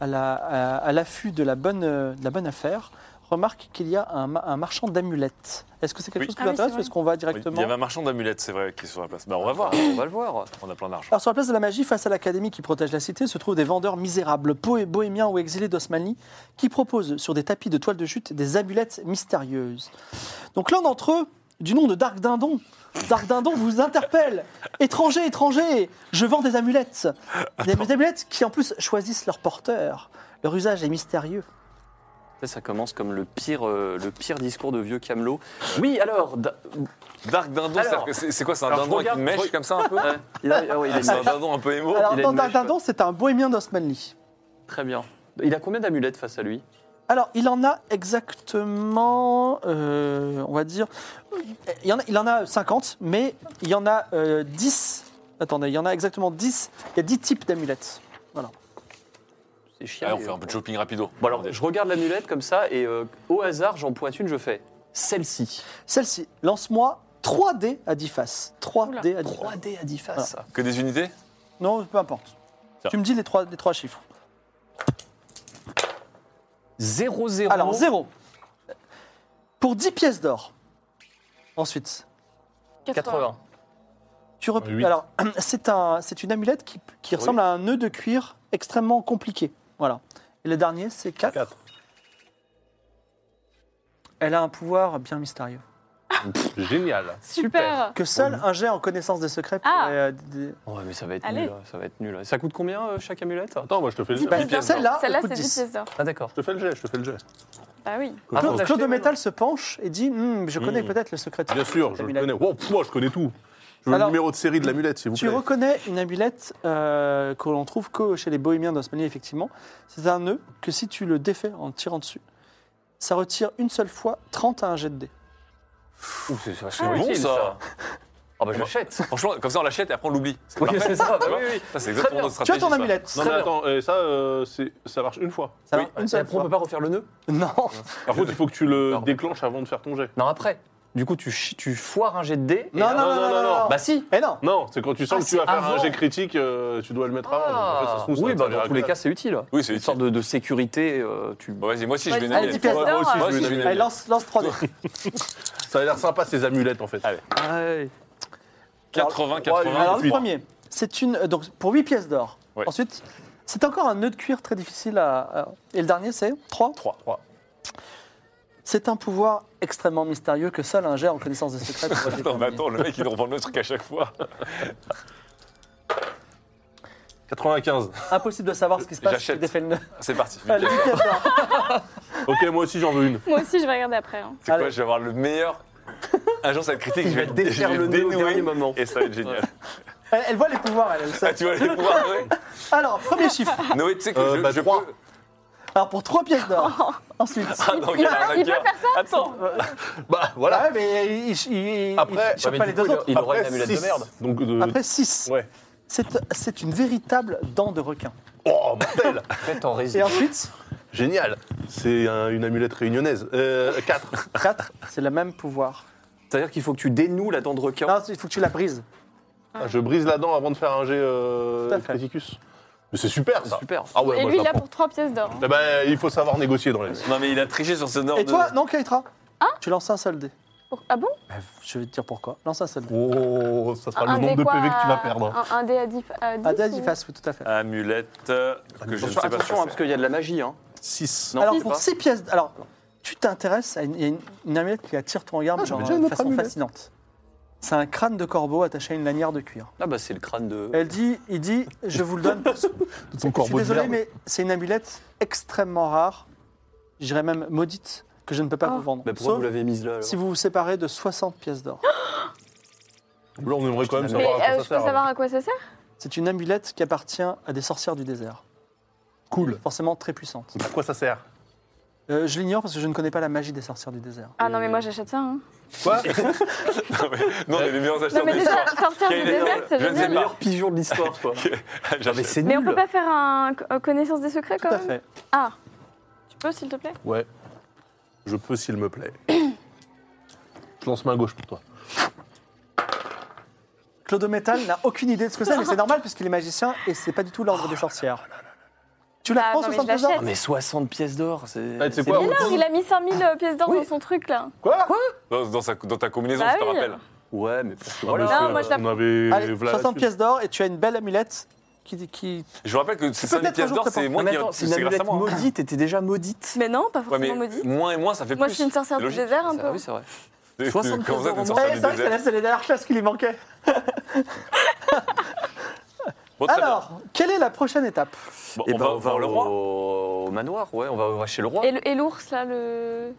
à la à, à l'affût de la bonne euh, de la bonne affaire remarque qu'il y a un, ma- un marchand d'amulettes. Est-ce que c'est quelque
Oui.
chose qui
Ah
vous
oui,
intéresse
c'est
ou est-ce qu'on va
Oui, Il
directement
y avait un marchand d'amulettes, c'est vrai, qui est sur la place. Bah, on va voir,
Ah, on va le voir.
on a plein d'argent.
Alors sur la place de la magie, face à l'académie qui protège la cité, se trouvent des vendeurs misérables, poé- bohémiens ou exilés d'Osmanli, qui proposent sur des tapis de toile de jute des amulettes mystérieuses. Donc l'un d'entre eux, du nom de Dark Dindon, Dark Dindon vous
*laughs*
interpelle. Étranger, étranger, je vends des amulettes. Des amulettes qui en plus choisissent leur porteur. Leur usage est mystérieux.
Ça, ça commence comme le pire, euh, le pire discours de vieux Camelot. Oui, alors. da-
Dark Dindon,
Alors-
c'est-à-dire que c'est c'est quoi C'est un
alors, je
dindon avec
regarde-
une mèche
je-
comme ça un peu
Ouais, il a- ah ouais, il a-
C'est un dindon un peu émo.
Alors
il a
non,
une
Dark
mèche,
Dindon, c'est un bohémien d'Osmanli.
Très bien. Il a combien d'amulettes face à lui
Alors, il en a exactement, euh, on va dire, il, y en a, il en a 50, mais il y en a euh, 10. Attendez, il y en a exactement 10. Il y a 10 types d'amulettes.
C'est chiant.
Allez, on fait un peu de shopping rapido.
Bon, alors, je regarde l'amulette comme ça et euh, au hasard, j'en pointe une, je fais celle-ci.
Celle-ci, lance-moi 3D à 10 faces. 3D à 10 faces.
3D à 10 faces.
Que des unités
Non, peu importe.
Tiens.
Tu me dis les trois, les trois chiffres.
0, 0.
Alors, 0. Pour 10 pièces d'or. Ensuite,
80.
tu rep-
Huit.
Alors, *clears throat* c'est un, c'est une amulette qui, qui ressemble à un nœud de cuir extrêmement compliqué. Voilà. Et le dernier, c'est 4.
Quatre.
Elle a un pouvoir bien mystérieux.
Génial.
Super.
Que seul un jet en connaissance des secrets pourrait...
Ah.
euh, d- d-
Ouais, mais ça va être
Allez.
nul. hein, Ça va être nul. hein. Ça coûte combien euh, chaque amulette
Attends, moi, je te fais le jet.
Bah,
Je
pièces Celle-là,
Celle-là,
elle coûte
c'est 10
10.
pièces d'or.
Ah, d'accord.
te fais le jet, je te fais le jet.
Ah,
Bah oui.
Comme ça,
Ah, on
Claude,
l'a
Claude de
acheté,
Métal se penche et dit Hmm, Je connais
Hmm.
peut-être le secret de
Bien sûr, je le
l'amulette.
connais. Wow, pff, je connais tout. Je veux
Alors,
le numéro de série de l'amulette, s'il vous
Tu
plaît.
reconnais une amulette euh, que l'on trouve que chez les bohémiens d'Osmanie, effectivement. C'est un nœud que si tu le défais en tirant dessus, ça retire une seule fois 30 à un jet de dés.
Ouh, c'est
Ah, bon, ça.
Ah Ah
*laughs*
bah j'achète.
Franchement, comme ça, on l'achète et après, on l'oublie. C'est
Oui,
parfait.
c'est ça. bah
Tu vois
oui, oui.
Ça, c'est exactement
bien.
notre
Tu as
stratégie.
ton
ça.
amulette.
Non, mais attends, et ça, euh, c'est- ça marche une fois.
Ça
oui.
va Une seule
Après, on peut
fois.
pas refaire le nœud
Non.
Par contre, il faut que tu le
Pardon.
déclenches avant de faire ton jet.
Non, après. Du coup, tu, chi- tu foires un jet de dés. et
Non,
là-
non, non, non, non, non.
Bah si.
Eh non.
Non, c'est quand tu sens
Ah,
que tu vas
c'est
faire un
avant.
jet critique, euh, tu dois le mettre avant. Donc, en fait, ça se trouve, ça
oui,
va te
bah,
servir
dans
à
tous les
rien.
cas, c'est utile.
Oui, c'est
Une sorte de, de sécurité. euh, tu...
Bon, vas-y, moi aussi, je vais une
Allez, euh,
amulette.
dix
Moi
pièces
Moi
d'or.
aussi,
euh,
aussi, je
je
vais
vais
une
Allez,
amulette.
lance, lance 3D.
Ça a l'air sympa, ces amulettes, en fait.
Allez.
Ouais.
80,
Alors,
80.
le premier, c'est une. euh, Donc, pour 8 pièces d'or.
Ouais.
Ensuite, c'est encore un nœud de cuir très difficile à. à- Et le dernier, c'est 3
3.
C'est un pouvoir extrêmement mystérieux que seul un gère en connaissance des secrets pourrait
*laughs* Attends,
déterminer.
mais attends, le mec, il nous revend le truc à chaque fois.
95.
Impossible de savoir ce qui se passe si
J'achète.
tu défais le nœud. *laughs*
C'est parti.
Allez, 8 pièces d'or.
Ok, moi aussi, j'en veux une.
Moi aussi, je vais regarder après. hein.
C'est quoi,
Allez.
je vais avoir le meilleur. Un jour, ça va être critique, je vais
te défaire
je vais
le nez au
dénouer
dernier moment.
Et ça va être génial.
Elle, elle voit les pouvoirs, elle, elle le sait.
Ah, tu vas aller pouvoir Noé.
Alors, premier chiffre.
Noé, tu sais que
Euh,
je,
bah,
je
trois.
peux.
Alors, pour 3 pièces d'or. Ensuite.
Ah, non, quel
il peut
arnaqueur. Attends.
Bah, voilà.
Ah ouais, mais il, il, il-
Après-
il chope
Ouais, mais
pas
du
les
coup,
deux autres.
Il aura
Après,
une amulette de
six.
merde.
Donc, de-
Après 6.
Ouais.
C'est c'est une véritable dent de requin.
Oh, mortel
Faites en
Et
résine.
ensuite,
*laughs* Génial C'est un- une amulette réunionnaise. Euh, 4.
4, c'est le même pouvoir.
C'est-à-dire qu'il faut que tu dénoues la dent de requin.
Non, il faut que tu la brises.
Ah. Je brise la dent avant de faire un jet
Tout à
euh,
fait.
criticus. Mais c'est super, ça.
Super.
Ah ouais,
Et
moi,
lui,
je
il
la
a bah,
prends.
pour 3 pièces d'or. hein.
Eh ben, il faut savoir négocier dans les...
Non, mais il a triché sur ce nord
Et
de-
toi, non, Kaitra
Ah.
Tu lances un seul dé.
Pour- Ah bon
Je vais te dire pourquoi. Lance un seul dé.
Oh, ça sera
Un Ah.
le nombre
dé
de
quoi,
PV que tu vas
à-
perdre.
Un, un dé à 10. À 10
Ah, dé à
ou-
dix faces, oui, tout à fait.
Amulette. euh, Que je ne sais
Attention,
pas ce
attention,
que
hein, parce qu'il y a de la magie. Hein.
6.
Non,
alors,
je sais
pour
pas.
6 pièces. d- Alors, tu t'intéresses à une, il y a une, une amulette qui attire ton regard mais genre,
Ah, j'avais déjà
de
une autre
façon
amulette.
fascinante. C'est un crâne de corbeau attaché à une lanière de cuir.
Ah bah c'est le crâne de.
Eh,
Elle dit, il dit, je vous le donne. pour ce-
Ton
Je suis
corbeau de
désolé,
merde.
mais c'est une amulette extrêmement rare, je dirais même maudite, que je ne peux pas
Oh.
vous vendre.
Bah pourquoi
Sauf
vous l'avez mise là alors
si vous vous séparez de 60 pièces d'or.
Là, on aimerait quand même
Mais,
Mais
savoir à
euh,
quoi
je
ça
peux
sert.
savoir à quoi ça sert
C'est une amulette qui appartient à des sorcières du désert.
Cool.
Forcément très puissante.
À quoi ça sert
Euh, je l'ignore parce que je ne connais pas la magie des sorcières du désert.
Ah non, mais moi, j'achète ça. hein.
Quoi
Non, mais, non, mais les meilleurs
Non,
acheteurs
mais
de
déjà,
l'histoire.
sortir
Quel
du
est-
désert, c'est
je ne sais
C'est
génial.
le meilleur pigeon de l'histoire, *laughs* quoi.
J'avais
c'est
Mais on
nul.
peut pas faire un un connaissance des secrets
Tout
quand
à
même
fait.
Ah, tu peux, s'il te plaît
Ouais. Je peux s'il me
*coughs*
plaît. Je lance main gauche pour toi.
Clodo Métal n'a aucune idée de ce que c'est, mais c'est normal puisqu'il est magicien et c'est pas du tout l'ordre des sorcières. Tu la
Ah,
prends,
non, mais je
60 pièces d'or
l'achète.
Mais 60 pièces d'or, c'est.
Ah, tu sais
c'est
quoi,
bien.
on-
Non, il a mis 5000 pièces d'or
Oui.
dans son truc là.
Quoi
Dans, dans sa- dans ta combinaison,
Bah
je te
oui.
rappelle.
Ouais, mais parce que
Non, mais
voilà.
parce
Non,
que
moi, je la
On avait
Allez,
voilà,
60
là-dessus.
pièces d'or et tu as une belle amulette qui, qui
Je vous rappelle que ces 5
peut-être un
pièces
jour
d'or,
te
c'est
porter.
moins
mais
qui-
attends, c'est une
c'est grâce à
amulette
moi. hein.
maudite, et t'es déjà maudite.
Mais non, pas
Ouais,
forcément
mais
maudite.
moins et moins, ça fait
Moi, je
plus.
suis une sorcière du
logique.
désert un
Ah
peu.
oui, c'est vrai.
De- de-
60
Comment ça, t'es une
pièces
Eh,
sorcière
c'est
du
vrai que c'est
désert
la- c'est les dernières classes qui lui manquaient.
Bon, très bien.
Alors, quelle est la prochaine étape
Bon,
Et
on
ben,
va voir le roi.
au... au manoir, ouais, on va on va chez le roi.
Et le- Et l'ours là, le...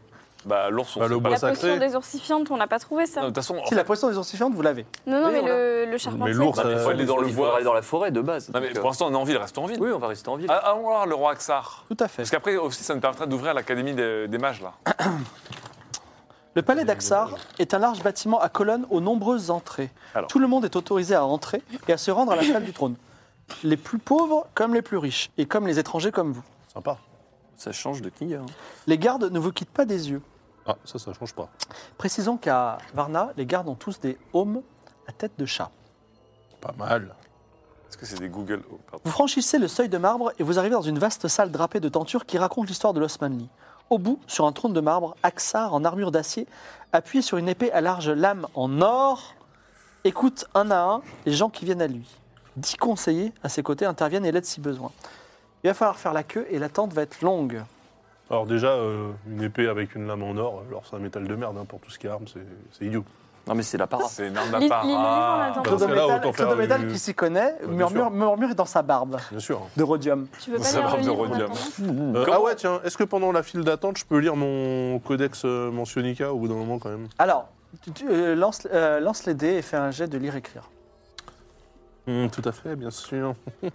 Bah, l'ourson.
Bah,
c'est
le
pas-
bois
la
sacré.
potion des oursifiantes, on l'a pas trouvé ça.
Non, De
Non,
toute façon, en
Si la potion des oursifiantes, vous l'avez.
non,
Oui,
mais
on l'a.
le, le charpentier.
Mais l'ours,
Bah,
euh,
il faut aller dans le
bois.
aller dans la forêt de base.
Non, mais
Donc, euh,
pour l'instant, on est en ville, restons en ville.
Oui, on va rester en ville.
Ah, Allons voir le roi Axar.
Tout à fait.
Parce qu'après aussi, ça nous permettra d'ouvrir l'académie des, des mages là.
Le palais d'Axar est un large bâtiment à colonnes aux nombreuses entrées.
Alors.
Tout le monde est autorisé à entrer et à se rendre à la salle du trône. Les plus pauvres comme les plus riches, et comme les étrangers comme vous.
Sympa.
Ça change de King. hein.
Les gardes ne vous quittent pas des yeux.
Ah, ça, ça change pas.
Précisons qu'à Varna, les gardes ont tous des hommes à tête de chat.
Pas mal.
Est-ce que c'est des Google Oh, pardon.
*laughs* Vous franchissez le seuil de marbre et vous arrivez dans une vaste salle drapée de tentures qui raconte l'histoire de l'Osmanli. Au bout, sur un trône de marbre, Aksar, en armure d'acier, appuyé sur une épée à large lame en or, écoute un à un les gens qui viennent à lui. Dix conseillers à ses côtés interviennent et l'aident si besoin. Il va falloir faire la queue et l'attente va être longue.
Alors déjà, euh, une épée avec une lame en or, alors c'est un métal de merde hein, pour tout ce qui est arme, c'est c'est idiot.
Non, mais c'est la para.
C'est une arme
Lis- lis le livre en
d'apparat.
attendant.
Bah, c'est là,
Clodométal-
autant faire
Clodométal
du-
qui s'y connaît,
bien
murmure,
sûr.
murmure est dans sa barbe
Bien sûr.
de rhodium.
Tu veux pas
Ça
lire
parle
le
de
livre en
rhodium.
attendant
Euh,
Comment-
ah ouais, tiens, est-ce que pendant la file d'attente, je peux lire mon codex euh, mentionnica au bout d'un moment quand même
Alors, tu- tu- euh, lance, euh, lance les dés et fais un jet de lire-écrire.
Hmm,
Hum, Tout à fait, bien sûr. *laughs*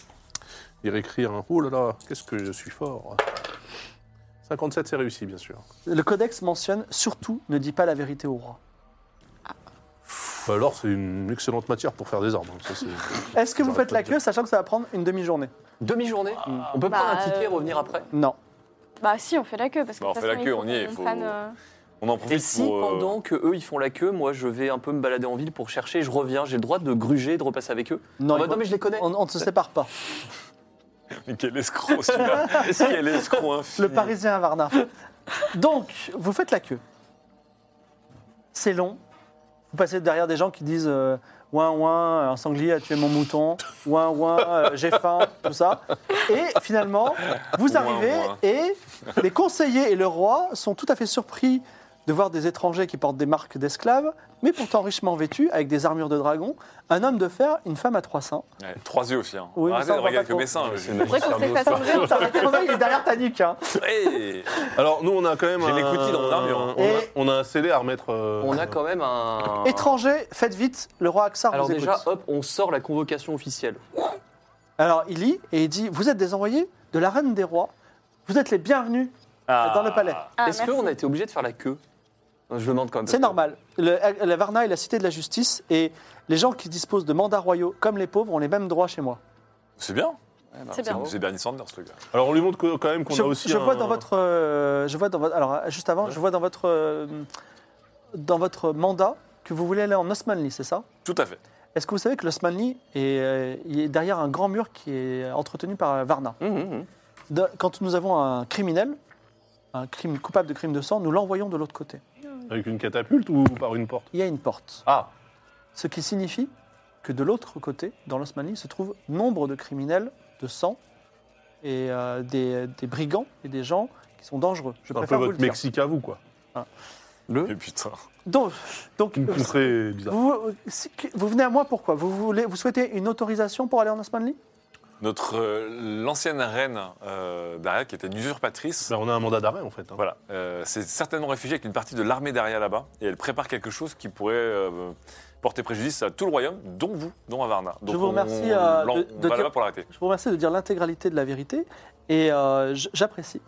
Lire écrire, hein. oh là là, qu'est-ce que je suis fort. 57, c'est réussi, bien sûr.
Le codex mentionne surtout ne dis pas la vérité au roi.
Bah, l'or, c'est une excellente matière pour faire des armes. hein.
*laughs*
Ça, c'est-
Est-ce que vous
J'aurais
faites
pas
la
dit.
queue, sachant que ça va prendre une demi-journée
Demi-journée
Ah.
On peut
Bah,
prendre un ticket et
euh,
revenir après
Non.
Bah si, on fait la queue parce que
Bah,
de
on
toute
fait la
façon,
queue,
il faut
on y est,
qu'on
faut-
prenne, euh,
On en
Et
profite
si
pour. euh, *laughs*
pendant que eux ils font la queue, moi je vais un peu me balader en ville pour chercher, je reviens, j'ai le droit de gruger, de repasser avec eux.
Non,
Ah bah
il
non,
faut-
mais je les connais.
On, on ne se sépare pas.
Mais Quel escroc celui-là
*laughs*
Quel escroc infini
Le Parisien à Varna.
*laughs*
Donc, vous faites la queue. C'est long. Vous passez derrière des gens qui disent euh, Ouin, ouin, euh, un sanglier a tué mon mouton. Ouin, ouin, euh, j'ai faim, tout ça. Et finalement, vous
Ouin,
arrivez
ouin.
et les conseillers et le roi sont tout à fait surpris de voir des étrangers qui portent des marques d'esclaves, mais pourtant richement vêtus, avec des armures de dragon, un homme de fer, une femme à trois seins.
Ouais, Trois yeux aussi. Hein.
Oui, mais
Arrêtez
ça, on
de
voit
regarder
pas
que
trop.
mes seins. je-
faudrait qu'on s'efface en vrai, on
Putain, mais ton œil, *laughs* il est derrière ta nuque. hein.
Hey
Alors, nous, on a quand même.
J'ai
un-
les coutilles dans mon armure, hein.
On, a,
Et-
on a un scellé à remettre. euh,
On a quand
*laughs*
même un.
Étrangers, faites vite, le roi Axar
Ah. Alors
vous écoute.
déjà, hop, on sort la convocation officielle.
Alors il lit et il dit Vous êtes des envoyés de la reine des rois, vous êtes les bienvenus
Ah.
dans le palais.
Ah,
Est-ce
merci.
qu'on a été obligé de faire la queue Je le demande quand même.
C'est normal. Le- la Varna est la cité de la justice et les gens qui disposent de mandats royaux comme les pauvres ont les mêmes droits chez moi.
C'est bien.
C'est bien.
C'est Bernie Sanders, le gars.
Alors, on lui montre que- quand même qu'on
je,
a aussi.
je
un-
vois dans votre, euh, je vois dans votre, alors juste avant, je vois dans votre, euh, dans votre mandat que vous voulez aller en Osmanli, c'est ça
Tout à fait.
Est-ce que vous savez que l'Osmanli est, euh, il est derrière un grand mur qui est entretenu par euh, Varna
Mmh,
Hum, hum, hum.
De- Quand nous avons un criminel, un crime coupable de crime de sang, nous l'envoyons de l'autre côté.
Avec une catapulte ou par une porte
il y a une porte.
Ah.
Ce qui signifie que de l'autre côté, dans l'Osmanli, se trouvent nombre de criminels de sang et euh, des, des brigands et des gens qui sont dangereux. Je
C'est un peu
préfère vous le
votre
dire.
Mexique à vous, quoi.
Mais putain.
Donc, donc euh,
Une contrée bizarre.
vous, c'est que- vous venez à moi pourquoi vous, voulez, vous souhaitez une autorisation pour aller en Osmanli
Notre euh, l'ancienne reine euh, Daria, qui était une usurpatrice,
Bah, on a un mandat d'arrêt, en fait. hein.
voilà, euh, s'est certainement réfugiée avec une partie de l'armée Daria là-bas, et elle prépare quelque chose qui pourrait euh, porter préjudice à tout le royaume, dont vous, dont Avarna. Donc
Je vous
on-
remercie,
On,
euh,
l'en-
de-
on
de
va
dire-
là-bas pour l'arrêter.
Je vous remercie de dire l'intégralité de la vérité et euh, j- j'apprécie.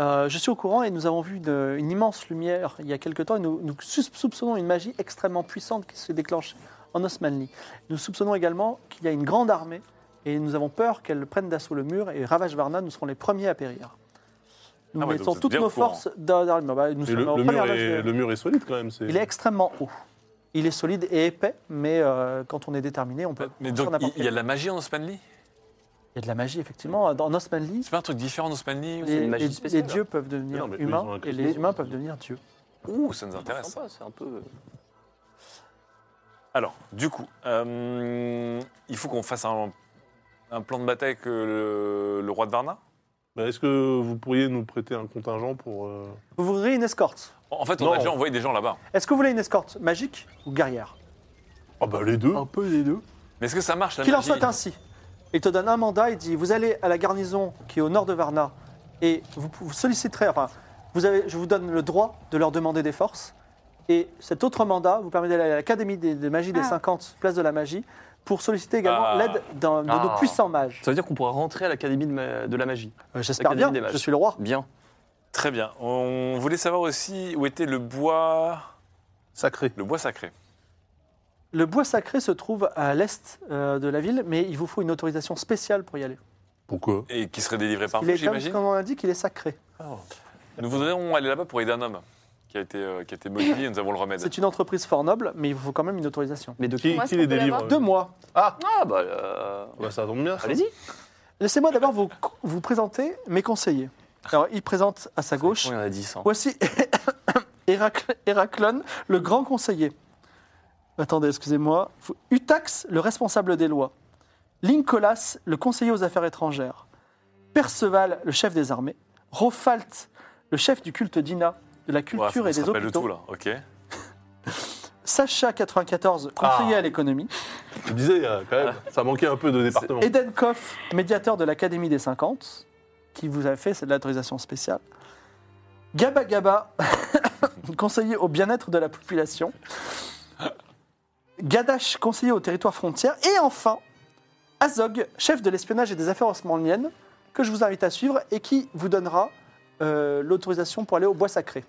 Euh, je suis au courant et nous avons vu une, une immense lumière il y a quelque temps et nous, nous sus- soupçonnons une magie extrêmement puissante qui se déclenche en Osmanli. Nous soupçonnons également qu'il y a une grande armée et nous avons peur qu'elle prenne d'assaut le mur et ravage Varna, nous serons les premiers à périr. Nous
Ah ouais, donc
mettons
vous êtes
toutes
bien
nos
au courant.
forces dans dans- bah, Nous
Et le,
sommes en
le mur
première
est,
vague de-
le mur est solide, quand même. c'est-
Il est extrêmement haut. Il est solide et épais, mais euh, quand on est déterminé, on peut.
Mais
on peut
donc
en
il il y a de
apporter.
la magie en Osmanli
Il y a de la magie, effectivement. Dans en Osmanli,
C'est pas un truc différent en Osmanli ou-
les,
une magie
les-
spéciale,
les dieux peuvent devenir
Non, mais eux, ils ont
humains
un
et
cristal.
les humains peuvent devenir dieux.
Ouh, ça nous
C'est
intéresse. ça.
sympa, c'est un peu.
Alors, du coup, euh, il faut qu'on fasse un, un plan de bataille avec euh, le, le roi de Varna.
Bah, Est-ce que vous pourriez nous prêter un contingent pour. euh,
Vous voudriez une escorte.
En en fait, on
Non.
a déjà envoyé des gens là-bas.
Est-ce que vous voulez une escorte magique ou guerrière
Ah, bah, les
Oh.
deux.
peu des deux.
Mais est-ce que ça marche la
Qu'il en
magie
soit ainsi. Il te donne un mandat, il dit vous allez à la garnison qui est au nord de Varna et vous, vous solliciterez, enfin, vous avez, je vous donne le droit de leur demander des forces. Et cet autre mandat vous permet d'aller à l'Académie des, des Magies des
Ah.
50, place de la magie, pour solliciter également
Ah.
l'aide d'un- de nos
Ah.
puissants mages.
Ça veut dire qu'on pourra rentrer à l'académie de, ma- de la magie.
Euh, J'espère bien,
L'Académie des mages.
je suis le roi.
Bien.
Très bien. On voulait savoir aussi où était le bois.
Sacré.
Le bois sacré.
Le bois sacré se trouve à l'est euh, de la ville, mais il vous faut une autorisation spéciale pour y aller.
Pourquoi
Et qui serait délivré par
Il
vous,
est comme,
j'imagine
comme on indique, il est sacré.
Nous voudrions aller là-bas pour aider un homme qui a été, euh, qui a été maudit et nous avons le remède.
C'est une entreprise fort noble, mais il vous faut quand même une autorisation.
Mais de
Qui,
qui
Moi, est-ce
qui
qu'on
les
peut
délivre
l'avoir
Deux mois.
Ah, bah. euh,
Bah, Ça tombe bien. ça.
Allez-y.
Laissez-moi d'abord vous, vous présenter mes conseillers. Alors, il présente à sa gauche.
On en a 10. hein.
Voici *coughs* Héracle- Héraclone, le grand conseiller. Attendez, excusez-moi. Faut- Utax, le responsable des lois. Lincolas, le conseiller aux affaires étrangères. Perceval, le chef des armées. Rofalt, le chef du culte d'Ina, de la
Ouais,
culture
on
et
se
des
rappelle de
hôpitaux.
tout là, ok.
Sacha 94,
Ah.
conseiller à l'économie.
Je disais, euh, quand même, ça manquait un peu de département.
Eden Koff, médiateur de l'Académie des 50, qui vous a fait cette l'autorisation spéciale. Gaba Gaba, *laughs* conseiller au bien-être de la population. Gadash, conseiller au territoire frontière. Et enfin, Azog, chef de l'espionnage et des affaires osmanliennes, que je vous invite à suivre et qui vous donnera euh, l'autorisation pour aller au bois sacré.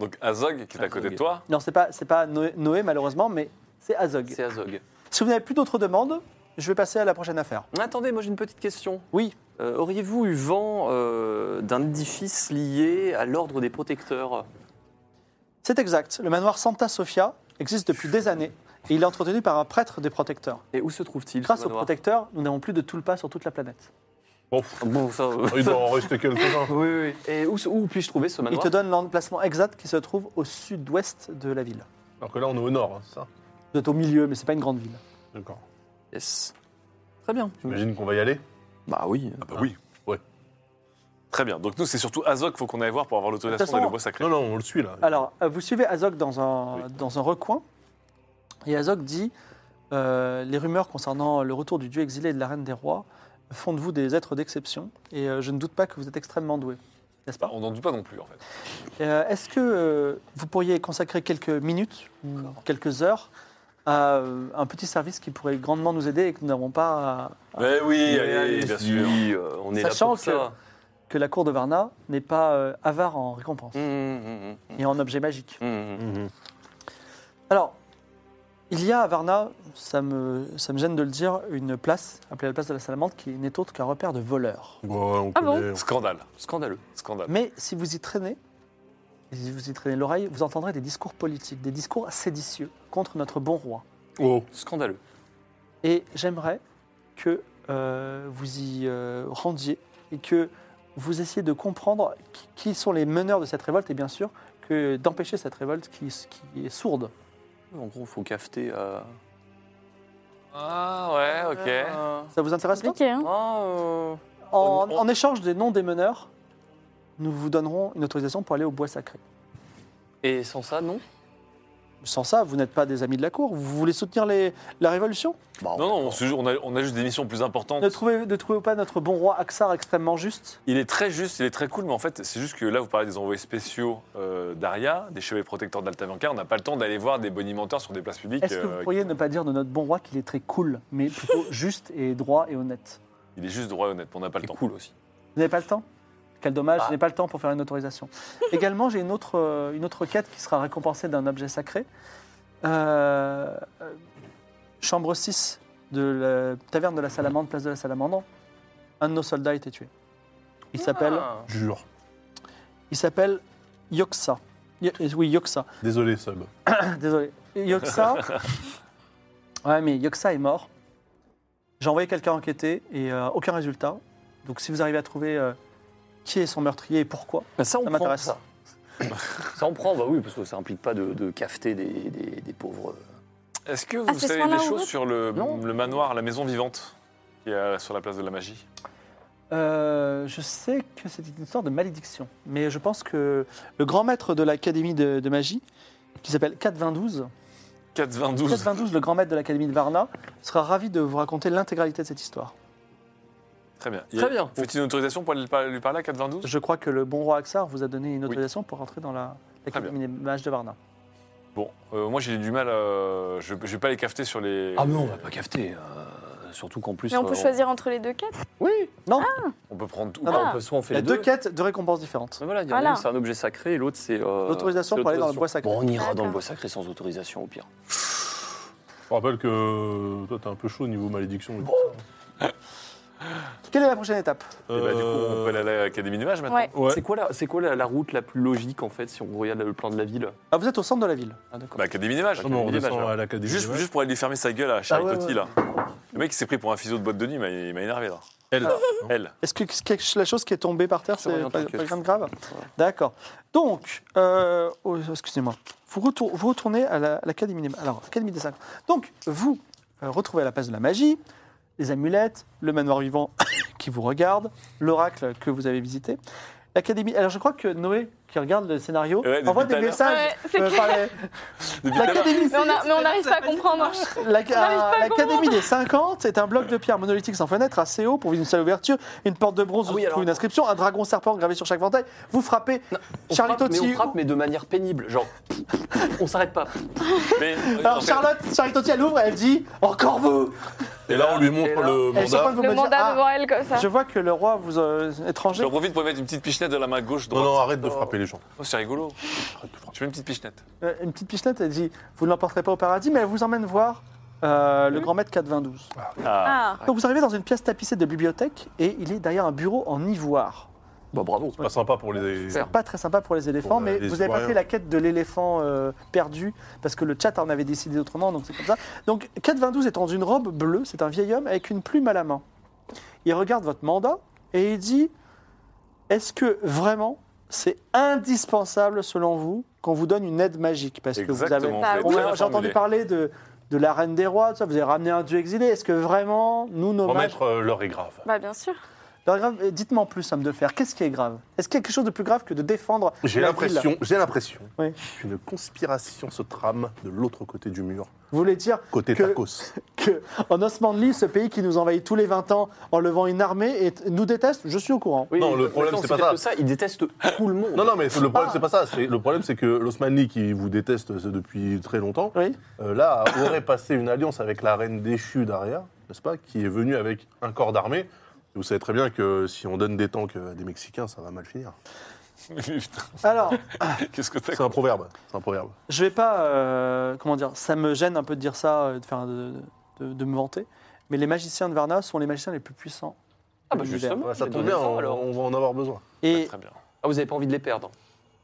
Donc Azog, qui est à côté
Azog.
Ah,
de toi,
Non, c'est pas, c'est pas Noé, Noé, malheureusement, mais C'est Azog.
C'est Azog.
Si vous n'avez plus d'autres demandes, je vais passer à la prochaine affaire.
Attendez, moi j'ai une petite question.
Oui.
Euh, Auriez-vous eu vent euh, d'un édifice lié à l'ordre des protecteurs
C'est exact. Le manoir Santa Sofia existe depuis des années et il est entretenu par un prêtre des protecteurs.
Et où se trouve-t-il
Grâce
ce
aux
manoir
protecteurs, nous n'avons plus de tulpas sur toute la planète.
Bon, pff,
Bon, ça. euh,
il doit en rester quelques-uns.
oui, oui. Et où, se- où puis-je trouver ce
Il
manoir
te donne l'emplacement exact qui se trouve au sud-ouest de la ville.
Alors que là, on est au nord, hein, c'est ça
Vous êtes au milieu, mais c'est pas une grande ville.
D'accord.
Yes. Très bien.
J'imagine qu'on va y aller.
Bah oui.
Ah bah oui.
Ouais.
Très bien. Donc nous, c'est surtout Azog qu'il faut qu'on aille voir pour avoir
De toute
l'autorisation
façon,
d'aller au bois sacré.
Non, non, on le suit là.
Alors, euh, vous suivez Azog dans un,
Oui.
dans un recoin, et Azog dit euh, Les rumeurs concernant le retour du dieu exilé et de la reine des rois font de vous des êtres d'exception, et euh, je ne doute pas que vous êtes extrêmement doués, n'est-ce
Bah,
pas
on n'en doute pas non plus, en fait.
Euh, Est-ce que euh, vous pourriez consacrer quelques minutes ou quelques heures à euh, un petit service qui pourrait grandement nous aider et que nous n'avons pas, à-
Mais Eh oui,
Mais allez,
allez, bien sûr.
si, euh, on est
Sachant
là pour ça.
que la cour de Varna n'est pas euh, avare en récompense
Hum, hum, hum,
et en objets magiques
hum, hum.
Mhm.
Alors, il y a à Varna, ça me, ça me gêne de le dire, une place, appelée la place de la Salamandre, qui n'est autre qu'un repère de voleurs.
Ouais, on
Ah bon
connaît.
Scandale,
Scandaleux.
scandale.
Mais si vous y traînez, et si vous y traînez l'oreille, vous entendrez des discours politiques, des discours séditieux contre notre bon roi.
Oh,
Scandaleux.
Et j'aimerais que euh, vous y euh, rendiez et que vous essayiez de comprendre qui, qui sont les meneurs de cette révolte et bien sûr que d'empêcher cette révolte qui, qui est sourde.
hum. En gros, faut cafeter à.
Ah ouais, ok.
Ah,
Ça vous intéresse pas
Compliqué, hein
euh,
En,
On- on-
en échange des noms des meneurs, nous vous donnerons une autorisation pour aller au bois sacré.
Et sans ça, non
Sans ça, vous n'êtes pas des amis de la cour. Vous voulez soutenir les- la révolution
Non, non, on, se ju- on a, on a juste des missions plus importantes.
Ne trouvez- ne trouvez-vous pas notre bon roi Aksar extrêmement juste
Il est très juste, il est très cool, mais en fait, c'est juste que là, vous parlez des envoyés spéciaux euh, d'Aria, des chevaliers protecteurs d'Altavianca. On n'a pas le temps d'aller voir des bonimenteurs sur des places publiques.
Est-ce que
euh,
vous pourriez ne pas dire de notre bon roi qu'il est très cool, mais plutôt *laughs* juste et droit et honnête
Il est juste droit et honnête, on n'a pas le temps.
cool aussi.
Vous n'avez pas le temps Quel dommage,
Ah.
je n'ai pas le temps pour faire une autorisation. Également, j'ai une autre, euh, une autre quête qui sera récompensée d'un objet sacré. Euh, euh, chambre 6 de la taverne de la Salamandre, place de la Salamandre. Un de nos soldats a été tué. Il s'appelle
Ah.
jure.
il s'appelle Yoxa. Y- oui, Yoxa.
Désolé, Sub.
Désolé. Yoxa. Ouais, mais Yoxa est mort. J'ai envoyé quelqu'un enquêter et euh, aucun résultat. Donc si vous arrivez à trouver euh, qui est son meurtrier et pourquoi,
Bah, ça, on
Ça
prend.
m'intéresse.
Ça. ça, on prend, bah oui, parce que ça implique pas de, de cafeter des, des- des pauvres.
Est-ce que vous
À ce
savez
soin-là,
des
on
choses
vote
sur le,
Non.
le manoir, la maison vivante, qui est euh, sur la place de la magie
Euh, je sais que c'est une histoire de malédiction, mais je pense que le grand maître de l'académie de, de magie, qui s'appelle 422,
422.
422, le grand maître de l'académie de Varna, sera ravi de vous raconter l'intégralité de cette histoire.
Très bien.
Très bien.
Faut-il une autorisation pour aller par- lui parler à 422
Je crois que le bon roi Aksar vous a donné une autorisation pour rentrer dans la-
Très
l'académie des mages de Varna.
Bon, euh, moi j'ai du mal, euh, je, je vais pas les cafeter sur les...
Ah non, on va pas cafeter. euh, surtout qu'en plus.
Mais on
euh,
peut choisir entre les deux quêtes.
On peut prendre tout.
Non,
Ah,
non.
on peut- soit on fait
Il y a
les
deux
deux. Hein
quêtes, deux récompenses différentes.
Mais Voilà, il y en a
Voilà.
une, c'est un objet sacré et l'autre, c'est. euh,
L'autorisation
c'est
pour aller dans le
l'autorisation.
bois sacré.
Bon, on ira dans le
D'accord.
bois sacré sans autorisation, au pire.
Je te rappelle que toi, t'es un peu chaud au niveau malédiction. et tout
Quelle est la prochaine étape
ça.
Et bah, du coup, on
Euh,
peut aller à l'Académie des Mages maintenant.
Ouais.
Ouais.
C'est quoi, la, c'est quoi la, la route la plus logique, en fait, si on regarde le plan de la ville
ah, Vous êtes au centre de la ville.
Ah, d'accord.
Bah, Académie des Mages.
Ah, mais on
Académie des Mages,
redescend
là.
à l'académie.
Juste,
ouais.
juste pour aller lui fermer sa gueule à Charitotti,
Ah ouais, ouais.
là. Le mec, il s'est pris pour un physio de boîte de nuit, mais il m'a énervé, là. Ah.
Elle. Ah.
Elle.
Est-ce que quelque- la chose qui est tombée par terre,
C'est
c'est
oriental,
pas,
que-
pas grave, grave D'accord. Donc, euh, oh, excusez-moi, vous, retour- vous retournez à la- à l'Académie des Alors, Académie des Sacres. Donc, vous euh, retrouvez à la place de la magie, les amulettes, le manoir vivant *coughs* qui vous regarde, l'oracle que vous avez visité. L'Académie. Alors, je crois que Noé, qui regarde le scénario,
Ouais, depuis
envoie
tout à
des
l'heure.
messages.
Ouais, c'est
euh, par les-
Depuis tout à l'heure.
L'Académie
Mais on a- mais on n'arrive pas à comprendre. *laughs*
la-
n'arrive pas à
L'Académie des 50 est un bloc de pierre monolithique sans fenêtre, assez haut, pourvu d'une seule ouverture, une porte de bronze
Ah oui,
pour
alors-
une inscription, un dragon serpent gravé sur chaque ventail. Vous frappez
On
Charlie
frappe, mais
Totti-
on frappe, mais de manière pénible. Genre, on s'arrête pas.
Mais-
Ah, Alors Charlotte, Charlotte Totti, elle ouvre et elle dit Encore vous
Et là, on lui montre le
Et sur quoi
mandat.
vous
Le
me dire-
mandat
Ah,
devant elle, comme ça.
Je vois que le roi vous euh, étranger.
J'en profite pour mettre une petite pichenette de la main gauche.
Non,
Droite.
non, arrête de frapper les gens.
Oh, c'est rigolo. Je mets une petite pichenette.
Euh, Une petite pichenette, elle dit Vous ne l'emporterez pas au paradis, mais elle vous emmène voir euh, le grand maître 422.
Ah.
Ah,
Donc vous arrivez dans une pièce tapissée de bibliothèque et il est derrière un bureau en ivoire.
Bah bravo.
Pas sympa pour les.
C'est-
Pas très sympa pour les éléphants,
Pour, euh,
mais
les
vous avez pas
Ivoiriens.
fait la quête de l'éléphant euh, perdu parce que le chat en avait décidé autrement, donc c'est comme ça. Donc 422 est dans une robe bleue, c'est un vieil homme avec une plume à la main. Il regarde votre mandat et il dit Est-ce que vraiment c'est indispensable selon vous qu'on vous donne une aide magique Parce que vous avez.
Exactement.
Bah,
vous
On
l'avez
a-
bien
J'ai entendu parler
formulé.
de, de la reine des rois, tout ça, vous avez ramené un dieu exilé. Est-ce que vraiment nous, nos mages.
Remettre euh, l'heure est grave.
bah bien sûr.
Alors, grave, euh, Dites-moi en plus, homme de fer, qu'est-ce qui est grave Est-ce qu'il y a quelque chose de plus grave que de défendre
J'ai
la ville
l'impression, j'ai l'impression
Oui.
qu'une conspiration se trame de l'autre côté du mur,
Vous voulez dire
côté
Que-
tacos.
qu'en Osmanli, ce pays qui nous envahit tous les 20 ans en levant une armée, et nous déteste Je suis au courant.
Oui,
Non, le
mais
problème,
attends,
c'est pas
peut-être
ça.
que Il déteste tout le monde.
*laughs* Non, non, mais le problème, c'est pas ça. C'est- Le problème, c'est que l'Osmanli, qui vous déteste c'est depuis très longtemps,
Oui.
euh, là, aurait passé une alliance avec la reine déchue d'Aria, n'est-ce pas, qui est venue avec un corps d'armée. Et Vous savez très bien que si on donne des tanks euh, à des Mexicains, ça va mal finir.
*laughs* Putain,
Alors,
Qu'est-ce que t'as
C'est un proverbe. C'est un proverbe.
je vais pas. euh, comment dire Ça me gêne un peu de dire ça, euh, de, faire- de- de- de me vanter. Mais les magiciens de Varna sont les magiciens les plus puissants.
Ah,
de
bah,
l'univers.
justement.
Ouais, ça
il est
tombe
dans
bien,
les temps,
on,
alors.
on va en avoir besoin.
Et
Très bien.
Ah, vous avez pas envie de les perdre.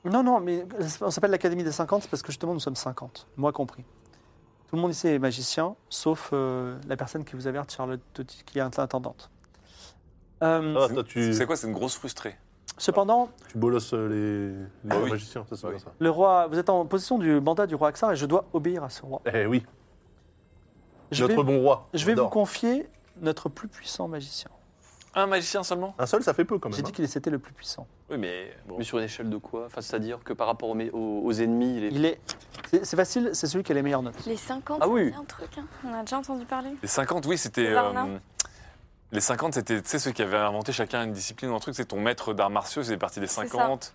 non, non, mais on s'appelle l'Académie des 50 c'est parce que justement nous sommes 50, moi compris. Tout le monde ici est magicien, sauf euh, la personne qui vous alerte, Charlotte Totti, qui est intendante. Euh,
Ah, toi, tu,
C'est quoi C'est une grosse frustrée.
cependant,
tu bolosses euh, les, les
Ah oui.
magiciens, ça c'est
Ah
bien
oui.
ça.
le roi, vous êtes en position du mandat du roi Axar et je dois obéir à ce roi.
Eh oui,
Je
notre
vais-
bon roi.
Je vais vous
J'adore.
confier notre plus puissant magicien.
Un magicien seulement
Un seul, ça fait peu quand même.
J'ai dit
hein.
qu'il était le plus puissant.
Oui, mais bon.
Mais sur une échelle de quoi Enfin, c'est-à-dire que par rapport aux, mé- aux- aux ennemis, il est.
Il est. C'est c'est facile, c'est celui qui a les meilleures notes.
Les 50,
Ah
ça
oui.
me dit un truc, hein. on a déjà entendu parler.
Les 50, oui, c'était.
Varna.
euh, les 50, c'était tu sais, ceux qui avaient inventé chacun une discipline ou un truc. C'est ton maître d'arts martiaux, c'est parti des
C'est ça.
50.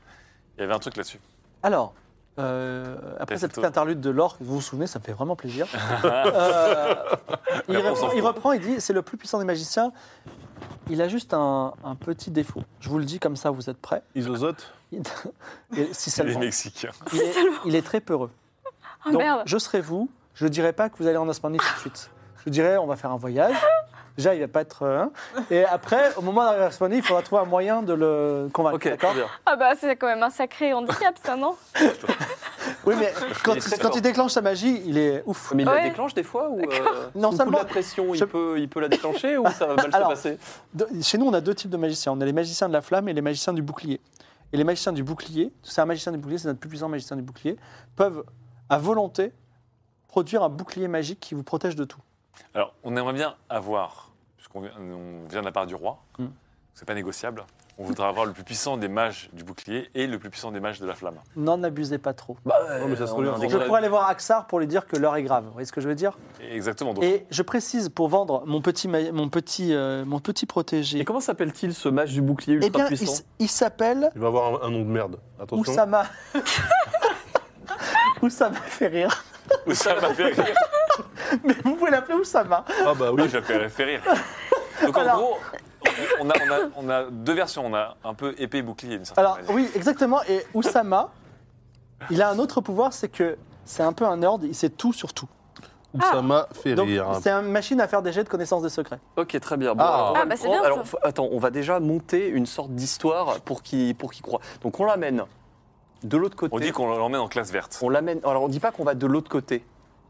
Il y avait un truc là-dessus.
Alors, euh, après
T'as
cette
fait
petite
tôt.
interlude de l'or, vous vous souvenez, ça me fait vraiment
*laughs*
plaisir. Euh, il,
Après, on
reprend,
s'en
il
fout.
reprend, il dit c'est le plus puissant des magiciens. Il a juste un, un petit défaut. Je vous le dis comme ça, vous êtes prêts.
Isozote,
Et
*laughs*
si
Les
seulement.
Mexicains.
Il est, il est très peureux.
Oh
Donc,
merde
je serai vous. Je ne dirai pas que vous allez en Osmanie tout de suite. Je dirai, on va faire un voyage. Déjà, il va pas être. hein. Et après, au moment d'arriver en Osmanie, il faudra trouver un moyen de le convaincre.
Ok,
D'accord
très bien.
Ah bah c'est quand même un sacré handicap ça, non
Oui, mais quand,
Il est très
quand
fort.
il déclenche sa magie, il est ouf.
Mais il
Ouais.
la déclenche des fois ou euh,
Non,
sous le coup de
seulement-
la pression,
je-
il, peut, il peut la déclencher ou
*laughs*
ça va mal
Alors,
se passer
De- chez nous, on a deux types de magiciens. On a les magiciens de la flamme et les magiciens du bouclier. Et les magiciens du bouclier, c'est un magicien du bouclier, c'est notre plus puissant magicien du bouclier, peuvent à volonté produire un bouclier magique qui vous protège de tout.
Alors, on aimerait bien avoir, puisqu'on vient- on vient de la part du roi,
Mm.
c'est pas négociable. On voudrait avoir le plus puissant des mages du bouclier et le plus puissant des mages de la flamme.
N'en abusez pas trop.
non, mais ça se
on
revient.
a un
Je
c'est
décalage.
que-
pourrais aller voir Axar pour lui dire que l'heure est grave. Vous voyez ce que je veux dire
Et exactement. Donc,
Et je précise pour vendre mon petit, ma- mon petit, euh, mon petit
Et
protégé.
comment s'appelle-t-il ce match du bouclier ultra
Eh bien, il,
puissant
s- il s'appelle
Il va avoir un, un nom de merde. Attention.
Oussama. *laughs* Oussama fait rire.
*laughs* ça m'a fait
*laughs*
rire.
Mais vous pouvez l'appeler Oussama.
Ah bah oui.
Oui, je l'appellerais fait rire. Donc, en
Alors-
gros, on a, on, a, on a deux versions. On a un peu épée et bouclier, d'une certaine
Alors
manière.
oui, exactement. Et Oussama, il a un autre pouvoir, c'est que c'est un peu un nerd, il sait tout sur tout.
Oussama fait
Donc
rire. hein.
c'est une machine à faire des jets de connaissances des secrets.
Ok, très bien. Bon,
Ah.
alors, on
Ah,
va
bah,
le
c'est
prendre.
bien, ça.
Alors, faut- attends, on va déjà monter une sorte d'histoire pour qu'il pour qu'il croit. Donc on l'amène de l'autre côté.
On dit qu'on l'emmène en classe verte.
On l'amène. Alors on dit pas qu'on va de l'autre côté.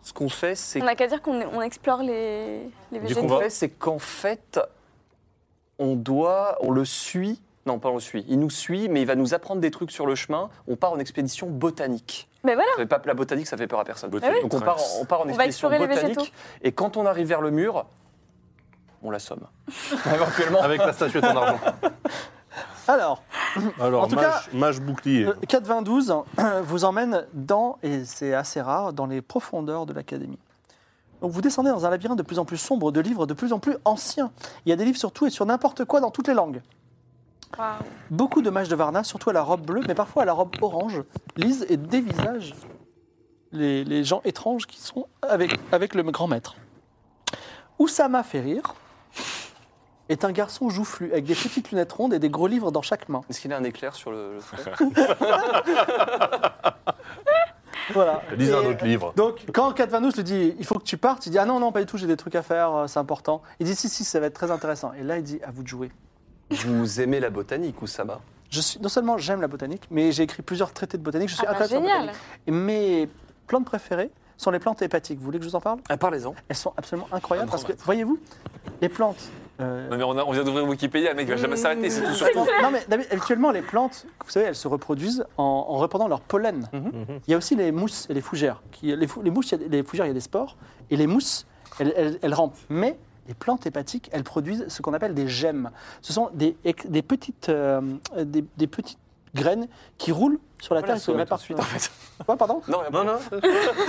Ce qu'on fait, c'est
On n'a qu'à dire qu'on est- on explore les, les
ce
végétaux.
qu'on
va-
fait, c'est qu'en fait, on doit, on le suit. Non, pas on le suit. Il nous suit, mais il va nous apprendre des trucs sur le chemin. On part en expédition botanique.
Mais Bah, voilà
Vous savez pas, la botanique, ça fait peur à personne.
Botanique,
Donc on part, en- on part en
va
expédition
explorer les végétaux.
botanique. Et quand on arrive vers le mur, on l'assomme. Éventuellement.
Avec la statuette en argent.
Alors,
*laughs* Alors,
En tout euh,
mage, mage bouclier.
le 4-22 hein, *clears throat* vous emmène dans, et c'est assez rare, dans les profondeurs de l'académie. Donc vous descendez dans un labyrinthe de plus en plus sombre, de livres de plus en plus anciens. Il y a des livres sur tout et sur n'importe quoi dans toutes les langues.
Waouh.
Beaucoup de mages de Varna, surtout à la robe bleue, mais parfois à la robe orange, lisent et dévisagent les, les gens étranges qui sont avec, avec le grand maître. Oussama Ferrir est un garçon joufflu avec des petites lunettes rondes et des gros livres dans chaque main.
Est-ce qu'il a un éclair sur le, le front
Voilà.
Lisez un
Et-
autre livre.
Donc, quand Katvanus lui dit il faut que tu partes, il dit ah non, non, pas du tout, j'ai des trucs à faire, euh, c'est important. Il dit si, si, ça va être très intéressant. Et là, il dit à vous de jouer.
Vous aimez la botanique, Oussama
Je suis, non seulement j'aime la botanique, mais j'ai écrit plusieurs traités de botanique, je suis
Ah bah,
incroyable sur la
génial.
botanique. Et Mes plantes préférées sont les plantes hépatiques. Vous voulez que je vous en parle
ah, Parlez-en.
Elles sont absolument incroyables parce que, voyez-vous, les plantes. euh,
Non, mais on, a- on vient d'ouvrir Wikipédia, le mec, il va jamais s'arrêter, c'est tout sur
Surtout- non, mais d'habi- habituellement, les plantes, vous savez, elles se reproduisent en, en répandant leur pollen. Il y a aussi les mousses et les fougères. Qui, les, fou- les mousses, il y a des- les fougères, il y a des spores. Et les mousses, elles, elles- elles rampent. Mais les plantes hépatiques, elles produisent ce qu'on appelle des gemmes. Ce sont des, ex- des, petites, euh, des, des petites graines qui roulent sur la terre et se répartissent. Quoi, pardon
Non, rien
Non, non,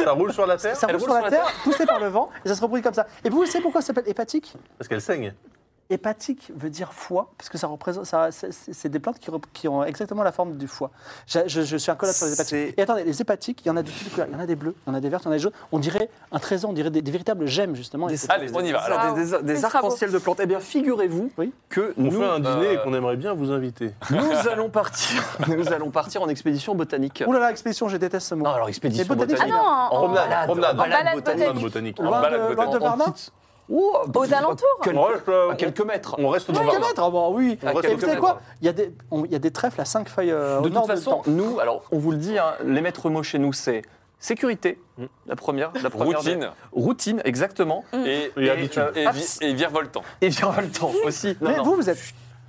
ça roule sur la terre
ça roule sur la terre, poussée par le vent, et ça se reproduit comme ça. Et vous savez pourquoi ça s'appelle hépatique
parce qu'elle saigne.
Hépatique veut dire foie, parce que ça représente, ça, c'est- c'est c'est des plantes qui, rep- qui ont exactement la forme du foie. J'a- Je, je suis un collab sur les hépatiques.
C'est-
Et attendez, les hépatiques, il y en a de toutes les couleurs. Il y en a des bleus, il y en a des verts, il y en a des jaunes. On dirait un trésor, on dirait des, des véritables gemmes, justement. Et c'est-
Allez, on y va. Alors,
Ah,
des, des- des
c'est
arcs-en-ciel de plantes. Eh bien, figurez-vous
Oui.
que
On
nous,
fait un dîner et
euh,
qu'on aimerait bien vous inviter.
nous *laughs* allons partir. Nous allons partir en expédition botanique.
Ouh là là, expédition, je déteste ce mot.
Non, alors expédition
Mais botanique-
botanique.
Ah non, en- en-
Promenade, promenade.
balade
balade
Plein
botanique.
de botanique.
Loin
balade
de, loin de
botanique.
Varna
Ouh,
Aux alentours.
Quel-
On reste, euh,
À quelques mètres.
on reste dans
Quelques
Varna.
mètres, ah bon, oui.
À
Et
quelques
vous savez
mètres.
quoi il y, a des, on- il y a des trèfles à cinq feuilles euh, au
De
nord
toute façon,
temple.
nous, alors, on vous le dit, hein, les maîtres mots chez nous, c'est sécurité, la première, la première des-
routine
Mm. routine, exactement,
et,
Et habitude.
euh, et, vi-
Abs-
et virevoltant.
et virevoltant aussi. Non,
Mais
non.
vous, vous êtes.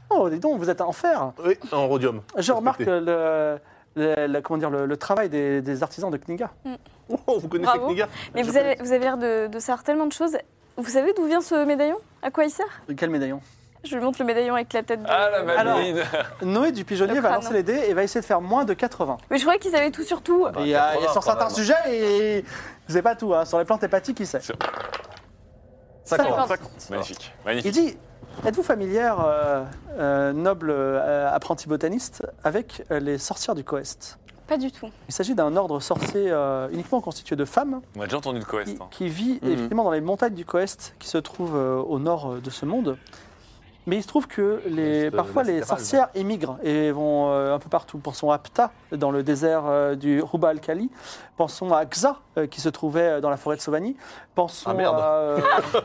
Oh, dis donc, vous êtes en fer.
Oui, en rhodium.
Je remarque
Respecté.
le, le- le- comment dire, le, le travail des, des artisans de Kniga.
Oh, vous connaissez
Bravo.
Kniga
Mais vous avez, vous avez l'air de, de savoir tellement de choses. Vous savez d'où vient ce médaillon À quoi il sert
Quel médaillon
Je lui montre le médaillon avec la tête de.
Ah la madrine
Noé du Pigeonnier
Le
va
crâne.
lancer les dés et va essayer de faire moins de 80.
Mais je croyais qu'il savait tout sur tout.
il y a- il y a
80,
sur certains
Ah, quand même.
sujets, et... je sais pas tout. hein. Sur les plantes hépatiques, il sait.
Sur-
50.
Magnifique,
Il
magnifique.
dit Êtes-vous familière, euh, euh, noble euh, apprenti botaniste, avec euh, les sorcières du Coest
Pas du tout.
Il s'agit d'un ordre sorcier euh, uniquement constitué de femmes
On a déjà entendu le
qui,
Coest. hein.
qui vit
Mhm.
effectivement dans les montagnes du Coest, qui se trouvent euh, au nord euh, de ce monde. Mais il se trouve que les,
Coest, euh,
parfois les
latéral.
sorcières émigrent et vont euh, un peu partout. Pensons à Pta, dans le désert euh, du Rouba al-Khali. Pensons à Xa, euh, qui se trouvait euh, dans la forêt de Sauvanie. Pensons
Ah, merde.
à... euh, *laughs*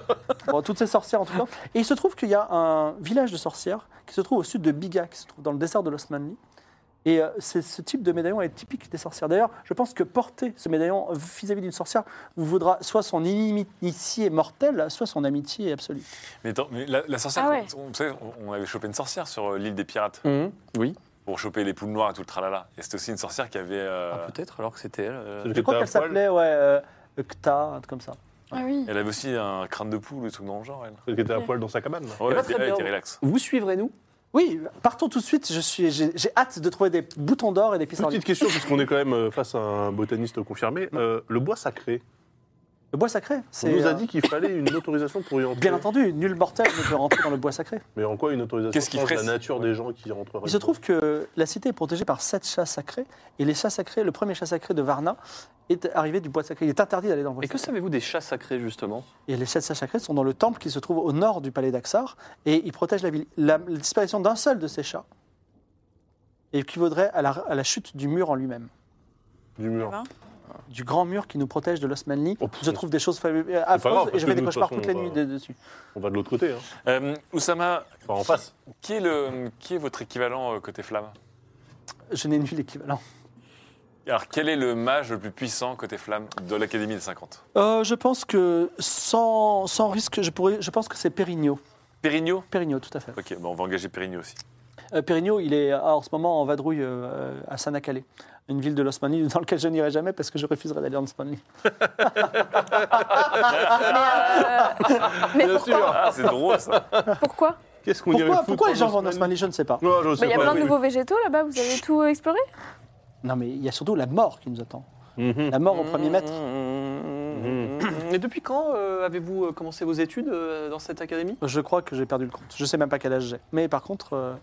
bon, toutes ces sorcières en tout cas. Et il se trouve qu'il y a un village de sorcières qui se trouve au sud de Biga, qui se trouve dans le désert de l'Osmanli. Et euh, c'est- ce type de médaillon est typique des sorcières. D'ailleurs, je pense que porter ce médaillon vis-à-vis d'une sorcière vous vaudra soit son inimitié mortelle, soit son amitié absolue.
Mais attends, mais la, la sorcière,
Ah ouais.
on, vous savez, on- on avait chopé une sorcière sur euh, l'île des pirates
Mhm, Oui,
pour choper les poules noires et tout le tralala. Et c'était aussi une sorcière qui avait. euh,
Ah, peut-être, alors que c'était elle. euh,
C'est-
Je crois
T'as
qu'elle
un poil
s'appelait, ouais, euh, Kta, un truc comme ça.
Ah oui.
elle avait aussi un crâne de poule, le truc dans le genre, elle.
Parce qu'elle était à poil dans sa cabane. là.
Ouais,
Eh
elle,
ben,
était,
très
elle
bien.
était relax.
Vous suivrez nous
Oui, partons tout de suite. Je suis, j'ai, j'ai hâte de trouver des boutons d'or et des pissenlits.
Petite question, puisqu'on est quand même euh, face à un botaniste confirmé. Euh, le bois sacré,
Le bois sacré,
on
c'est
nous a
euh,
dit qu'il fallait une autorisation pour y entrer.
bien entendu, nul mortel ne peut rentrer dans le bois sacré.
Mais en quoi une autorisation
Qu'est-ce qui
change la
ferait-
nature des gens qui y rentreraient
Il se trouve que la cité est protégée par sept chats sacrés et les chats sacrés, le premier chat sacré de Varna est arrivé du bois sacré. Il est interdit d'aller dans le bois
Et
sacré.
que savez-vous des chats sacrés, justement
Et les sept chats sacrés sont dans le temple qui se trouve au nord du palais d'Axar et ils protègent la ville. La, la disparition d'un seul de ces chats équivaudrait à la, à la chute du mur en lui-même,
du mur.
du grand mur qui nous protège de l'Osmanli.
Oh, pff,
je trouve des choses fabu- euh, affreuses
grave, parce
et je
que
fais des
nous, de
cauchemars
toute façon,
toutes les
on
nuits
va-
de- dessus.
On va de l'autre côté, hein.
Euh, Oussama,
enfin en face.
qui est, le, qui est votre équivalent euh, côté flamme
Je n'ai nul équivalent.
Alors, quel est le mage le plus puissant côté flamme de l'Académie des 50
Euh, je pense que sans, sans risque, je, pourrais, je pense que c'est Périgno.
Périgno
Périgno, tout à fait.
Ok, bah on va engager Périgno aussi.
Euh, Périgno, il est euh, en ce moment en vadrouille euh, à Sanacalé, une ville de l'Osmanli *laughs* dans laquelle je n'irai jamais parce que je refuserai d'aller en Osmanli.
Mais, euh, mais pourquoi,
Ah, c'est drôle ça
pourquoi
Qu'est-ce qu'on dirait
Pourquoi, pourquoi les gens vont en Osmanli Je ne sais pas.
Non, je
Bah,
sais
Il y a
pas,
plein de
mais-
nouveaux végétaux là-bas, vous avez tout exploré
Non, mais il y a surtout la mort qui nous attend.
Mhm.
La mort au premier mètre.
Et depuis quand euh, avez-vous euh, commencé vos études euh, dans cette académie
Je crois que j'ai perdu le compte. Je sais même pas quel âge j'ai. Mais par contre, euh,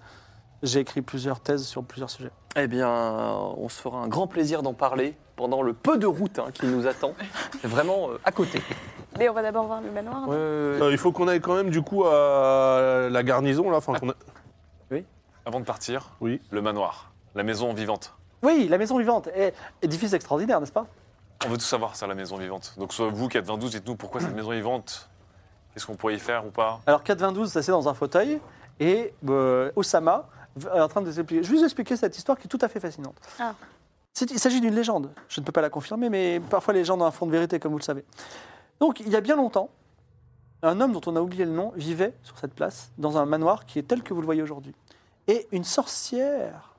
j'ai écrit plusieurs thèses sur plusieurs sujets.
Eh bien, on se *laughs* fera un grand plaisir d'en parler pendant le peu de route hein, qui nous attend, vraiment euh, à côté.
Mais on va d'abord voir le manoir.
Euh, il faut qu'on aille quand même du coup à la garnison là. Enfin, qu'on a-
Avant de partir,
Oui.
le manoir, la maison vivante.
Oui, la maison vivante. Eh, édifice extraordinaire, n'est-ce pas
On veut tout savoir, ça, la maison vivante. Donc, soit vous qui êtes 22, dites-nous pourquoi cette maison vivante Qu'est-ce qu'on pourrait y faire ou pas
Alors 422 s'assied dans un fauteuil et euh, Osama v- est en train de vous expliquer. Je vais vous expliquer cette histoire qui est tout à fait fascinante.
Ah.
C'est- Il s'agit d'une légende. Je ne peux pas la confirmer, mais parfois les légendes ont un fond de vérité, comme vous le savez. Donc il y a bien longtemps, un homme dont on a oublié le nom vivait sur cette place, dans un manoir qui est tel que vous le voyez aujourd'hui. Et une sorcière,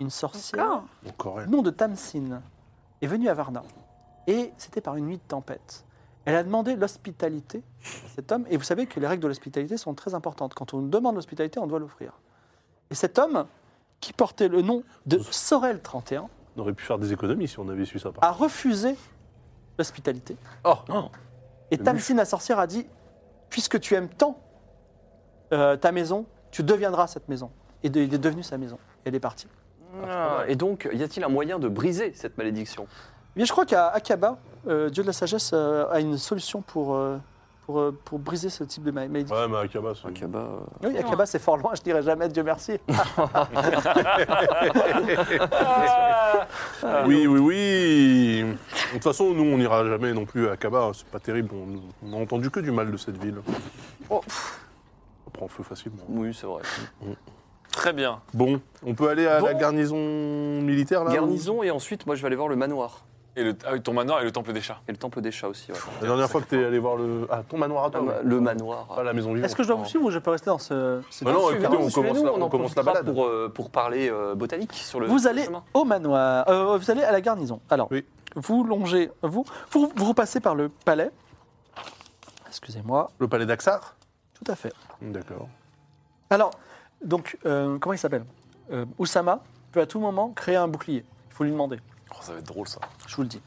une sorcière,
Encore elle.
nom de Tamsin, est venue à Varna. Et c'était par une nuit de tempête. Elle a demandé l'hospitalité à cet homme. Et vous savez que les règles de l'hospitalité sont très importantes. Quand on demande l'hospitalité, on doit l'offrir. Et cet homme, qui portait le nom de Sorel 31,
On aurait pu faire des économies si on avait su ça. Par
a refusé l'hospitalité.
Oh, non.
Et Tamsin, la sorcière, a dit Puisque tu aimes tant euh, ta maison, tu deviendras cette maison. Et de- il est devenu sa maison. Elle est partie.
Ah,
Ah, Et donc, y a-t-il un moyen de briser cette malédiction
Mais je crois qu'à Akaba, euh, Dieu de la sagesse euh, a une solution pour, euh, pour, euh, pour briser ce type de ma- maladie.
Ouais, mais Akaba, c'est.
Akaba.
Oui, Akaba, c'est fort loin, je dirais jamais Dieu merci.
Ah.
Oui, oui, oui. De toute façon, nous, on n'ira jamais non plus à Akaba. C'est pas terrible. On, on a entendu que du mal de cette ville.
Oh.
On prend feu facilement.
Oui, c'est vrai.
Très bien.
Bon, on peut aller à la
Bon.
garnison militaire là
Garnison, et ensuite, moi, je vais aller voir le manoir.
Et le, ah oui, ton manoir et le temple des chats.
Et le temple des chats aussi, ouais.
ou- La dernière fois que t'es allé voir le. Ah, ton manoir à toi. oui.
Le manoir.
Pas la maison vivante.
Est-ce que je dois vous suivre ou je peux rester dans ce. ce-
Bah non, écoutez, on
Suivez-nous,
commence la,
suivez-nous,
on
en
commence la
profitera
balade.
pour, euh, pour parler euh, botanique sur le
vous
sur le
allez
chemin.
au manoir, euh, vous allez à la garnison. Alors,
Oui.
vous longez, vous, vous, vous repassez par le palais. Excusez-moi,
Le palais d'Axar
tout à fait.
D'accord.
Alors, donc, euh, comment il s'appelle Euh, Oussama peut à tout moment créer un bouclier. Il faut lui demander,
Oh, ça va être drôle, ça.
je vous le dis.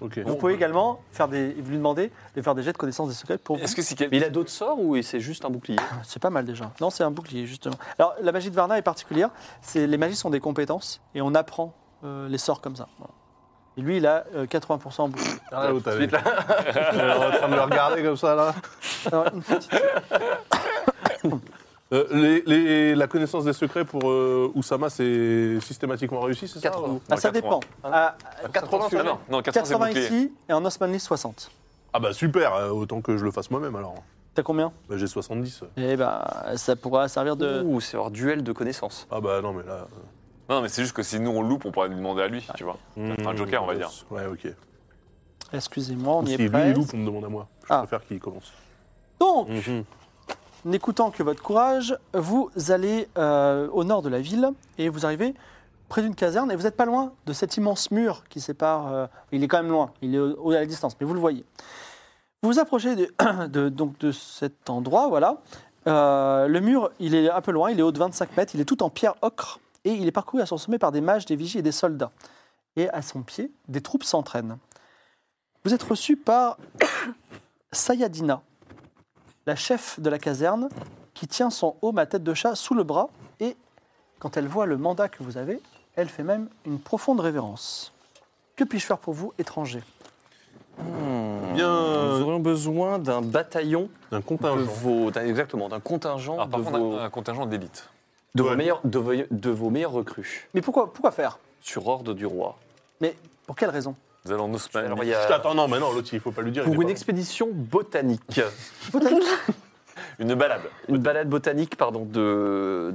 Ok.
Vous pouvez également faire des, lui demander de faire des jets de connaissance des secrets pour vous.
Est-ce que c'est quel...
Mais il a d'autres sorts ou c'est juste un bouclier
C'est pas mal déjà. Non, c'est un bouclier, justement. Alors, la magie de Varna est particulière. C'est, les magies sont des compétences et on apprend euh, les sorts comme ça. Voilà. Et lui, il a euh, 80% en *laughs* bouclier.
Ah, où t'as vu *laughs* On est en train de le regarder comme ça là.
Alors, une petite-
Euh, les- les- la connaissance des secrets pour euh, Oussama, c'est systématiquement réussi, c'est ça ou-
Ah, ça
80.
dépend. Ah,
80,
Ah
c'est
non, non, 80, c'est
80
bouclier.
ici et en Osmanli 60.
Ah bah super, euh, autant que je le fasse moi-même alors.
T'as combien
Bah, J'ai 70.
Eh ben, ça pourra servir de.
Ouh, c'est un duel de connaissances.
Ah bah non mais là...
Non, mais c'est juste que si nous, on loupe, on pourrait lui demander à lui, tu vois. un joker, on va dire.
euh, Ouais, ok.
Excusez-moi, on
Ou
y
si
est
lui
prêt.
il loupe, on me demande à moi. Je
Ah.
préfère qu'il commence.
Donc,
Mhm.
n'écoutant que votre courage, vous allez euh, au nord de la ville et vous arrivez près d'une caserne et vous n'êtes pas loin de cet immense mur qui sépare. euh, il est quand même loin, il est au- au- à la distance, mais vous le voyez. Vous vous approchez de, *coughs* de- donc de cet endroit, voilà. Euh, le mur, il est un peu loin, il est haut de 25 mètres, il est tout en pierre ocre et il est parcouru à son sommet par des mages, des vigies et des soldats. Et à son pied, des troupes s'entraînent. Vous êtes reçu par *coughs* Sayadina, la chef de la caserne, qui tient son homme à tête de chat sous le bras et, quand elle voit le mandat que vous avez, elle fait même une profonde révérence. Que puis-je faire pour vous, étranger
Nous
Hmm. Bien
aurions besoin d'un bataillon
Un
de
contingent.
vos, d'un- exactement, d'un contingent
Ah,
Alors,
de,
par contre, on
vos,
a un contingent d'élite.
de, vos
Ouais.
meilleurs, de, vos, de vos meilleurs recrues
Mais pourquoi, pourquoi faire
sur ordre du roi.
Mais pour quelle raison
Nous allons en Osmanie.
Alors, il y a-
Attends, non, mais non, l'autre, il faut pas lui dire. il est
pour une
pas-
expédition
*laughs*
botanique,
Une balade.
une balade botanique, pardon, de.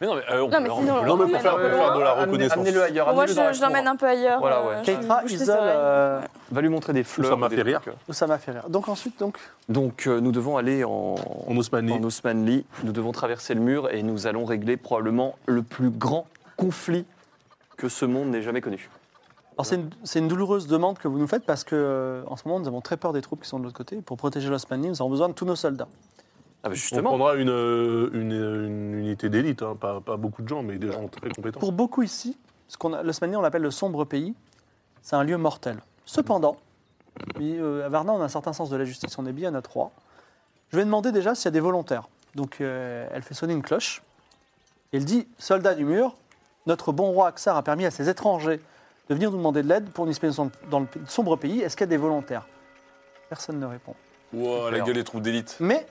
Mais non, mais euh, on
Non,
peut
mais
leur-
sinon,
on peut
on
leur-
Non, mais
l'emmène
pour faire,
un
pour
peu
faire
loin.
de la
Amenez-
reconnaissance.
Amenez-le
Moi,
ailleurs.
je,
amenez-le dans la
je
cour.
l'emmène un peu ailleurs.
Voilà,
euh,
ouais.
je- je
Keitra
bouge les
isole
oreilles.
euh,
Va lui montrer des fleurs.
Oussama
des
fait rire.
trucs. euh,
Oussama Ferrer. Donc ensuite, donc,
Donc, euh, nous devons aller en.
En Osmanie.
en Osmanli. Nous devons traverser le mur et nous allons régler probablement le plus grand conflit que ce monde n'ait jamais connu.
Alors, c'est une, c'est une douloureuse demande que vous nous faites parce que euh, en ce moment nous avons très peur des troupes qui sont de l'autre côté. Pour protéger l'Osmanli, nous avons besoin de tous nos soldats.
Ah bah
On
justement,
prendra une, euh, une, euh, une unité d'élite, hein, pas, pas beaucoup de gens, mais des gens très compétents.
Pour beaucoup ici, ce qu'on a- l'Osmanli on l'appelle le sombre pays, c'est un lieu mortel. Cependant, oui, euh, à Varna on a un certain sens de la justice, on est bien à trois. Je vais demander déjà s'il y a des volontaires. Donc euh, elle fait sonner une cloche. Et elle dit Soldats du mur, notre bon roi Aksar a permis à ces étrangers de venir nous demander de l'aide pour une expédition dans le p- sombre pays. Est-ce qu'il y a des volontaires Personne ne répond.
Wow, la
Super.
gueule des troupes d'élite.
Mais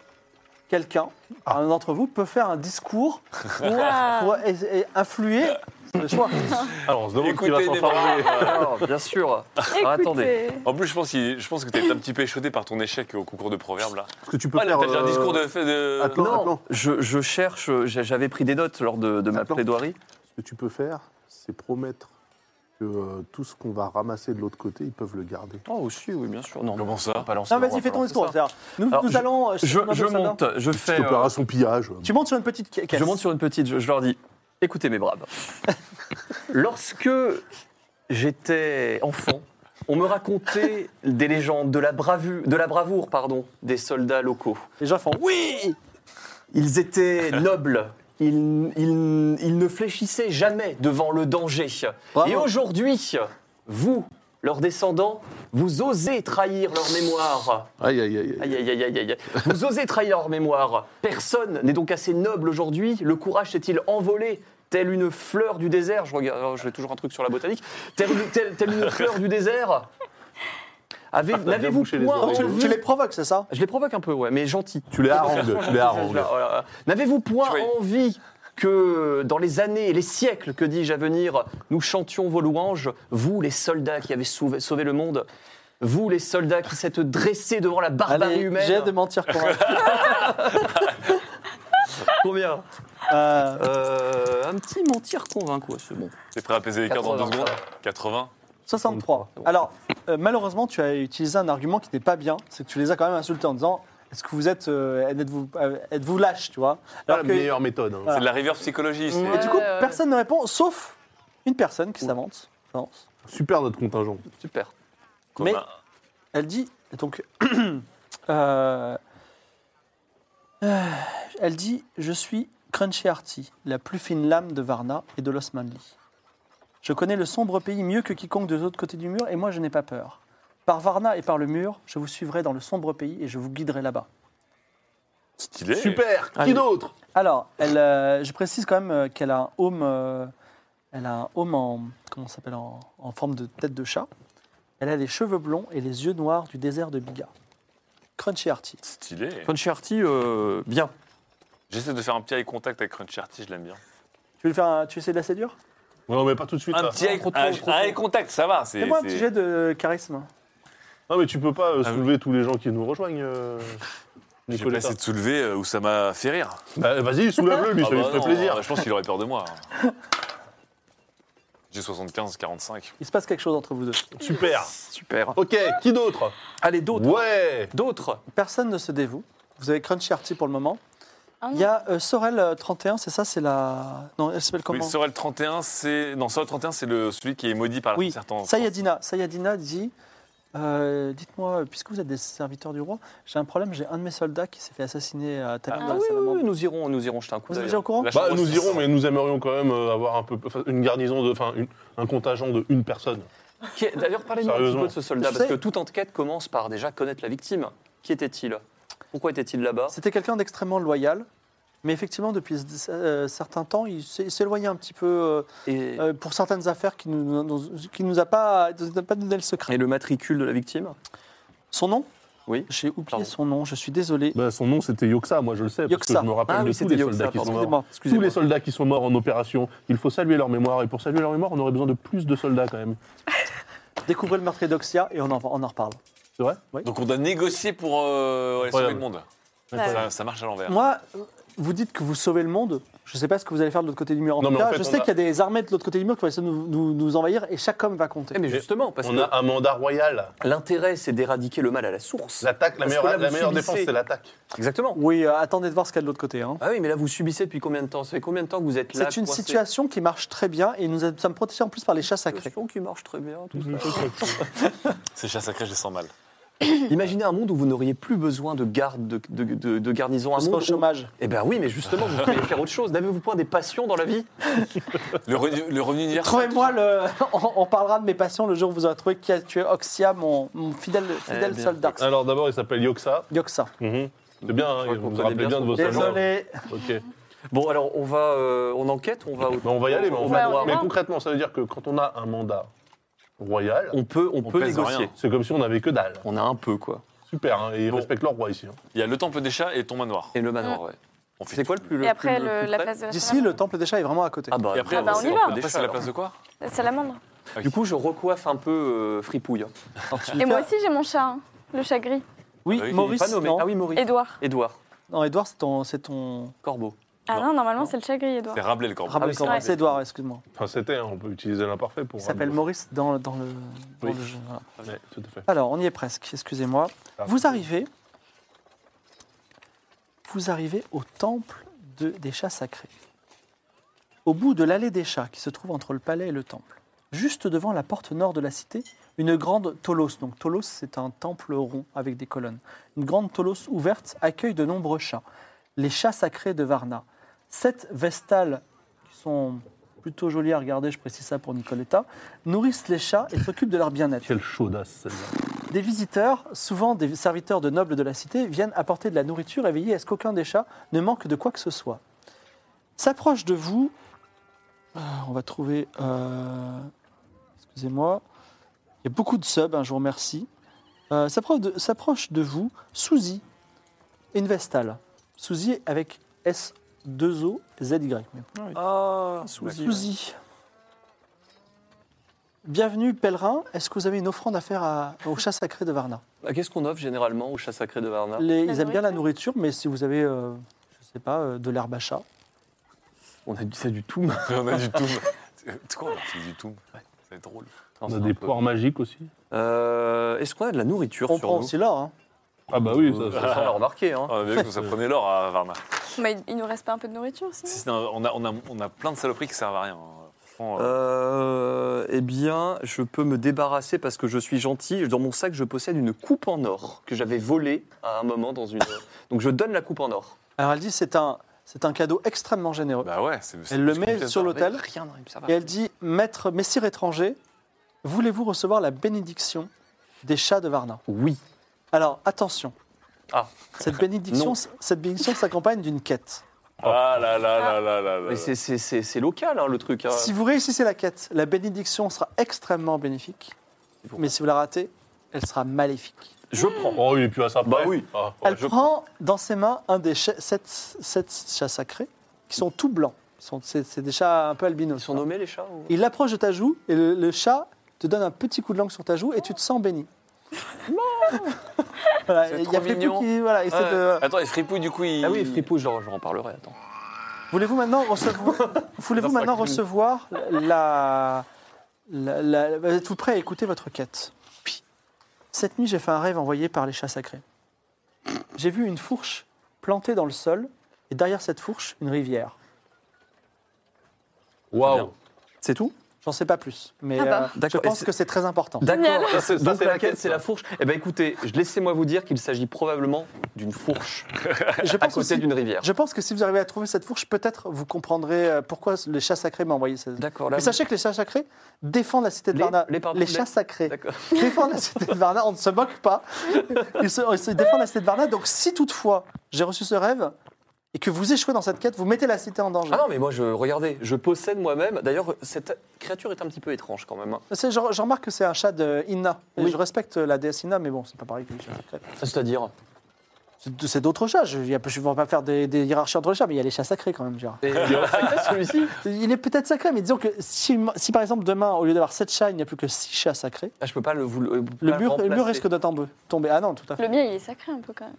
quelqu'un, un d'entre vous, peut faire un discours
Ouah.
pour et- et influer le choix.
Alors, on se demande qui va
Écoutez
s'en
les
charger.
bras.
Alors, Ah, bien sûr.
*laughs* Écoutez.
Ah, attendez.
En plus, je pense, qu'il- je pense que t'es un petit peu échaudé par ton échec au concours de proverbes là.
Est-ce que tu peux
Ah,
faire.
là, t'as fait un
euh,
discours de fait de.
Atlan,
Non,
Atlan,
Je, je cherche, euh, j'a- j'avais pris des notes lors de, de ma
Attends.
plaidoirie.
Ce que tu peux faire, c'est promettre que euh, tout ce qu'on va ramasser de l'autre côté, ils peuvent le garder.
Oh, aussi, oui, bien sûr. Non,
Comment ça
on va pas lancer
Non,
le
vas-y,
roi, hein,
fais ton
voilà.
discours. c'est-à-dire, Nous,
Alors,
nous
je-
allons. euh,
Je,
on appelle
je
ça, non
monte, je fais.
Petite
euh,
opération pillage.
Tu montes sur une petite ca- caisse.
Je monte sur une petite, je, je leur dis, écoutez mes braves, *laughs* lorsque j'étais enfant, on me racontait des légendes, de la, bravu- de la bravoure pardon, des soldats locaux.
Les gens font oui.
Ils *laughs* étaient nobles, ils, ils- ils ne fléchissaient jamais devant le danger.
Bravo.
Et aujourd'hui, vous, leurs descendants, vous osez trahir leur mémoire.
Aïe, aïe, aïe. aïe.
Aïe, aïe, aïe, aïe, aïe. Vous osez trahir leur mémoire. Personne n'est donc assez noble aujourd'hui. Le courage s'est-il envolé Telle une fleur du désert. Je regarde, oh, j'ai toujours un truc sur la botanique. Telle, une- telle- telle une fleur du désert. Avez- N'avez-vous
bouché les
point
oreilles.
entendu-
oh, Tu les provoques, c'est ça
Je les provoque un peu, ouais, mais gentil.
Tu les harangues,
*laughs*
tu les harangues.
Voilà, voilà. N'avez-vous point
Oui.
envie que dans les années, les siècles, que dis-je à venir, nous chantions vos louanges, vous les soldats qui avez sauvé, sauvé le monde, vous les soldats qui s'êtes dressés devant la barbarie
Allez,
humaine.
j'ai de mentir pour
Combien
euh,
Euh, Un petit mentir convaincu, ouais, c'est bon.
T'es prêt à apaiser les cartes dans 2 secondes 80
63. Alors, euh, malheureusement, tu as utilisé un argument qui n'est pas bien, c'est que tu les as quand même insultés en disant est-ce que vous êtes euh, êtes-vous euh, êtes-vous lâche, tu vois
Pas la
que-
meilleure méthode. hein.
C'est de la reverse psychologie. c'est-
Et du coup,
Ouais, ouais.
personne ne répond, sauf une personne qui s'avance. s'avance.
Super notre contingent.
Super.
Comme
mais-
un-
Elle dit donc, *clears throat* euh, euh, elle dit je suis Crunchy Arty, la plus fine lame de Varna et de l'Osmanli. Je connais le sombre pays mieux que quiconque de l'autre côté du mur, et moi je n'ai pas peur. Par Varna et par le mur, je vous suivrai dans le sombre pays et je vous guiderai là-bas.
Stylé.
Super Qui
Allez.
d'autre
Alors, elle, euh, je précise quand même euh, qu'elle a un homme, euh, elle a un homme en comment ça s'appelle en, en forme de tête de chat. Elle a les cheveux blonds et les yeux noirs du désert de Biga. Crunchy Arty.
Stylé.
Punchy Arty, euh, bien.
J'essaie de faire un petit eye contact avec Crunchy Arty, je l'aime bien.
Tu veux faire un- tu essaies de la séduire
Non, mais pas tout de suite.
Un
là.
petit eye,
trop tôt,
un-
trop
un
tôt.
eye contact, ça va. C'est
Fais-moi un
c'est-
petit jet de charisme.
Non, mais tu peux pas euh,
Ah oui.
soulever tous les gens qui nous rejoignent. euh,
J'ai pas
Nicolas.
essayé de soulever euh, Oussama Ferrir.
Bah, Vas-y, soulève-le, lui,
Ah
ça lui
bah
ferait
non,
plaisir.
Je pense qu'il aurait peur de moi.
*laughs*
J'ai 75, 45.
Il se passe quelque chose entre vous deux.
Super.
Super.
Ok, qui d'autre
Allez, d'autres. hein.
Ouais
D'autres.
Personne ne se dévoue. Vous avez Crunchy Arty pour le moment.
Ah non.
Il y a euh, Sorel euh, 31, c'est ça, c'est la. Non, elle s'appelle
Oui,
comment
Sorel 31, c'est. Non, Sorel 31, c'est le... celui qui est maudit par la
Oui,
serpent.
Sayadina. Sayadina dit euh, Dites-moi, puisque vous êtes des serviteurs du roi, j'ai un problème, j'ai un de mes soldats qui s'est fait assassiner à Tamim
Ah,
dans la
oui,
salle à
oui,
manger.
oui, nous irons, nous irons jeter un coup
Vous êtes
d'œil.
déjà au courant
La chambre
Bah, nous
six.
irons, mais nous aimerions quand même euh, avoir un peu, enfin, une garnison de, enfin, une- un contingent de une personne.
Qui est- D'ailleurs, parlez-nous un petit
Sérieusement.
peu de ce soldat,
Je
parce
sais.
que toute enquête commence par déjà connaître la victime. Qui était-il Pourquoi était-il là-bas
C'était quelqu'un d'extrêmement loyal. Mais effectivement, depuis euh, certains temps, il s'est- s'éloignait un petit peu euh,
et,
euh, pour certaines affaires qui nous, nous- qui nous a pas, nous a pas donné le secret.
et le matricule de la victime
Son nom
Oui.
J'ai oublié
Pardon.
son nom, je suis désolé.
Bah, son nom, c'était Yoxa, moi je le sais,
Yoxa.
parce que je me rappelle
Ah
de
oui,
tous
c'était
les
Yoxa,
soldats qui sont morts.
Excusez-moi.
Tous les
Excusez-moi.
soldats qui sont morts en opération, il faut saluer leur mémoire, et pour saluer leur mémoire, on aurait besoin de plus de soldats quand même.
Découvrez le meurtrier d'Oxia et on en, on en reparle.
C'est vrai
Donc on doit négocier pour euh, ouais, sauver
Incroyable.
le monde.
Ouais.
Ça, ça marche à l'envers.
Moi, euh, vous dites que vous sauvez le monde. Je ne sais pas ce que vous allez faire de l'autre côté du mur. En
Non,
tout
mais en
cas,
fait,
je
on
sais
a-
qu'il y a des armées de l'autre côté du mur qui vont essayer de nous, nous- nous envahir et chaque homme va compter.
Eh, mais justement, parce
On
que
a un mandat royal.
l'intérêt, c'est d'éradiquer le mal à la source.
L'attaque, la
Parce que
meilleure,
là, vous
la meilleure
subissez.
défense, c'est l'attaque.
Exactement.
Oui, euh, attendez de voir ce qu'il y a de l'autre côté. hein.
Ah oui, mais là, vous subissez depuis combien de temps Ça fait combien de temps que vous êtes là
C'est une
coincé
situation qui marche très bien et nous sommes protégés en plus par les chats sacrés.
Situation qui marche très bien, *laughs* tout ça.
C'est chat sacré, je les sens mal.
Imaginez un monde où vous n'auriez plus besoin de garde, de, de, de- de garnison.
On
Un
se met au
monde où-
chômage.
Eh ben oui, mais justement, vous pouvez faire autre chose. N'avez-vous point des passions dans la vie
Le, revenu- le revenu universel.
Trouvez-moi le. *laughs* On, on parlera de mes passions le jour où vous aurez trouvé qui a tué Oxia, mon, mon fidèle, fidèle
Eh bien. Ah.
soldat.
Alors d'abord, il s'appelle Yoxa.
Yoxa.
Mhm. C'est bien, hein,
Je crois qu'on
vous vous
connaît
rappelez
bien
bien
son
de vos soldats.
Désolé.
Euh,
Ok.
Bon, alors, on va, euh, on enquête, on va au
Bah, on va y aller, mais, on
on
va-
va droit.
mais concrètement, ça veut dire que quand on a un mandat royal,
On peut, on
On
peut
pèse
négocier.
rien.
c'est comme si on n'avait que dalle.
On a un peu, quoi.
Super, hein, et ils
Bon.
respectent leur roi ici. hein.
Il y a le temple des chats et ton manoir.
Et le manoir, ouais.
On fait
C'est quoi le plus le
Et après,
plus- le
le-
plus
la
près
place de la
D'ici,
salamandre.
le temple des chats est vraiment à côté.
Ah bah,
Et après,
Ah bah, on y
c'est-
va.
après,
Des
c'est
chats,
la
alors.
place de quoi
La salamandre.
Du coup, je recoiffe un peu euh, fripouille.
Et moi aussi, j'ai mon chat, hein, le chat
Oui,
gris.
Ah oui, il est
Maurice.
Pas nommé.
non.
Ah oui, Maurice.
Édouard.
Edouard,
Non, Edouard, c'est ton. C'est ton...
corbeau.
Ah
Non.
non, normalement, c'est le chat gris, Édouard.
C'est Rabelais le corbeau.
Rabelais,
Ah c'est
comment-
vrai.
c'est Edouard, excuse-moi.
Enfin, c'était, hein, on peut utiliser l'imparfait pour.
Il s'appelle Maurice dans, dans le, dans
Oui.
le jeu. voilà.
Ouais, tout à fait.
Alors, on y est presque, excusez-moi.
Ah.
Vous arrivez. Vous arrivez au temple de- des chats sacrés. Au bout de l'allée des chats qui se trouve entre le palais et le temple, juste devant la porte nord de la cité, une grande tolos. Donc tolos, c'est un temple rond avec des colonnes. Une grande tolos ouverte accueille de nombreux chats. Les chats sacrés de Varna. Sept vestales qui sont plutôt jolies à regarder, je précise ça pour Nicoletta, nourrissent les chats et s'occupent de leur bien-être.
Quelle chaudasse celle-là.
Des visiteurs, souvent des serviteurs de nobles de la cité, viennent apporter de la nourriture et veiller à ce qu'aucun des chats ne manque de quoi que ce soit. S'approche de vous. Euh, on va trouver. euh, Excusez-moi. Il y a beaucoup de subs, hein, je vous remercie. Euh, S'approche de, s'approche de vous Suzy, une vestale. Suzy avec S2O ZY.
Ah,
Suzy. Bienvenue, pèlerin. Est-ce que vous avez une offrande à faire à- au chat sacré de Varna
Bah, Qu'est-ce qu'on offre généralement au chat sacré de Varna
Les- ils
La
aiment bien la nourriture, mais si vous avez, euh, je sais pas, euh, de l'herbe à chat.
On a du, c'est du tout.
On a du toum. C'est quoi on a fait du toum C'est drôle.
On a des poires magiques aussi.
Euh, Est-ce qu'on a de la nourriture
On
sur
prend
nous
aussi l'or. hein.
Ah bah oui, ça, Ah. ça- *laughs*
Ça, on l'a remarqué. Hein.
On a vu que ça prenait l'or à Varna.
Mais il- il nous reste pas un peu de nourriture aussi
Si, sinon, on, a, on, a, on a plein de saloperies qui servent à rien. hein. Franchement, euh,
Euh, eh bien, je peux me débarrasser parce que je suis gentil. Dans mon sac, je possède une coupe en or que j'avais volée à un moment
*laughs*
dans une. Donc, je donne la coupe en or.
Alors elle dit c'est un, c'est un cadeau extrêmement généreux.
Bah ouais, c'est. c'est
Euh, elle le
plus qu'une
met
pièce
sur
d'or.
l'autel
Rien, ça va.
et elle dit maître messire étranger, voulez-vous recevoir la bénédiction des chats de Varna
Oui.
Alors attention.
Ah.
Cette bénédiction,
Non.
cette bénédiction s'accompagne d'une quête.
Ah là là là là là là.
Mais c'est- c'est c'est- c'est local, hein, le truc. hein.
Si vous réussissez la quête, la bénédiction sera extrêmement bénéfique.
Pourquoi
Mais si vous la ratez, elle sera maléfique.
Je prends.
Oh oui, et puis à ça
Bah
près.
oui.
Ah.
Elle prend dans ses mains un des cha- sept, sept chats sacrés qui sont tout blancs. Ils sont- C'est c'est des chats un peu albinos.
Ils sont nommés les chats ou-
Il approche de ta joue et le, le chat te donne un petit coup de langue sur ta joue et tu te sens béni. *laughs* Voilà,
C'est
Il y
trop
a Fripou
mignon.
qui voilà, essaie
Ouais.
de...
Ah, Attends, et Fripouille, du coup, il.
Ah oui, Fripouille, je leur- je leur en parlerai. Attends.
Voulez-vous maintenant
*laughs*
recevoir, voulez-vous
Ça
maintenant
sera clean.
recevoir la, la- la- la- Êtes-vous prêt à écouter votre quête Pi. Cette nuit, j'ai fait un rêve envoyé par les chats sacrés. J'ai vu une fourche plantée dans le sol et derrière cette fourche, une rivière.
Waouh.
C'est tout
J'en sais pas plus, mais
Ah bah.
euh, je
D'accord, et
pense
c'est-
que c'est très important.
D'accord,
Génial.
ça, c'est-
Ça,
donc
c'est
la
la
quête,
quête,
c'est
ça.
la fourche. Eh bien écoutez, je- laissez-moi vous dire qu'il s'agit probablement d'une fourche
Je
à
pense,
côté
aussi-
d'une rivière.
je pense que si vous arrivez à trouver cette fourche, peut-être vous comprendrez euh, pourquoi les chats sacrés m'ont envoyé cette.
D'accord, là.
Mais sachez que les chats sacrés défendent la cité de
Les-
Varna.
les- pardon,
les
les-
chats sacrés.
D'accord.
*laughs* défendre la cité de Varna, on ne se moque pas. Ils se, ils se défendent la cité de Varna. Donc, si toutefois j'ai reçu ce rêve et que vous échouez dans cette quête, vous mettez la cité en danger.
Ah non, mais moi, je, regardez, je possède moi-même. D'ailleurs, cette créature est un petit peu étrange quand même. hein.
C'est- je, je remarque que c'est un chat de Inna. Et
Oui.
Je respecte la déesse Inna, mais bon, c'est pas pareil que les chats sacrés.
C'est-à-dire
C'est- C'est d'autres chats. Je ne vais pas faire des, des hiérarchies entre les chats, mais il y a les chats sacrés quand même, Gérard. *laughs*
Et- euh, Celui-ci
Il est peut-être sacré, mais disons que si, si, par exemple demain, au lieu d'avoir 7 chats, il n'y a plus que 6 chats sacrés,
ah, Je peux pas le vous Le,
le mur,
pas
le mur
remplacer.
risque de tomber. tomber. Ah non, tout à fait.
Le mien, il est sacré un peu quand même.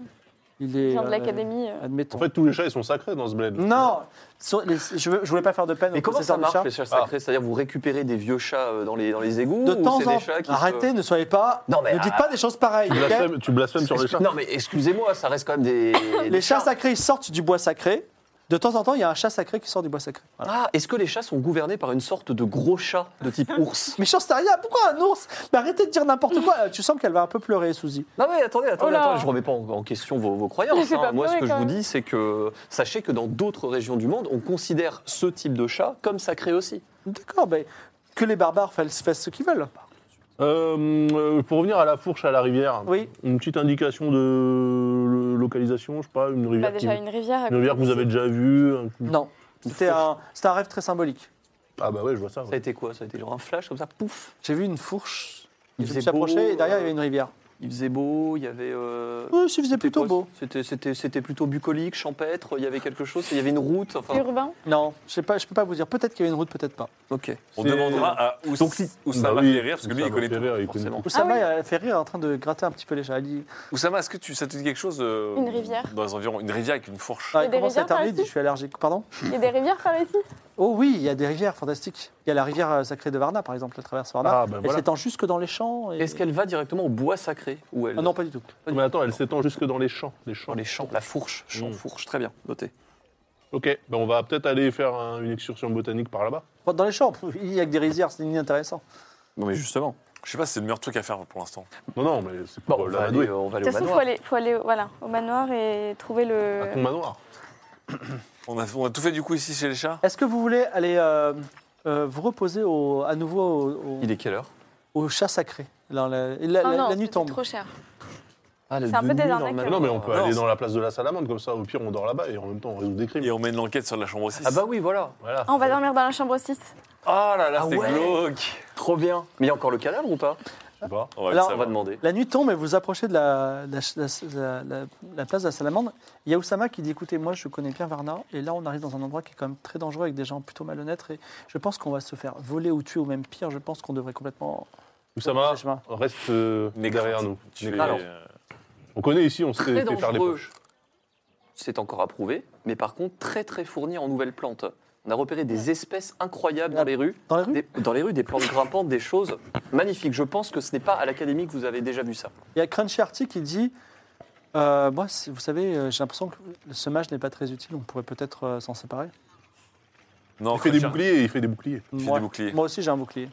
Il
Il
est.
vient de
euh,
l'académie. euh.
Admettons.
En fait, tous les chats, ils sont sacrés dans ce bled.
Non, sur les- je, veux- je voulais pas faire de peine.
Mais
aux
comment ça
possesseurs de
marche,
chats.
les chats sacrés C'est-à-dire, vous récupérez des vieux chats euh, dans les, dans les égouts
Ah. De
ou
temps
c'est
en
des chats qui se-
arrêtez, ne soyez pas.
Non, mais
ne dites
ah,
pas des choses pareilles.
Tu
ok
blasphèmes, tu blasphèmes sur les chats.
Non, mais excusez-moi, ça reste quand même des.
*coughs* les chats sacrés ils sortent du bois sacré. De temps en temps, il y a un chat sacré qui sort du bois sacré. Voilà.
Ah, est-ce que les chats sont gouvernés par une sorte de gros chat
*laughs*
de type ours
Mais Chanstaria, pourquoi un ours Mais arrêtez de dire n'importe quoi. Euh, Tu sens qu'elle va un peu pleurer, Suzy.
Non mais attendez, attendez,
Oh là.
attendez, je remets pas en, en question vos, vos
*laughs*
croyances.
fait
hein.
pas
Moi, ce
pleurer,
que je
quand
vous
même.
dis, c'est que sachez que dans d'autres régions du monde, on considère ce type de chat comme sacré aussi.
D'accord, mais que les barbares fassent fassent ce qu'ils veulent.
Euh, euh, pour revenir à la fourche à la rivière,
Oui.
une petite indication de le- localisation, je sais pas, une
Bah,
rivière,
déjà
qui-
une rivière. à
une rivière que vous
côté.
avez déjà vue. un-
Non. C'était un, c'était un rêve très symbolique.
Ah bah ouais, je vois ça.
Ça a
ouais.
été quoi Ça a été genre un flash comme ça, pouf
J'ai vu une fourche.
Il
Je me
faisait
suis approché
beau, euh,
et derrière, il y avait une rivière.
Il faisait beau, il y avait. euh,
Oui, si faisait plutôt
quoi,
beau.
C'était, c'était, c'était plutôt bucolique, champêtre, il y avait quelque chose, il y avait une route. Enfin,
Urbain.
Non, je sais pas, je peux pas vous dire. Peut-être qu'il y avait une route, peut-être pas.
ok.
On
C'est-
demandera à Ous-
Donc, si-
Oussama
Bah oui,
Ferrir, parce que lui, il
Oussama
connaît tout.
Ferrer, il connaît
forcément.
tout.
Oussama
Ah oui.
euh, fait rire en train de gratter un petit peu les cheveux.
Oussama, est-ce que tu, ça te dit quelque chose euh,
Une rivière.
Dans les environs, une rivière avec une fourche.
Ah,
Il y a
il
des
commence à
rivières par
tarder, il dit
ici
Je suis allergique. Pardon
Il y a des rivières par ici
Oh oui, il y a des rivières fantastiques. Il y a la rivière euh, sacrée de Varna, par exemple, elle traverse Varna.
Ah, ben
elle
voilà.
s'étend jusque dans les champs. et-
Est-ce qu'elle va directement au bois sacré ou elle
Ah non, pas du tout.
Mais attends, elle s'étend jusque dans les champs. Les champs.
Dans les champs, la fourche, champ,
Hmm.
Mm.
fourche, très bien, noté.
Ok, ben on va peut-être aller faire un- une excursion botanique par là-bas.
Pas Dans les champs, *laughs* il y a que des rizières, c'est inintéressant.
Non, mais justement. Je sais pas si c'est le meilleur truc à faire pour l'instant.
Non, non, mais c'est
Bon,
pour
on,
bah,
euh,
va
la
aller,
manouille.
euh, on va
De
aller
toute
au
façon, il faut
manoir. Ah,
aller, faut aller voilà, au manoir et trouver
euh,
À ton
le.
manoir.
On a, on a tout fait du coup ici chez les chats
Est-ce que vous voulez aller euh, euh, vous reposer au- à nouveau au, au-
Il est quelle heure
au chat sacré Dans la, et la-
Ah
la-
non,
la nuit
c'était
tombe.
trop cher.
ah,
C'est un peu des arnaques,
Mais non, mais on peut
Non,
aller
c'est-
dans la place de la salamande, comme ça, au pire, on dort là-bas et en même temps, on résout des crimes.
Et on mène l'enquête sur la chambre 6.
Ah bah oui, voilà,
Voilà.
Ah, on va dormir dans la chambre 6.
Ah là là,
Ah
c'est
ouais.
glauque
trop bien. Mais il y a encore le cadavre ou pas Ah,
Je sais pas.
On va, le
Alors,
On
savoir.
va demander.
La nuit tombe et vous approchez de la, de la- de la- de la- de la place de la salamande. Il y a Oussama qui dit écoutez, moi je connais bien Varna, et là on arrive dans un endroit qui est quand même très dangereux avec des gens plutôt malhonnêtes, et je pense qu'on va se faire voler ou tuer, ou même pire, je pense qu'on devrait complètement.
Oussama,
Je sais pas.
reste euh, derrière nous.
Tu es- euh,
Alors.
On connaît ici, on sait
Très
fait faire des
dangereux.
poches.
C'est encore à prouver, mais par contre, très très fourni en nouvelles plantes. On a repéré des espèces incroyables dans les rues.
Dans les rues
Des- dans les rues, des plantes grimpantes, des choses magnifiques. Je pense que ce n'est pas à l'académie que vous avez déjà vu ça.
Il y a Crunchy Arty qui dit Euh, Moi, c'est- vous savez, euh, j'ai l'impression que le semage n'est pas très utile, on pourrait peut-être euh, s'en séparer.
Non,
Il fait des
Cruncher.
boucliers, il fait des boucliers.
Il fait
moi,
des boucliers.
moi aussi j'ai un bouclier.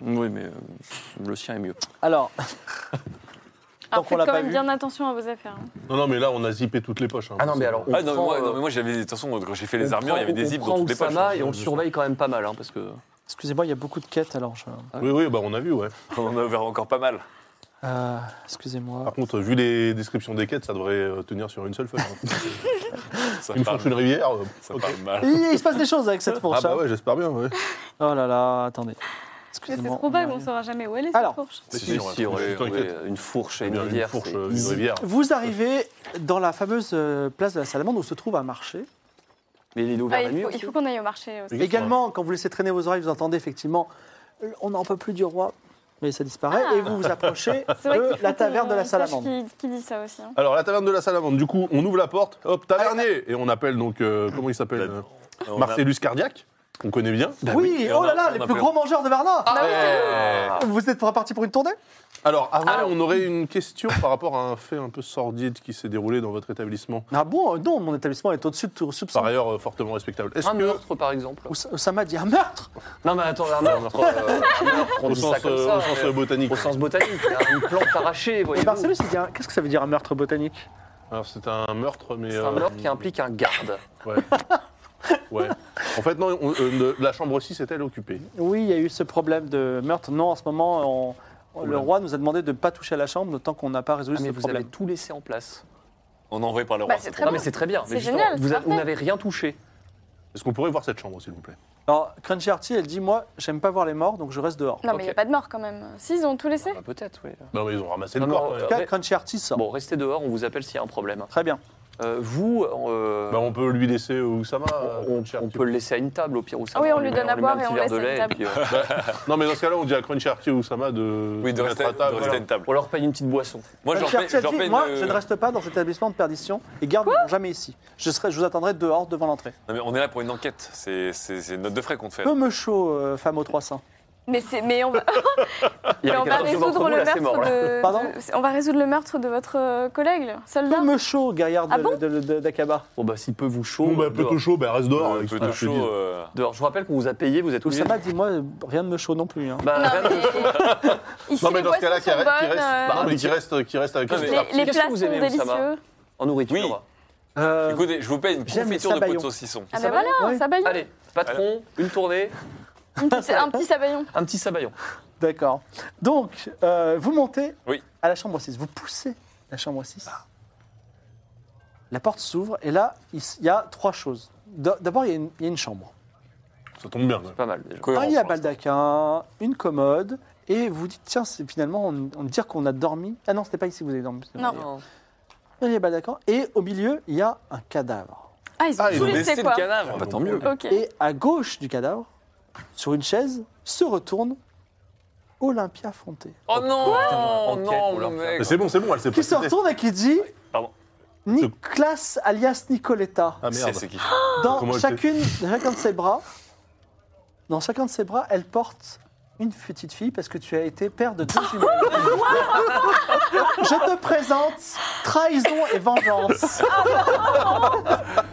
Oui, mais euh, le sien est mieux.
Alors, *laughs*
Alors
qu'on
faites
l'a
quand
pas
même
vu.
bien attention à vos affaires. hein.
Non, non, mais là, on a zippé toutes les poches. hein.
Ah non, mais alors, on
Ah non, mais
prend,
moi, non,
euh,
mais moi j'avais. De toute façon, quand j'ai fait les
on
armures, il y avait
prend-
des
on
zips
prend
dans toutes les poches.
Oussama
hein.
et on le surveille quand même pas mal, hein, parce que
excusez-moi, il y a beaucoup de quêtes, alors je.
ah.
Oui, oui, bah, on a vu, ouais.
On en a ouvert encore pas mal.
Euh, excusez-moi.
Par contre, vu les descriptions des quêtes, ça devrait euh, tenir sur une seule feuille.
*laughs*
hein.
Ça
Il me
parle,
fonce une rivière. euh,
ça
ok.
parle mal.
Il, il se passe des choses avec cette fourche.
Ah bah
hein.
ouais, j'espère bien, ouais.
Oh là là, attendez.
Mais c'est
Excusez-moi.
trop vague, on ne saura jamais où elle est
Alors.
cette fourche.
Si,
si,
si, on va
si, on
trouver,
va trouver
t'inquiète.
une fourche et une
Bien, une
rivière.
fourche,
c'est-
euh, une rivière.
Vous arrivez dans la fameuse euh, place de la Salamande où se trouve un marché.
Mais il est ouvert
Ah,
la nuit
il faut,
aussi.
il faut qu'on aille au marché aussi.
Exactement.
Également, quand vous laissez traîner vos oreilles, vous entendez effectivement euh, On n'en peut plus du roi, mais ça disparaît.
Ah.
Et vous vous approchez
*laughs* C'est vrai
de
qu'il
Euh,
faut
la
qu'on
taverne de la
sache
Salamande.
Qui, qui dit ça aussi hein.
Alors, la taverne de la salamande, du coup, on ouvre la porte, hop,
Ah.
tavernier Et on appelle donc, euh, comment il s'appelle euh,
On a-
Marcellus Cardiac, qu'on connaît bien.
Bah,
oui,
oui, et
oh
on
là
a-
là,
on
les plus
a
Ah.
plus-
gros mangeurs de Varna
ah
Ouais.
Vous êtes parti pour une tournée
Alors, avant, on aurait une question par rapport à un fait un peu sordide qui s'est déroulé dans votre établissement.
Ah bon euh, Non, mon établissement est au-dessus de tout soupçon.
Par ailleurs, euh, fortement respectable. Est-ce
Un
que,
meurtre, par exemple.
Ous- Oussama dit un meurtre
Non, mais attends, un meurtre, euh, un meurtre, on
au
dit ça
sens,
comme
euh,
ça,
au sens,
mais-
euh, botanique
au sens botanique, il y a une plante arrachée,
Et
voyez-vous.
Marcellus, il dit un- Qu'est-ce que ça veut dire un meurtre botanique
Alors, c'est un meurtre, mais...
C'est
euh,
un meurtre qui implique un garde.
Ouais. ouais. En fait, non, on- euh, ne- la chambre 6 est-elle occupée
Oui, il y a eu ce problème de meurtre. Non, en ce moment, on- on- le
Oula.
roi nous a demandé de ne pas toucher à la chambre tant qu'on n'a pas résolu
Ah,
ce
mais vous
problème.
avez tout laissé en place.
On est envoyé par le roi.
Bah, c'est
c'est
très
Non,
bien.
mais c'est très bien.
C'est
mais justement,
génial,
vous a-
c'est
vous
parfait.
n'avez rien touché.
Est-ce qu'on pourrait voir cette chambre, s'il vous plaît
Alors, Crunchy Arty, elle dit Moi, j'aime pas voir les morts, donc je reste dehors.
Non, mais il n'y a
Ok.
pas de mort quand même. Si, ils ont tout laissé.
Ah,
Bah, Peut-être, oui.
Non, mais ils ont ramassé
Non,
le
non,
corps.
euh,
ouais.
En tout cas,
mais-
Crunchy Arty sort.
Bon, restez dehors, on vous appelle s'il y a un problème.
Très bien.
Euh, vous, euh,
Bah, on peut lui laisser euh, Oussama. euh,
on,
Crunchy
on
Arty.
peut le laisser à une table au pire. Ou ça
Ah oui,
va,
on lui
met-
donne à
met
boire
un
et
petit
on
verre
laisse
de
à
lait,
une
et
table.
puis, euh,
Non, mais dans ce cas-là, on dit à Crunchy Arty ou Oussama de.
Oui, de
se
rester,
mettre à
de
table.
rester à une table.
on leur paye une petite boisson.
Moi, je leur
Crunchy
paie-
Arty,
je
elle
leur
dit
paie
Moi,
une- euh,
euh,
je ne reste pas dans cet établissement de perdition et garde ne vont jamais ici. Je, serai, je vous attendrai dehors devant l'entrée.
Non, mais on est là pour une enquête. C'est c'est- c'est une note de frais qu'on te fait.
Peu me chaud, euh, femme aux trois seins.
Mais, c'est- mais on va, mais on va
*laughs* Il y a quelqu'un d'entre vous,
résoudre le
là, c'est
meurtre
mort. hein. là.
de,
Pardon
de- On va résoudre le meurtre de votre euh, collègue, le soldat.
Peu me chaud, gaillard de-
Ah bon
de- de- d'Akaba.
Bon, bah, s'il peut vous chaud.
Bon, bah,
dehors.
plutôt chaud, bah, reste dehors.
Un
qu'est-ce
peu
que
de
je te dis
chaud. euh,
Dehors. Je vous rappelle qu'on vous a payé, vous êtes tous.
Oussama dit Moi, euh, rien ne me chaud non plus. hein.
Bah,
Non,
rien de-
mais... Ici,
Non, mais
les
dans ce cas-là, qui
boissons sont
reste, qui
bonnes,
reste,
euh,
bah, mais qui reste, qui reste avec
Non,
nous,
mais-
c'est parti.
les, les
Qu'est-ce que
plats
vous
sont
aimez, Oussama
délicieux.
en nourriture.
Oui.
Euh,
Écoutez, je vous paye une
J'aime les
confiture de pot de
sabayons.
saucisson.
Ah,
Ça
mais
va
voilà,
Ouais.
un sabayon.
Allez, patron, une tournée,
Une petite- un petit sabayon.
un petit sabayon.
D'accord. Donc, euh, vous montez
Oui.
à la chambre 6. Vous poussez la chambre 6. La porte s'ouvre et là, il s- il y a trois choses. D- D'abord, il y a une- il y a une chambre.
Ça tombe bien. ouais.
Pas mal déjà.
Ah,
Cohérent,
un lit à
pour l'instant.
baldaquin, une commode Et vous vous dites, tiens, c'est finalement, on, on dire qu'on a dormi. Ah non, c'était pas ici que vous avez dormi. c'était
Non.
pas hier. Eh ben, d'accord. Et au milieu, il y a un cadavre.
Ah, ils ont
Ah, ils
tout
ont
laissé, quoi.
cadavre.
Bah,
tant mieux.
Ok.
Et à gauche du cadavre, sur une chaise, se retourne Olympia Fonté.
Oh non,
Enquête,
non,
ou
mon
l'enfer.
mec.
Mais c'est bon, c'est bon, elle s'est
Qui se
précipitée.
retourne et qui dit
Pardon.
Nicolas alias Nicoletta.
Ah
C'est
merde.
c'est qui
Comment
Dans
elle fait
chacune, chacun de ses bras, dans chacun de ses bras, elle porte une petite fille parce que tu as été père de
*laughs*
deux jumelles. Je te présente trahison et vengeance.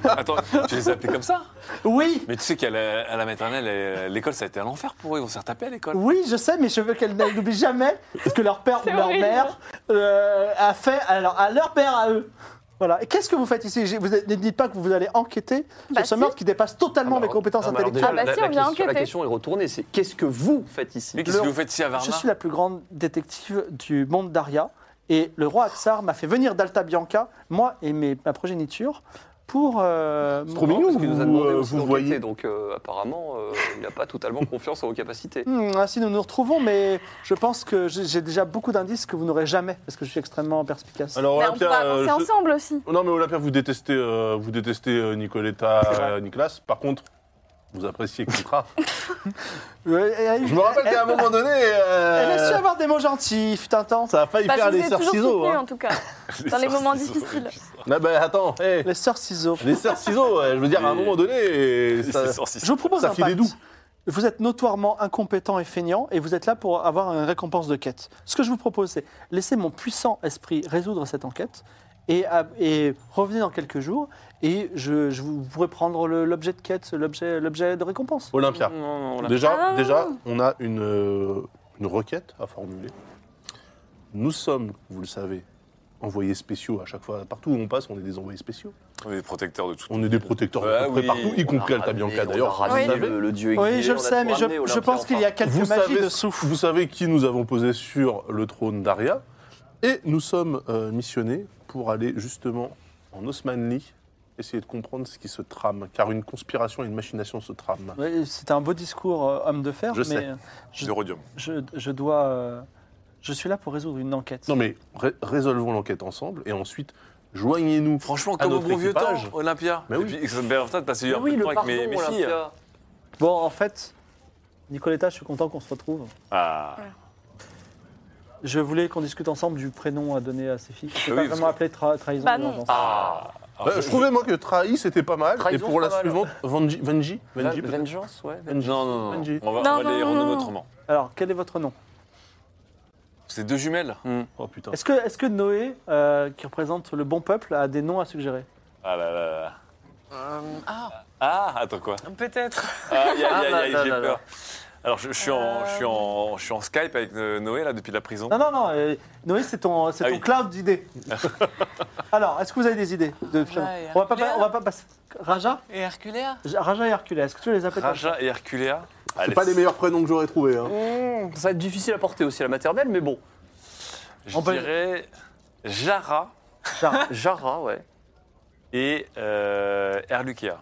Attends, tu les as appelés comme ça
Oui,
Mais tu sais qu'à la, à la maternelle, euh, l'école, ça a été un enfer pour eux. Ils vont se faire taper à l'école.
oui, je sais, mais je veux qu'elle n'oublie jamais ce que leur père ou
C'est
leur
horrible.
mère euh, a fait alors, à leur père à eux. Voilà. Et qu'est-ce que vous faites ici J'ai- Vous ne dites pas que vous allez enquêter
Bah
sur ce
si.
meurtre qui dépasse totalement
Ah bah,
mes compétences
ah bah, alors
intellectuelles.
déjà,
Ah bah
la-
si,
la
on vient
question- La
enquêter.
question est retournée, c'est qu'est-ce que vous faites ici
Mais qu'est-ce que
Le-
vous faites ici à
Je
Varna
suis la plus grande détective du monde d'Aria et le roi Aksar m'a fait venir d'Alta Bianca, moi et mes, ma progéniture, pour... euh,
C'est trop
mon-
mignon,
Parce qu'il nous a
vous,
demandé
euh,
aussi
vous
d'enquêter,
voyez.
donc euh, apparemment, euh, il n'a pas totalement confiance en vos capacités.
Hmm, ainsi nous nous retrouvons, mais je pense que j'ai j'ai déjà beaucoup d'indices que vous n'aurez jamais, parce que je suis extrêmement perspicace.
Alors,
Mais Bah, on
Olympia,
pourra
euh,
avancer
je-
ensemble aussi.
Non, mais Olympia, vous détestez, euh, vous détestez euh, Nicoletta,
C'est vrai.
euh, Nicolas. Par contre, vous appréciez Contra.
Euh, elle,
*laughs* Je me rappelle
elle-
qu'à un moment donné, euh,
elle a su avoir des mots gentils, il fut un temps.
ça a failli
Bah, je
faire les
vous ai
sœurs
toujours
ciseaux.
soutenu,
Hein.
en tout cas. dans les moments difficiles.
Ah bah, attends, hey,
Les sœurs ciseaux.
les sœurs ciseaux, euh, je veux dire, à un
Les-
moment donné, ça-
Je vous propose
Ça
un
file
pacte.
des doux.
Vous êtes notoirement incompétent et feignant, et vous êtes là pour avoir une récompense de quête. Ce que je vous propose, c'est laisser mon puissant esprit résoudre cette enquête, et, à- et revenez dans quelques jours, et je, je vous vous pourrez prendre le- l'objet de quête, l'objet l'objet de récompense.
Olympia.
Ah.
Déjà, déjà, on a une, euh, une requête à formuler. Nous sommes, vous le savez, envoyés spéciaux à chaque fois. Partout où on passe, on est des envoyés spéciaux.
On est protecteurs de tout.
On est des protecteurs à
Ah
peu près
oui.
partout, y compris Alta Bianca d'ailleurs.
On a ramené
Vous savez-
le, le dieu
Oui,
aiguillé,
je le
on a
sais,
tout
mais je,
ramené,
je
Olympia,
pense qu'il y
enfin.
a quelques
Vous
magies
savez,
dessous.
vous savez qui nous avons posé sur le trône d'Aria. Et nous sommes euh, missionnés pour aller justement en Osmanli, essayer de comprendre ce qui se trame. Car une conspiration et une machination se trament.
Oui, C'était un beau discours euh, homme de fer,
Je
mais
sais.
euh, je,
De rhodium.
je- je dois... euh, je suis là pour résoudre une enquête.
Non mais ré- résolvons l'enquête ensemble et ensuite joignez-nous.
Franchement,
À
comme au
notre
bon vieux temps,
équipage.
Olympia.
Mais
Et
oui.
puis, ça me permet de passer un peu
Oui,
de
le
temps
pardon,
avec mes, mes filles. hein.
Olympia.
Bon, en fait, Nicoletta, je suis content qu'on se retrouve.
Ah,
Je voulais qu'on discute ensemble du prénom à donner à ces filles. C'est
Oui,
pas
parce
vraiment
que-
appelé tra- trahison.
Bah
ou
non.
vengeance.
ah.
Ouais,
Alors,
Euh, je, trouvais moi que Trahi c'était pas mal
Trahison,
et pour la
c'est pas mal.
suivante Vanji Vanji Vanji peut-être
Vengeance, ouais.
Non, non, non.
Benji.
On va,
Non,
on va les
non,
renommer
non.
autrement.
Alors, quel est votre nom
C'est deux jumelles.
Oh putain.
Est-ce que, est que Noé, euh, qui représente le bon peuple, a des noms à suggérer
Ah là là là.
Euh, ah,
Ah, attends quoi
peut-être.
Ah, y a-
Ah,
y
là,
a- y
là,
a- j'ai
là,
peur. Alors, je, je suis en,
Euh.
je, suis en, je suis en Skype avec euh, Noé, là, depuis la prison.
Non, non, non. euh, Noé, c'est ton, c'est
Ah
ton
oui.
cloud
*laughs*
d'idées. Alors, est-ce que vous avez des idées de
Bah,
prénoms
Raja et
on va, pas,
Herculea.
on va pas passer. Raja
Et Herculea
Raja et Hercule, est-ce que tu les appelles comme ça
Raja et Herculea.
C'est
Allez,
pas les meilleurs prénoms que j'aurais trouvé. Hein.
Ça va être difficile à porter aussi à la maternelle, mais bon.
Je
On peut-
dirais Jara *laughs*
Jara.
Jara, ouais.
et euh, Erlukea.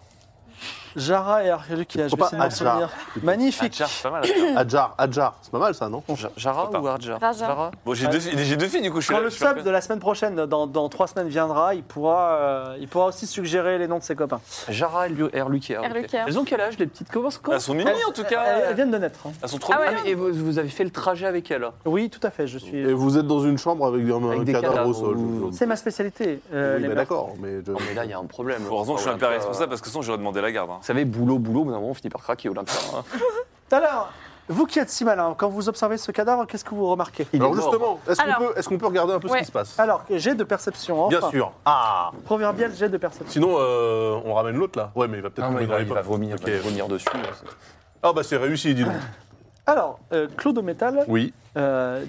Jara et Hercule, qui a
Pourquoi
joué
pas
son
Adjar
souvenir. Magnifique.
Adjar, Ah, c'est pas mal.
*coughs*
Adjar.
Adjar Adjar c'est pas mal ça non
Ja- Jara
Trop tard.
ou Arjar
Raja.
Bon, j'ai deux, filles- j'ai deux filles, du coup, je suis
Quand
là,
le
je suis
sub de la semaine prochaine, dans, dans trois semaines, viendra, il pourra, euh, il pourra aussi suggérer les noms de ses copains.
Jara et Lu- Erlukia. ok.
Erlukia.
Elles ont quel âge, les petites Comment
Elles sont mignonnes, en tout cas.
Elles, elles viennent de naître. hein.
Elles sont trop
Ah ouais.
mignonnes.
Ah, mais- Et vous, vous avez fait le trajet avec elles
Oui, tout à fait, je suis.
Et vous êtes dans une chambre avec, un-
Avec
un
des
cadavre au
cadavres
sol.
ou-
je-
C'est ma spécialité, euh,
Oui,
les
bah,
meurtres.
d'accord mais je-
Non, mais là, il y a un problème. euh,
Heureusement que je suis un
Olympia,
père responsable, parce que sinon, j'aurais demandé la garde. hein.
Vous savez, boulot, boulot, au bout d'un moment, on finit par craquer Olympia. hein.
Alors, vous qui êtes si malin, quand vous observez ce cadavre, qu'est-ce que vous remarquez
Alors
est mort. Ah,
justement, est-ce qu'on
Alors.
peut, est-ce qu'on peut regarder un peu ce
Ouais.
qui se passe
Alors, j'ai de perception, enfin.
Bien sûr. Ah
Proverbial jet de perception.
Sinon euh, on ramène l'autre là. Ouais mais il va peut-être
Ah, mais
tomber
il
dans
va-
les
il va
pommes.
vomir, il va
Ok.
vomir dessus. hein,
Ah bah c'est réussi
*laughs*
dis donc.
Alors, euh, Claude au métal
Oui.
euh,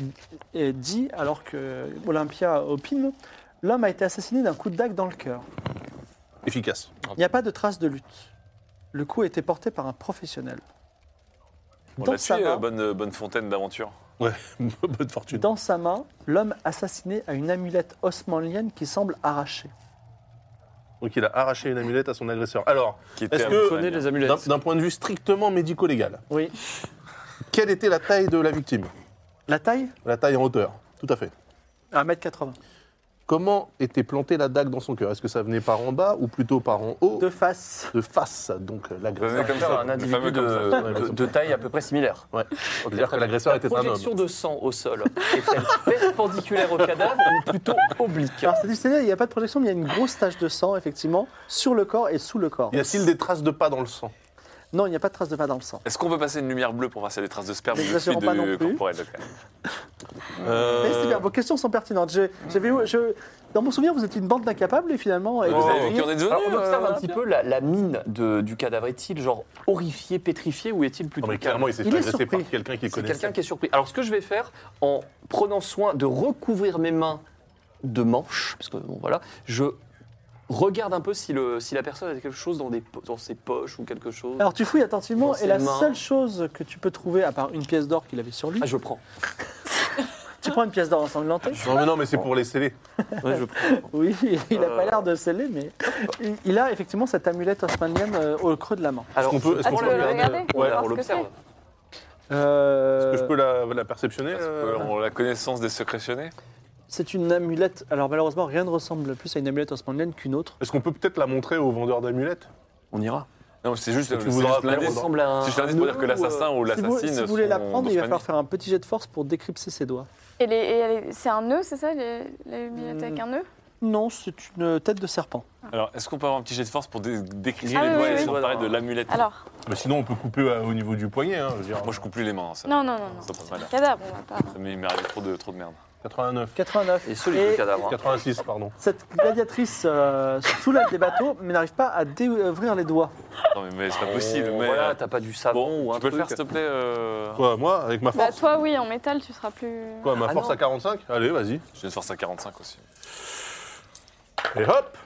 est- dit, alors que Olympia opine, l'homme a été assassiné d'un coup de dague dans le cœur.
Efficace.
Il n'y a pas de trace de lutte. Le coup a été porté par un professionnel.
On
Dans
l'a
sa
tué,
main-
euh, bonne, bonne fontaine d'aventure.
*laughs* Bonne fortune.
Dans sa main, l'homme assassiné a une amulette osmanlienne qui semble arrachée.
Donc il a arraché une amulette à son agresseur. Alors
Qui était
Est-ce
à
que-
Montréal.
Sonnez les
d'un
amulettes.
d'un point de vue strictement médico-légal,
Oui.
quelle était la taille de la victime
La taille
La taille en hauteur, tout à fait.
1m80.
Comment était plantée la dague dans son cœur Est-ce que ça venait par en bas ou plutôt par en haut
De face.
de face, donc euh, l'agresseur.
Comme ça,
un
le
individu
fameux
de,
comme ça.
de- de taille à peu près similaire.
Ouais. C'est-à-dire que l'agresseur
La
était un homme.
projection de sang au sol *laughs* est-elle perpendiculaire au cadavre ou plutôt oblique
Ah,
Alors, c'est du stélé, il n'y a pas de projection, mais il y a une grosse tache de sang, effectivement, sur le corps et sous le corps.
Y a-t-il des traces de pas dans le sang
Non, il n'y a pas de trace de pas dans le sang.
Est-ce qu'on peut passer une lumière bleue pour voir s'il y a des traces de sperme
Les
ou de
assurants pas non
fluide
plus.
corporel ok.
Euh.
Euh,
Mais c'est bien, vos questions sont pertinentes. J'ai- j'avais- je- dans mon souvenir, vous étiez une bande d'incapables et finalement. et
Vous
vous
avez
avez
vu
fini.
qui on est devenu
Alors, on observe
euh,
un petit peu la, la mine de- du cadavre. Est-il genre horrifié, pétrifié ou est-il plutôt
Non, mais
calme
clairement, il s'est
Il
fait
est
agresser
surpris.
par quelqu'un qui
C'est
connaissait.
quelqu'un qui est surpris. Alors, ce que je vais faire, en prenant soin de recouvrir mes mains de manches, parce que bon, voilà, je regarde un peu si, le, si la personne a quelque chose dans, des, po- dans ses poches ou quelque chose.
Alors tu fouilles attentivement
Dans
et
ses
la
mains.
seule chose que tu peux trouver, à part une pièce d'or qu'il avait sur lui,
Ah, je Ah, prends.
tu prends une pièce d'or ensanglantée.
Non, mais non, mais c'est pour les sceller.
Ouais, je prends.
Oui, *laughs* il n'a
Euh.
pas l'air de sceller, mais il- il a effectivement cette amulette osmanienne euh, au creux de la main.
Alors,
qu'on peut- est-ce
qu'on peut le regarder
Ouais,
Voir
on
ce que
l'observe.
Euh,
Est-ce que je peux la, la perceptionner
Parce
euh,
qu'on a la connaissance des secrétionnés
C'est une amulette. Alors malheureusement, rien ne ressemble plus à une amulette osmanienne qu'une autre.
Est-ce qu'on peut peut-être la montrer au vendeur d'amulettes
On ira.
Non, c'est juste, euh,
Tu
c'est
voudras
juste
appeler
Elle
l'indice.
ressemble à un. euh,
C'est juste l'indice pour dire que
nœud ou,
l'assassin ou
euh, Si vous,
l'assassine.
si vous voulez la
sont
prendre, il va
d'Osmanie.
falloir faire un petit jet de force pour décrypter ses doigts.
Et, les- et elle est- c'est un nœud, c'est ça les- La humilité avec un nœud
Non, c'est une tête de serpent.
Alors, est-ce qu'on peut avoir un petit jet de force pour dé- décrisper
Ah
les
oui,
doigts
oui,
et
oui.
s'emparer de l'amulette
Alors,
Bah, Sinon, on peut couper euh, au niveau du poignet. hein, je veux dire.
Moi, je coupe plus les mains. Ça,
non, non, non, non.
Ça prend pas l'air.
Cadavre, on va pas.
Ça m'est- il m'est arrivé trop de, trop de merde.
89.
89.
Et solide le cadavre. hein.
86, pardon.
Cette gladiatrice euh, soulève des bateaux, mais n'arrive pas à déouvrir les doigts.
Non, mais, mais c'est pas possible.
Oh,
mais,
Voilà,
euh,
t'as pas du savon
bon,
ou un
tu peux le
truc.
faire, s'il te plaît euh,
Quoi, moi, avec ma
Bah,
force
toi, oui, en métal, tu seras plus.
Quoi, ma
Ah,
force
non.
à 45 Allez, vas-y.
J'ai une force à 45 aussi.
Et hop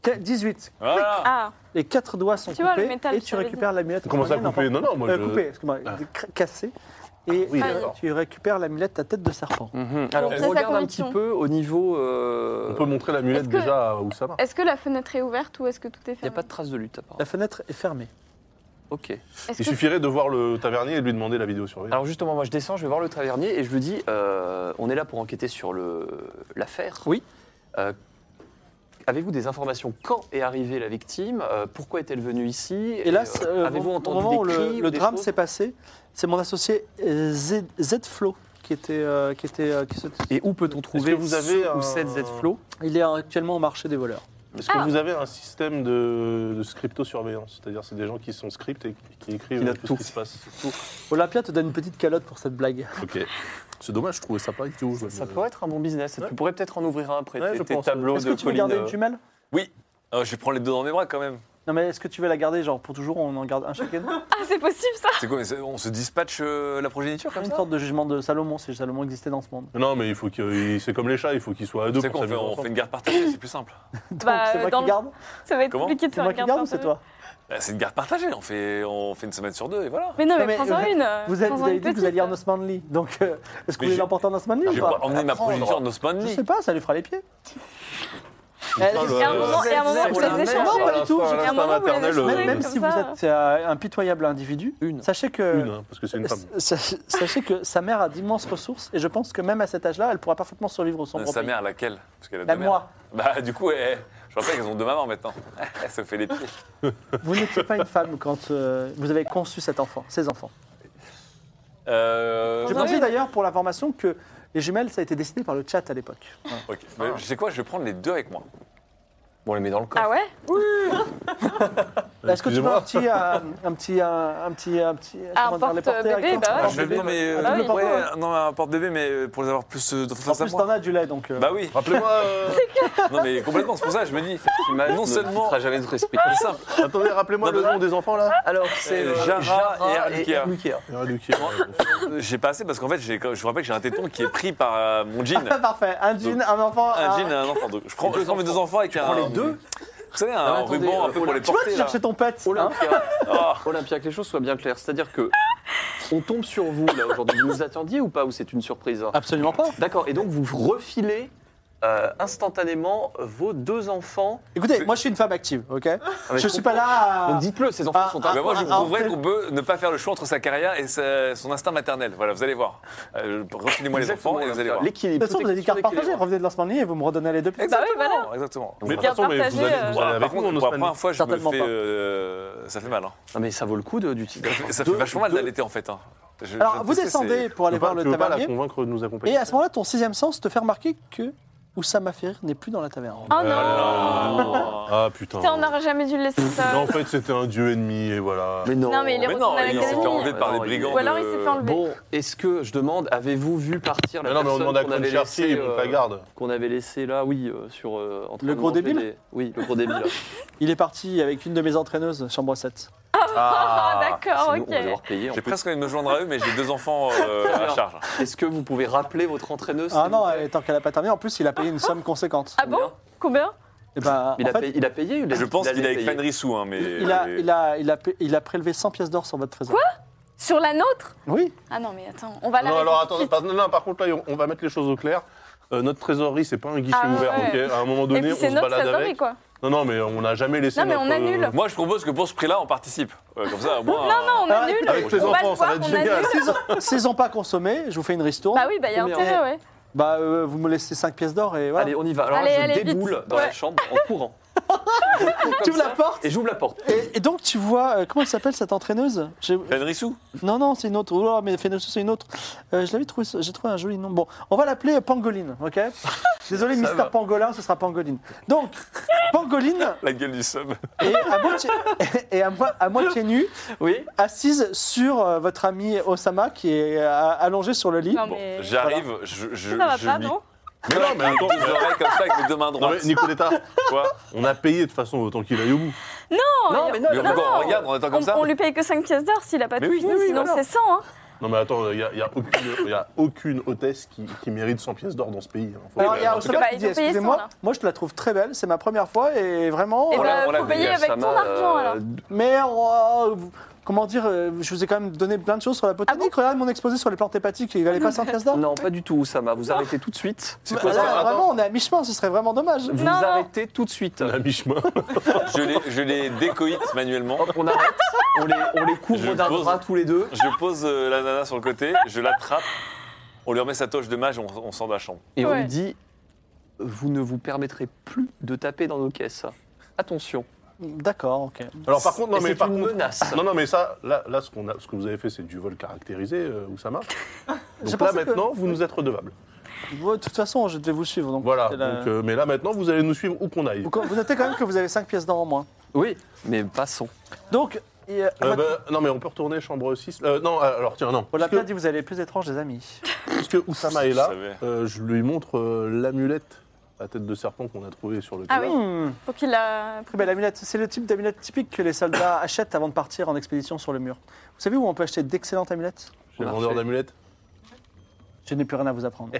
Qu- 18.
Voilà
Ah,
Les quatre doigts sont
Tu vois,
coupés
le métal,
et
je
tu
t'avais
récupères l'amulette.
Comment ça,
osmanienne,
couper
enfin,
Non, non, moi,
euh,
je...
coupé, excuse-moi,
Ah.
cr- cassé. Et tu-
Oui, d'accord.
tu récupères l'amulette à tête de serpent.
Mhm. Alors,
C'est
on
sa
regarde un
conviction.
petit peu au niveau. euh,
On peut montrer l'amulette
Est-ce que-
déjà à Oussama.
est-ce que la fenêtre est ouverte ou est-ce que tout est
Il n'y a
fermé
pas de trace de lutte, apparemment.
La fenêtre est fermée.
Ok.
Est-ce
Il
que-
suffirait de voir le tavernier et de lui demander la vidéo sur
Alors justement, moi je descends, je vais voir le tavernier et je lui dis, euh, on est là pour enquêter sur le- l'affaire.
Oui.
Euh, Avez-vous des informations Quand est arrivée la victime Euh, Pourquoi est-elle venue ici
Hélas,
Et, euh,
euh,
avez-vous
au-
entendu
au moment où
des
le,
cris ou
le
des
drame
choses
s'est passé, c'est mon associé euh, Z, Flo qui était, euh, qui était, euh, qui se-
Et où peut-on trouver
que vous avez
ce
un-
ou cette Z-Flow
il est actuellement au marché des voleurs.
Est-ce que vous avez un système de, de scripto-surveillance C'est-à-dire, c'est des gens qui sont scripts et qui écrivent
Qui notent
tout,
tout.
ce qui se passe.
Olympia te donne une petite calotte pour cette blague.
Ok. C'est dommage, je trouvais ça pas idiot.
ça, ça pourrait être un bon business.
Ouais.
Tu pourrais peut-être en ouvrir un après
Ouais, je
tes, tes
pense.
tableaux
Est-ce que
de
tu veux
Colline.
garder une jumelle
Euh, Je vais prendre les deux dans mes bras quand même.
Non mais est-ce que tu veux la garder genre pour toujours on en garde un chacun
Ah, c'est
*laughs*
possible ça
C'est quoi mais c'est- On se dispatche euh, la progéniture
Comme
comme
Ah, une
ça
sorte de jugement de Salomon si Salomon existait dans ce monde.
Non, mais il faut que c'est comme les chats, il faut qu'ils soient à deux
C'est
pour
qu'on fait,
s'amuser
on
ensemble.
fait une garde partagée, c'est plus simple.
Donc,
Bah,
c'est moi
dans
qui
le- *laughs*
garde
Ça va être
Comment
compliqué de
C'est
faire
moi
un
qui
garde
garde ou
par
c'est
deux.
toi
Euh, C'est une garde partagée, on fait, on fait une semaine sur deux et voilà.
Mais non,
Non,
mais,
mais
prends-en
je-
une. euh,
vous, avez,
prends-en
vous avez
une
dit que vous
petite.
alliez en Osmanli, donc euh, est-ce que
Mais
vous voulez
j'ai-
l'emporter en Osmanli
Je
ou
vais
pas
pas emmener ma progéniture en
bah, Je
Osmanli.
sais pas, ça lui fera les pieds. Elle-
Putain, le-
Et à un moment, et à un moment,
Vous
vous
êtes-
les échangez.
Non, pas du tout.
Et à un moment, vous les
maternelle,
échangez
Même, même
comme
si
ça.
vous êtes euh, un pitoyable individu,
Une.
sachez
Une,
que,
hein, parce que c'est une femme.
sa- sachez que sa mère a d'immenses ressources et je pense que même à cet âge-là, elle pourra parfaitement survivre sans
Euh,
propre
Sa mère, laquelle Parce qu'elle a
La
deux mères.
moi.
Bah, du coup, eh, je rappelle qu'elles ont deux mamans maintenant. *laughs* Elles se fait les pieds.
Vous n'étiez pas une femme quand euh, vous avez conçu cet enfant, ces enfants.
Euh,
J'ai
Vous en
pensé
avez-
d'ailleurs pour l'information que les jumelles, ça a été décidé par le chat à l'époque. Voilà.
ok. Mais Je sais quoi, je vais prendre les deux avec moi.
Bon, on les met dans le corps.
Ah ouais
Est-ce que tu veux un petit, euh, un petit, euh, un petit, un petit,
Ah,
comment dire, les
porte-bébé,
porter avec
bah
toi
ouais.
Ah,
Je vais-
bébé,
non, mais,
ouais.
euh,
Ah, tu
oui.
le portes, ouais.
Ouais, non, un porte-bébé, mais euh, pour les avoir plus euh,
En
face à
plus,
moi.
t'en as du lait, donc. euh,
Bah oui,
Rappelez-moi. euh,
*laughs* non mais complètement, c'est pour ça que je me dis,
Image
non
ne
seulement-
quittera jamais notre esprit.
c'est simple.
Attendez, rappelez-moi
Non,
le
mais-
nom des enfants là.
Ah. Alors, c'est
Euh,
euh,
Jara et
Jara
Erlukea.
Erlukea.
J'ai pas assez parce qu'en fait, j'ai- je vous rappelle que j'ai un téton qui est pris par euh, mon jean.
Ah, Parfait, un jean, un enfant. euh,
Un
un-
jean et un enfant. Donc, je prends, je prends mes deux enfants avec un.
prends les deux
Vous savez, un
Non, mais attendez,
ruban un
euh,
peu pour
Ola-
les
Tu vois,
porter.
tu
là.
cherchais ton pet.
Oh
hein.
Olympia.
Ah.
*laughs* Olympia, que les choses soient bien claires. C'est-à-dire que on tombe sur
Ah.
vous là aujourd'hui. Vous nous attendiez ou pas Ou c'est une surprise hein
Absolument pas.
D'accord. Et donc vous refilez euh, instantanément vos deux enfants.
Écoutez, moi je suis une femme active, ok
Ah, mais
Je
je
suis pas là à...
Donc dites-le, ces enfants
Ah,
sont
ah,
à
Bah, moi, je vous
ah,
prouverai
ah,
qu'on peut ne pas faire le choix entre sa carrière et sa- son instinct maternel. Voilà, vous allez voir. Euh, Refinez-moi les
Exactement,
enfants et vous allez voir.
De
L'équilibre.
toute façon, vous avez des cartes
protection,
partagées,
l'équilibre.
revenez de Lancement et vous me redonnez les deux petites.
Bah oui, voilà.
Exactement.
Mais de toute
Bien
façon, mais vous allez, vous
partagé,
allez
Voilà,
avec
par
nous
contre,
en
pour la
Osmanie.
première fois, je me
Certainement
fais.
pas.
euh, ça fait mal. hein.
Non, Ah, mais ça vaut le coup de- d'utiliser.
Ça fait
deux-
vachement mal
deux-
d'allaiter en fait. hein. Je- je
Alors,
ne
vous
sais,
descendez
c'est-
pour
Tu
aller
veux pas-
voir le
tu veux pas la
tavernier.
convaincre de nous accompagner
Et à ce moment-là, ton sixième sens te fait remarquer que Oussama Ferrer n'est plus dans la taverne.
Oh
Ah,
non
Euh,
Ah putain.
Putain, on n'aurait jamais dû le laisser
Non,
ça.
en fait, c'était un dieu ennemi et voilà.
Mais non.
Non, mais il est
Mais
retourné
non,
à
il s'est fait enlever
l'académie.
par des
Non, il-
brigands.
Ou alors il
de-
s'est fait enlever.
Bon, est-ce que je demande, avez-vous vu partir la
Mais non, mais on
personne
demande à
qu'on avait
Crunchy
laissée,
Archie, il monte
euh,
la garde.
qu'on avait laissé là, oui, euh, sur euh, en train
Le
de
gros
manger
débile
des- Oui, le gros débile.
Il est parti avec une de mes entraîneuses, chambre 7.
*laughs* Ah, d'accord,
Sinon, on va devoir
ok.
payer. en
J'ai
plus.
presque envie de me joindre à eux, mais j'ai deux enfants euh, à
Alors.
charge.
Est-ce que vous pouvez rappeler votre entraîneuse
Ah
s'il
non,
vous plaît
elle- tant qu'elle a pas terminé, en plus, il a payé une somme conséquente.
Ah bon Combien
Et ben,
il,
en
a
fait,
payé, il a payé ou il a-
Je pense
il
qu'il est
avait
avec
payé
Fenrissou, hein, mais.
il a, il, a, il, a, pay- il a prélevé 100 pièces d'or sur votre trésor.
Sur la nôtre
oui.
Ah non, mais attends, on va la.
Non, alors attends, par, non, non, par contre, là, on- on va mettre les choses au clair. Euh, notre trésorerie, c'est pas un guichet
Ah,
ouvert,
ouais.
ok À un moment
Et
donné,
puis
on
c'est
se
notre
balade
trésorerie,
avec.
quoi.
Non, non, mais on n'a jamais laissé
Non, mais
notre...
on annule.
Moi, je propose que pour ce prix-là, on participe. Euh, comme ça, au moins.
Non, on
Ah,
annule.
avec les
on
enfants, ça
va le
va
voir,
être
on
génial.
annule.
S'ils ont- S'ils n'ont pas consommé, je vous fais une ristourne.
Bah oui, bah il y a
Combien
intérêt, ouais.
Bah, euh, vous me laissez 5 pièces d'or et voilà.
Allez, on y va. Alors là,
Allez,
je
allez,
déboule
vite.
dans
Ouais.
la chambre en courant. Je cours comme
tu ouvres
ça
la porte
Et j'ouvre la porte.
et, et donc tu vois, euh, comment elle s'appelle cette entraîneuse J'ai-
Fenrissou
Non, non, c'est une autre. Oh là, mais Phénosus, c'est une autre. Euh, je l'avais trouvé, j'ai trouvé un joli nom. Bon, on va l'appeler Pangoline,
*laughs*
ok Désolé, Mister Pangolin, ce sera Pangoline. Donc, Pangoline
La gueule du somme.
est à moitié, *laughs* est à, moi- à moitié nue,
Oui.
assise sur euh, votre ami Osama qui est euh, allongé sur le lit.
Non,
Bon,
mais. Ça
j'arrive, je. je
va
je
pas,
m'y-
non
Mais non, mais attends, je l'aurais comme ça avec les deux mains
Non,
droites.
mais Nicoletta,
Quoi
on a payé de toute façon autant qu'il aille au bout.
Non, mais non,
Mais on
non,
on
non.
regarde, on attend comme
On,
ça.
on lui paye que 5 pièces d'or s'il a pas
Mais
tout
oui,
fini,
oui, oui,
sinon
voilà.
c'est 100. Hein.
Non, mais attends, il n'y a, il y a aucune- il y a aucune hôtesse qui, qui mérite 100 pièces d'or dans ce pays. hein. Faut-
Alors, il y a
en tout cas,
Osama
bah,
qui
ils
dit
ont payé
Excusez-moi,
cent, là.
moi je la trouve très belle, c'est ma première fois et vraiment.
Et
l'a-
bah,
on l'a
faut
payé,
payer avec ton
Sama,
argent
euh,
alors.
Mais euh, comment dire, euh, je vous ai quand même donné plein de choses sur la botanique. Regarde mon exposé sur les plantes hépatiques, il valait pas 100 pièces d'or.
Non, pas du tout, Oussama. Vous arrêtez tout de suite.
Là,
quoi ça Attends.
vraiment, on est à mi-chemin, ce serait vraiment dommage.
Vous
Non.
arrêtez tout de suite.
On est à mi-chemin.
Je les, je les décoïte manuellement.
Hop, on arrête. On les, on les
Je
couvre d'un
pose-
bras tous les deux.
Je pose euh, la nana sur le côté, je l'attrape. On lui remet sa toche de mage, on, on sort de la chambre.
Et on
Ouais.
lui dit Vous ne vous permettrez plus de taper dans nos caisses. Attention.
D'accord, ok.
Alors par contre, non,
Et
mais
c'est
par
une
contre...
menace.
Non, non, mais ça, là, là ce, qu'on a, ce que vous avez fait, c'est du vol caractérisé, euh, Oussama.
*laughs* Je
Donc là,
pensais que-
maintenant, vous nous êtes redevable.
Bon, de toute façon, je devais vous suivre. Donc
Voilà.
c'est la-
Donc, euh, mais là, maintenant, vous allez nous suivre où qu'on aille.
vous, vous notez quand même que vous avez 5 pièces d'or en moins.
Oui, mais passons.
Donc, et, euh,
Euh,
votre-
bah, non, mais on peut retourner chambre 6. Euh, non, euh, alors tiens, non.
on l'a
Puisque,
bien dit, vous allez plus étrange, les amis.
puisque Oussama est
Je
là,
savais.
euh, je lui montre euh, l'amulette, la tête de serpent qu'on a trouvée sur le
Ah
cadavre.
oui.
Hmm.
Faut qu'il la.
Très belle amulette. C'est le type d'amulette typique que les soldats *laughs* achètent avant de partir en expédition sur le mur. Vous savez où on peut acheter d'excellentes amulettes
Chez le
Marché.
*laughs*
vendeur d'amulettes.
Je n'ai plus rien à vous apprendre.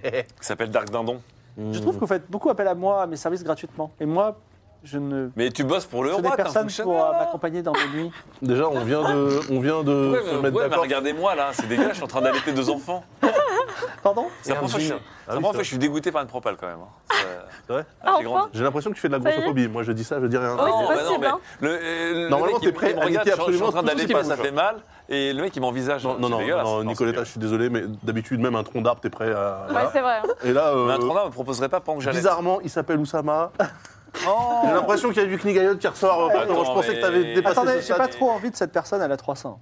Ça s'appelle Dark Dindon.
Hmm.
Je trouve que vous faites beaucoup appel à moi, à mes services gratuitement. Et moi, je ne.
Mais tu bosses pour le
Je n'ai
hein,
roi, t'es un
personne
fonctionnaire.
pour euh, m'accompagner dans mes nuits.
Déjà, on vient de, on vient de
Ouais,
se
mais-
mettre
ouais, mais
d'accord.
regardez-moi là, c'est dégueulasse, je suis en train d'allaiter deux enfants.
Pardon
C'est la première fois que je suis-
jean.
c'est la
Ah oui,
première
c'est
fois que je suis dégoûté par une propale quand même. hein. C'est-
C'est vrai
Ah, j'ai
enfin.
grandi.
J'ai l'impression que tu fais de la
Ça y est.
grossophobie. Moi, je dis ça, je dis rien.
Oui,
Non,
c'est
bah
possible,
non,
hein.
mais le- euh, le
Normalement,
mec,
t'es
il-
prêt
il me
à
regarde,
éviter
je suis- je suis en train
absolument tout
d'aller
ce qui
pas, ça
bouge.
fait mal. Et le mec, il m'envisage.
Non, non,
C'est
non,
dégueulasse.
non,
c'est
Nicoletta,
dégueulasse.
je suis désolé, mais d'habitude, même un tronc d'arbre, t'es prêt à.
Ouais,
voilà.
c'est vrai. hein.
Et là,
Mais
euh,
un trondard me proposerait pas pendant que j'allais.
bizarrement, il s'appelle Oussama.
Oh
J'ai l'impression qu'il y a du Knigayot qui ressort. euh, pardon,
Attends,
je pensais
mais-
que t'avais dépassé
Attendez,
ce
j'ai pas
stade.
trop envie de cette personne, elle a 300.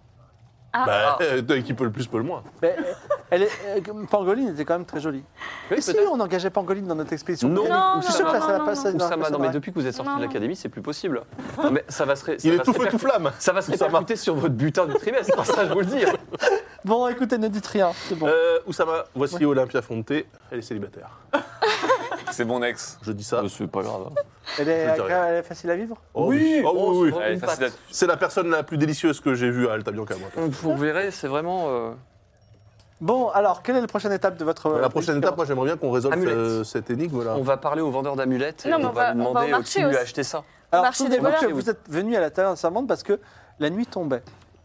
Ah,
Bah, *laughs* euh, qui peut le plus, peut le moins.
Mais, euh, elle est, euh, Pangoline était quand même très jolie. Mais si on engageait Pangoline dans notre expédition
Non,
britannique,
non,
je suis sûr
non,
que là,
non,
ça va
non,
pas ça- ça
Oussama,
va
non,
pas
mais depuis que vous êtes sorti
Non,
de
non.
l'académie, c'est plus
*laughs*
possible. Non, mais ça va se. ré- ça
Il
va
est
se
tout feu, tout
répercuter-
flamme.
Ça va se répercuter sur votre butin de trimestre, ça je vous le *laughs* dis.
Bon, écoutez, ne dites rien, c'est bon.
Euh, Oussama, voici Olympia Fonte, elle est célibataire.
*laughs* C'est mon ex.
Je dis ça.
C'est pas
hein.
grave.
elle, est,
je dirais.
agréable, elle est facile à vivre
Oh,
Oui,
oh,
on
oui,
se
oui.
rend-
Elle est
Une
facile à-
patte.
C'est la personne la plus délicieuse que j'ai vue à Alta Bianca, moi.
Vous verrez, c'est vraiment. euh,
Bon, alors, quelle est la prochaine étape de votre... euh,
La prochaine étape, moi, j'aimerais bien qu'on résolve
Amulette.
euh, cette énigme là.
On va parler au vendeur d'amulettes et
Non, mais
on
on
va
va-
lui
on va au
demander euh,
marché
qui lui
aussi.
a acheté ça.
Alors,
marché des
souvenez-vous que
voleurs.
vous êtes venu à la taverne Servante parce que la nuit tombait.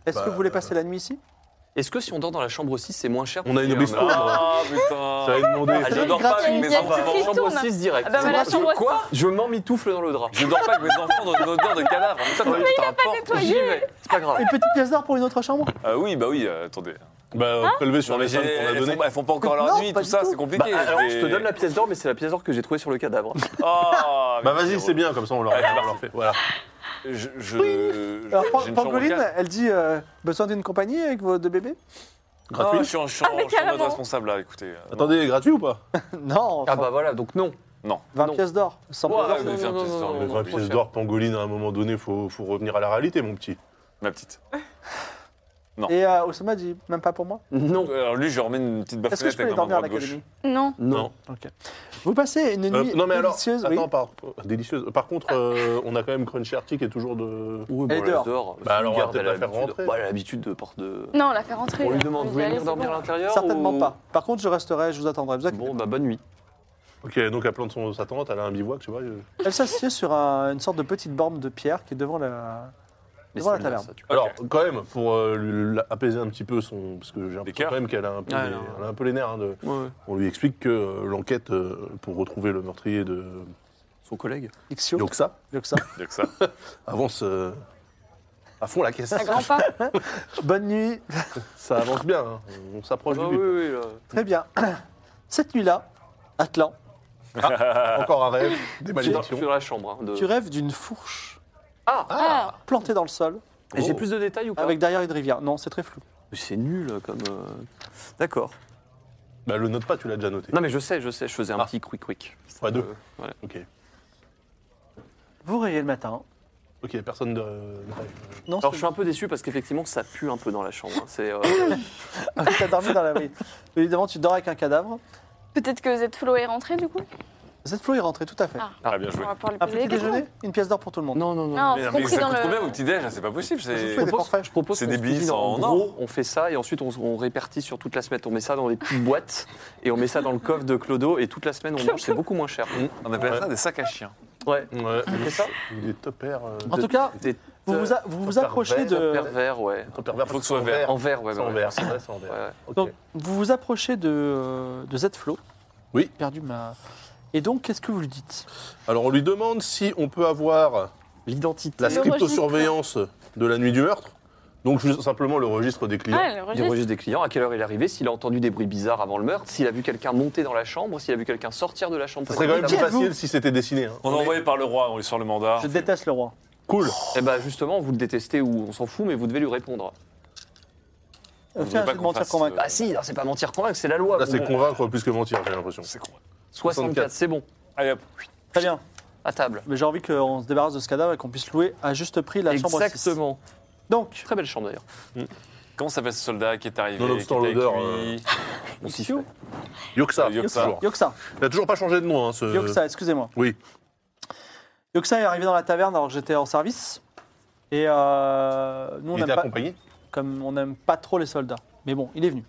Est-ce que
Bah,
vous voulez passer la nuit ici
Est-ce que si on dort dans la chambre 6, c'est moins cher hein
On a une
obéissance.
obéissance.
Ah
Ça
putain
va demander.
Ah,
C'est
je dors pas
gratuit.
avec
Il
mes
y a
enfants.
une petite liste
Chambre
tourne.
6 direct.
Ah bah voilà,
Je-
chambre
quoi Je m'emmitoufle dans le drap.
Je dors pas avec mes enfants dans une odeur de cadavre. Putain, mais t'as un porc.
nettoyé.
J'y vais. C'est pas grave.
Une petite pièce d'or pour une autre chambre
Euh, Oui, bah oui, euh, attendez.
Bah,
Hein
prélevé
Non,
sur
mais
les
j'ai-
sommes qu'on a
elles,
données.
font, elles font pas encore
Non,
leur nuit,
pas
tout
du
ça,
tout.
c'est
Bah,
compliqué.
alors,
Mais-
je te donne la pièce d'or, mais c'est la pièce d'or que j'ai trouvée sur le cadavre.
Ah,
Bah,
mais
vas-y,
c'est
c'est bien, comme ça, on leur on
Ouais,
leur fait. Voilà.
Je, je, je-
Alors,
j'ai
Pan-
une chambre
Pangoline,
locale.
elle dit euh, besoin d'une compagnie avec vos deux bébés
Ah,
Gratuit
je suis en, je
Ah,
suis en- je suis en mode
carrément.
responsable là, écoutez. euh, non.
Attendez, gratuit ou pas
Non,
Ah bah voilà, donc non.
20
non.
pièces d'or. 100
Ouah,
ouais,
non,
mais
non,
viens,
non,
pièce
non,
d'or,
non,
mais
Les
non,
20
trop
pièces
cher.
d'or, Pangoline, à un moment donné, faut, faut revenir à la réalité, mon petit.
Ma petite.
Et euh, Osama dit même pas pour moi.
Non.
Euh, Alors lui, je lui remets une petite
Est-ce que je
bafouette
peux aller
avec ma
dormir à
main droite gauche.
l'académie
Non.
Non.
Vous passez une
Euh,
nuit
non, mais alors.
délicieuse. oui.
Attends, par, délicieuse. Par contre, euh, on a quand même Crunchy Arctic qui est toujours de.
Oui,
Elle
bon,
dort.
elle dehors.
Bah, alors, on va peut-être la faire rentrer.
elle a l'habitude de porte de.
Non, la faire rentrer.
On lui
là.
demande,
y
vous voulez
allez,
venir
c'est
dormir à
bon.
l'intérieur
Certainement
ou-
pas. Par contre, je resterai, je vous attendrai. Vous inquiétez
Bon, bah bonne nuit.
Ok, donc elle plante son, sa tente, elle a un bivouac, tu vois. euh.
Elle s'assied sur un- une sorte de petite borne de pierre qui est devant la.
Mais
Devant la
c'est bien,
taverne.
ça, tu peux-
Alors, quand même, pour euh, lui- la- apaiser un petit peu son. Parce que j'ai l'impression
cœurs
quand même qu'elle a, un peu
Ouais,
les-
non.
elle a un peu les nerfs. hein, de-
Ouais, ouais.
On lui explique que euh, l'enquête euh, pour retrouver le meurtrier de
Son collègue.
Ixio.
Yoxa
Yoxa.
Y'a que ça.
avance euh, à fond la caisse.
Un grand pas.
Bonne nuit.
Ça avance bien, hein. on s'approche
Ah
du
oui,
but.
oui, là.
Très bien. *clears throat* Cette nuit-là, Atlan,
Euh,
Encore un rêve, des
Je suis dans- je
malédictions.
suis dans la chambre. hein, de-
tu rêves d'une fourche
Ah,
Ah,
plantée dans le sol
Et j'ai
Oh.
plus de détails ou pas
avec derrière une rivière. Non, c'est très flou.
C'est nul comme. euh, D'accord.
Bah, le note pas, tu l'as déjà noté.
Non mais je sais, je sais, je faisais un
Ah.
petit quick quick.
Pas deux.
Euh, voilà.
Ok,
Vous réveillez le matin.
ok, personne de- ne rêve.
Non,
Alors
c'est-
je suis un peu déçu parce qu'effectivement ça pue un peu dans la chambre. hein. C'est euh,
*coughs*
Ah oui, *laughs* t'as dormi dans la rue. Évidemment, tu dors avec un cadavre.
peut-être que Zetflo est rentré du coup.
Zflo est rentré, tout à fait.
Ah.
Ah, bien joué.
On va pouvoir lui
Un
poser
petit
des questions.
déjeuner Une pièce d'or pour tout le monde.
non non
Non,
non.
Mais,
Ah, c'est
non, mais
compris
ça
dans
coûte combien
le.
au petit déj C'est pas possible.
Je
C'est.
vous fais
Je
des
propose,
forfaits.
je propose
C'est
qu'on
des
se
billets
dise
en or.
en gros, on fait ça et ensuite on, on répartit sur toute la semaine. On met ça dans des petites boîtes et on met ça dans le coffre de Clodo et toute la semaine on mange, c'est beaucoup moins cher.
On appelle
Ouais.
ça des sacs à chiens.
Ouais.
Ouais,
C'est ça Ah.
ou des toppers. euh,
En tout cas,
Des
vous vous, a- vous, vous approchez de,
pervers, ouais.
toppers verts,
Faut que ce soit
en
vert.
En verre, ouais.
C'est en
ouais,
vert, c'est vrai, c'est en
ouais.
vert.
Ouais, ouais.
Ok.
Donc, vous vous approchez de, de Zflo.
Oui.
J'ai Perdu ma. Et donc, qu'est-ce que vous lui dites
Alors, on lui demande si on peut avoir
L'identité.
la
Le registre.
cryptosurveillance de la nuit du meurtre. Donc, juste simplement le registre des clients.
Ah, le
Du
registre.
registre des clients, à quelle heure il est arrivé, s'il a entendu des bruits bizarres avant le meurtre, s'il a vu quelqu'un monter dans la chambre, s'il a vu quelqu'un sortir de la chambre.
Ça serait quand même plus
Qui êtes-vous
facile si c'était dessiné. hein.
On est envoyé par le roi, on lui sort le mandat.
Je déteste le roi.
Cool.
Eh ben justement, vous le détestez ou on s'en fout, mais vous devez lui répondre.
On
Tiens,
veut
je
pas
vais
qu'on
mentir
fasse,
convaincre.
Bah si, alors c'est pas mentir convaincre, c'est la loi.
Là, c'est
Bon,
convaincre plus que mentir, j'ai l'impression.
C'est con.
64, c'est bon.
Allez hop.
Très bien.
À table.
Mais j'ai envie qu'on se débarrasse de ce cadavre et qu'on puisse louer à juste prix la chambre 6.
Exactement.
Donc,
Très belle chambre d'ailleurs.
Comment s'appelle ce soldat qui est arrivé
Nonobstant
qui était
l'odeur,
avec
euh,
lui
On s'y fait.
Ixio
Yoxa,
Yoxa.
toujours.
Yoxa,
Il a toujours pas changé de nom, hein, ce.
Yoxa, excusez-moi.
Oui.
Yoxa est arrivé dans la taverne alors que j'étais en service. Et euh, nous, on
Il
n'aime
était
pas,
accompagné.
comme on n'aime pas trop les soldats. Mais bon, il est venu.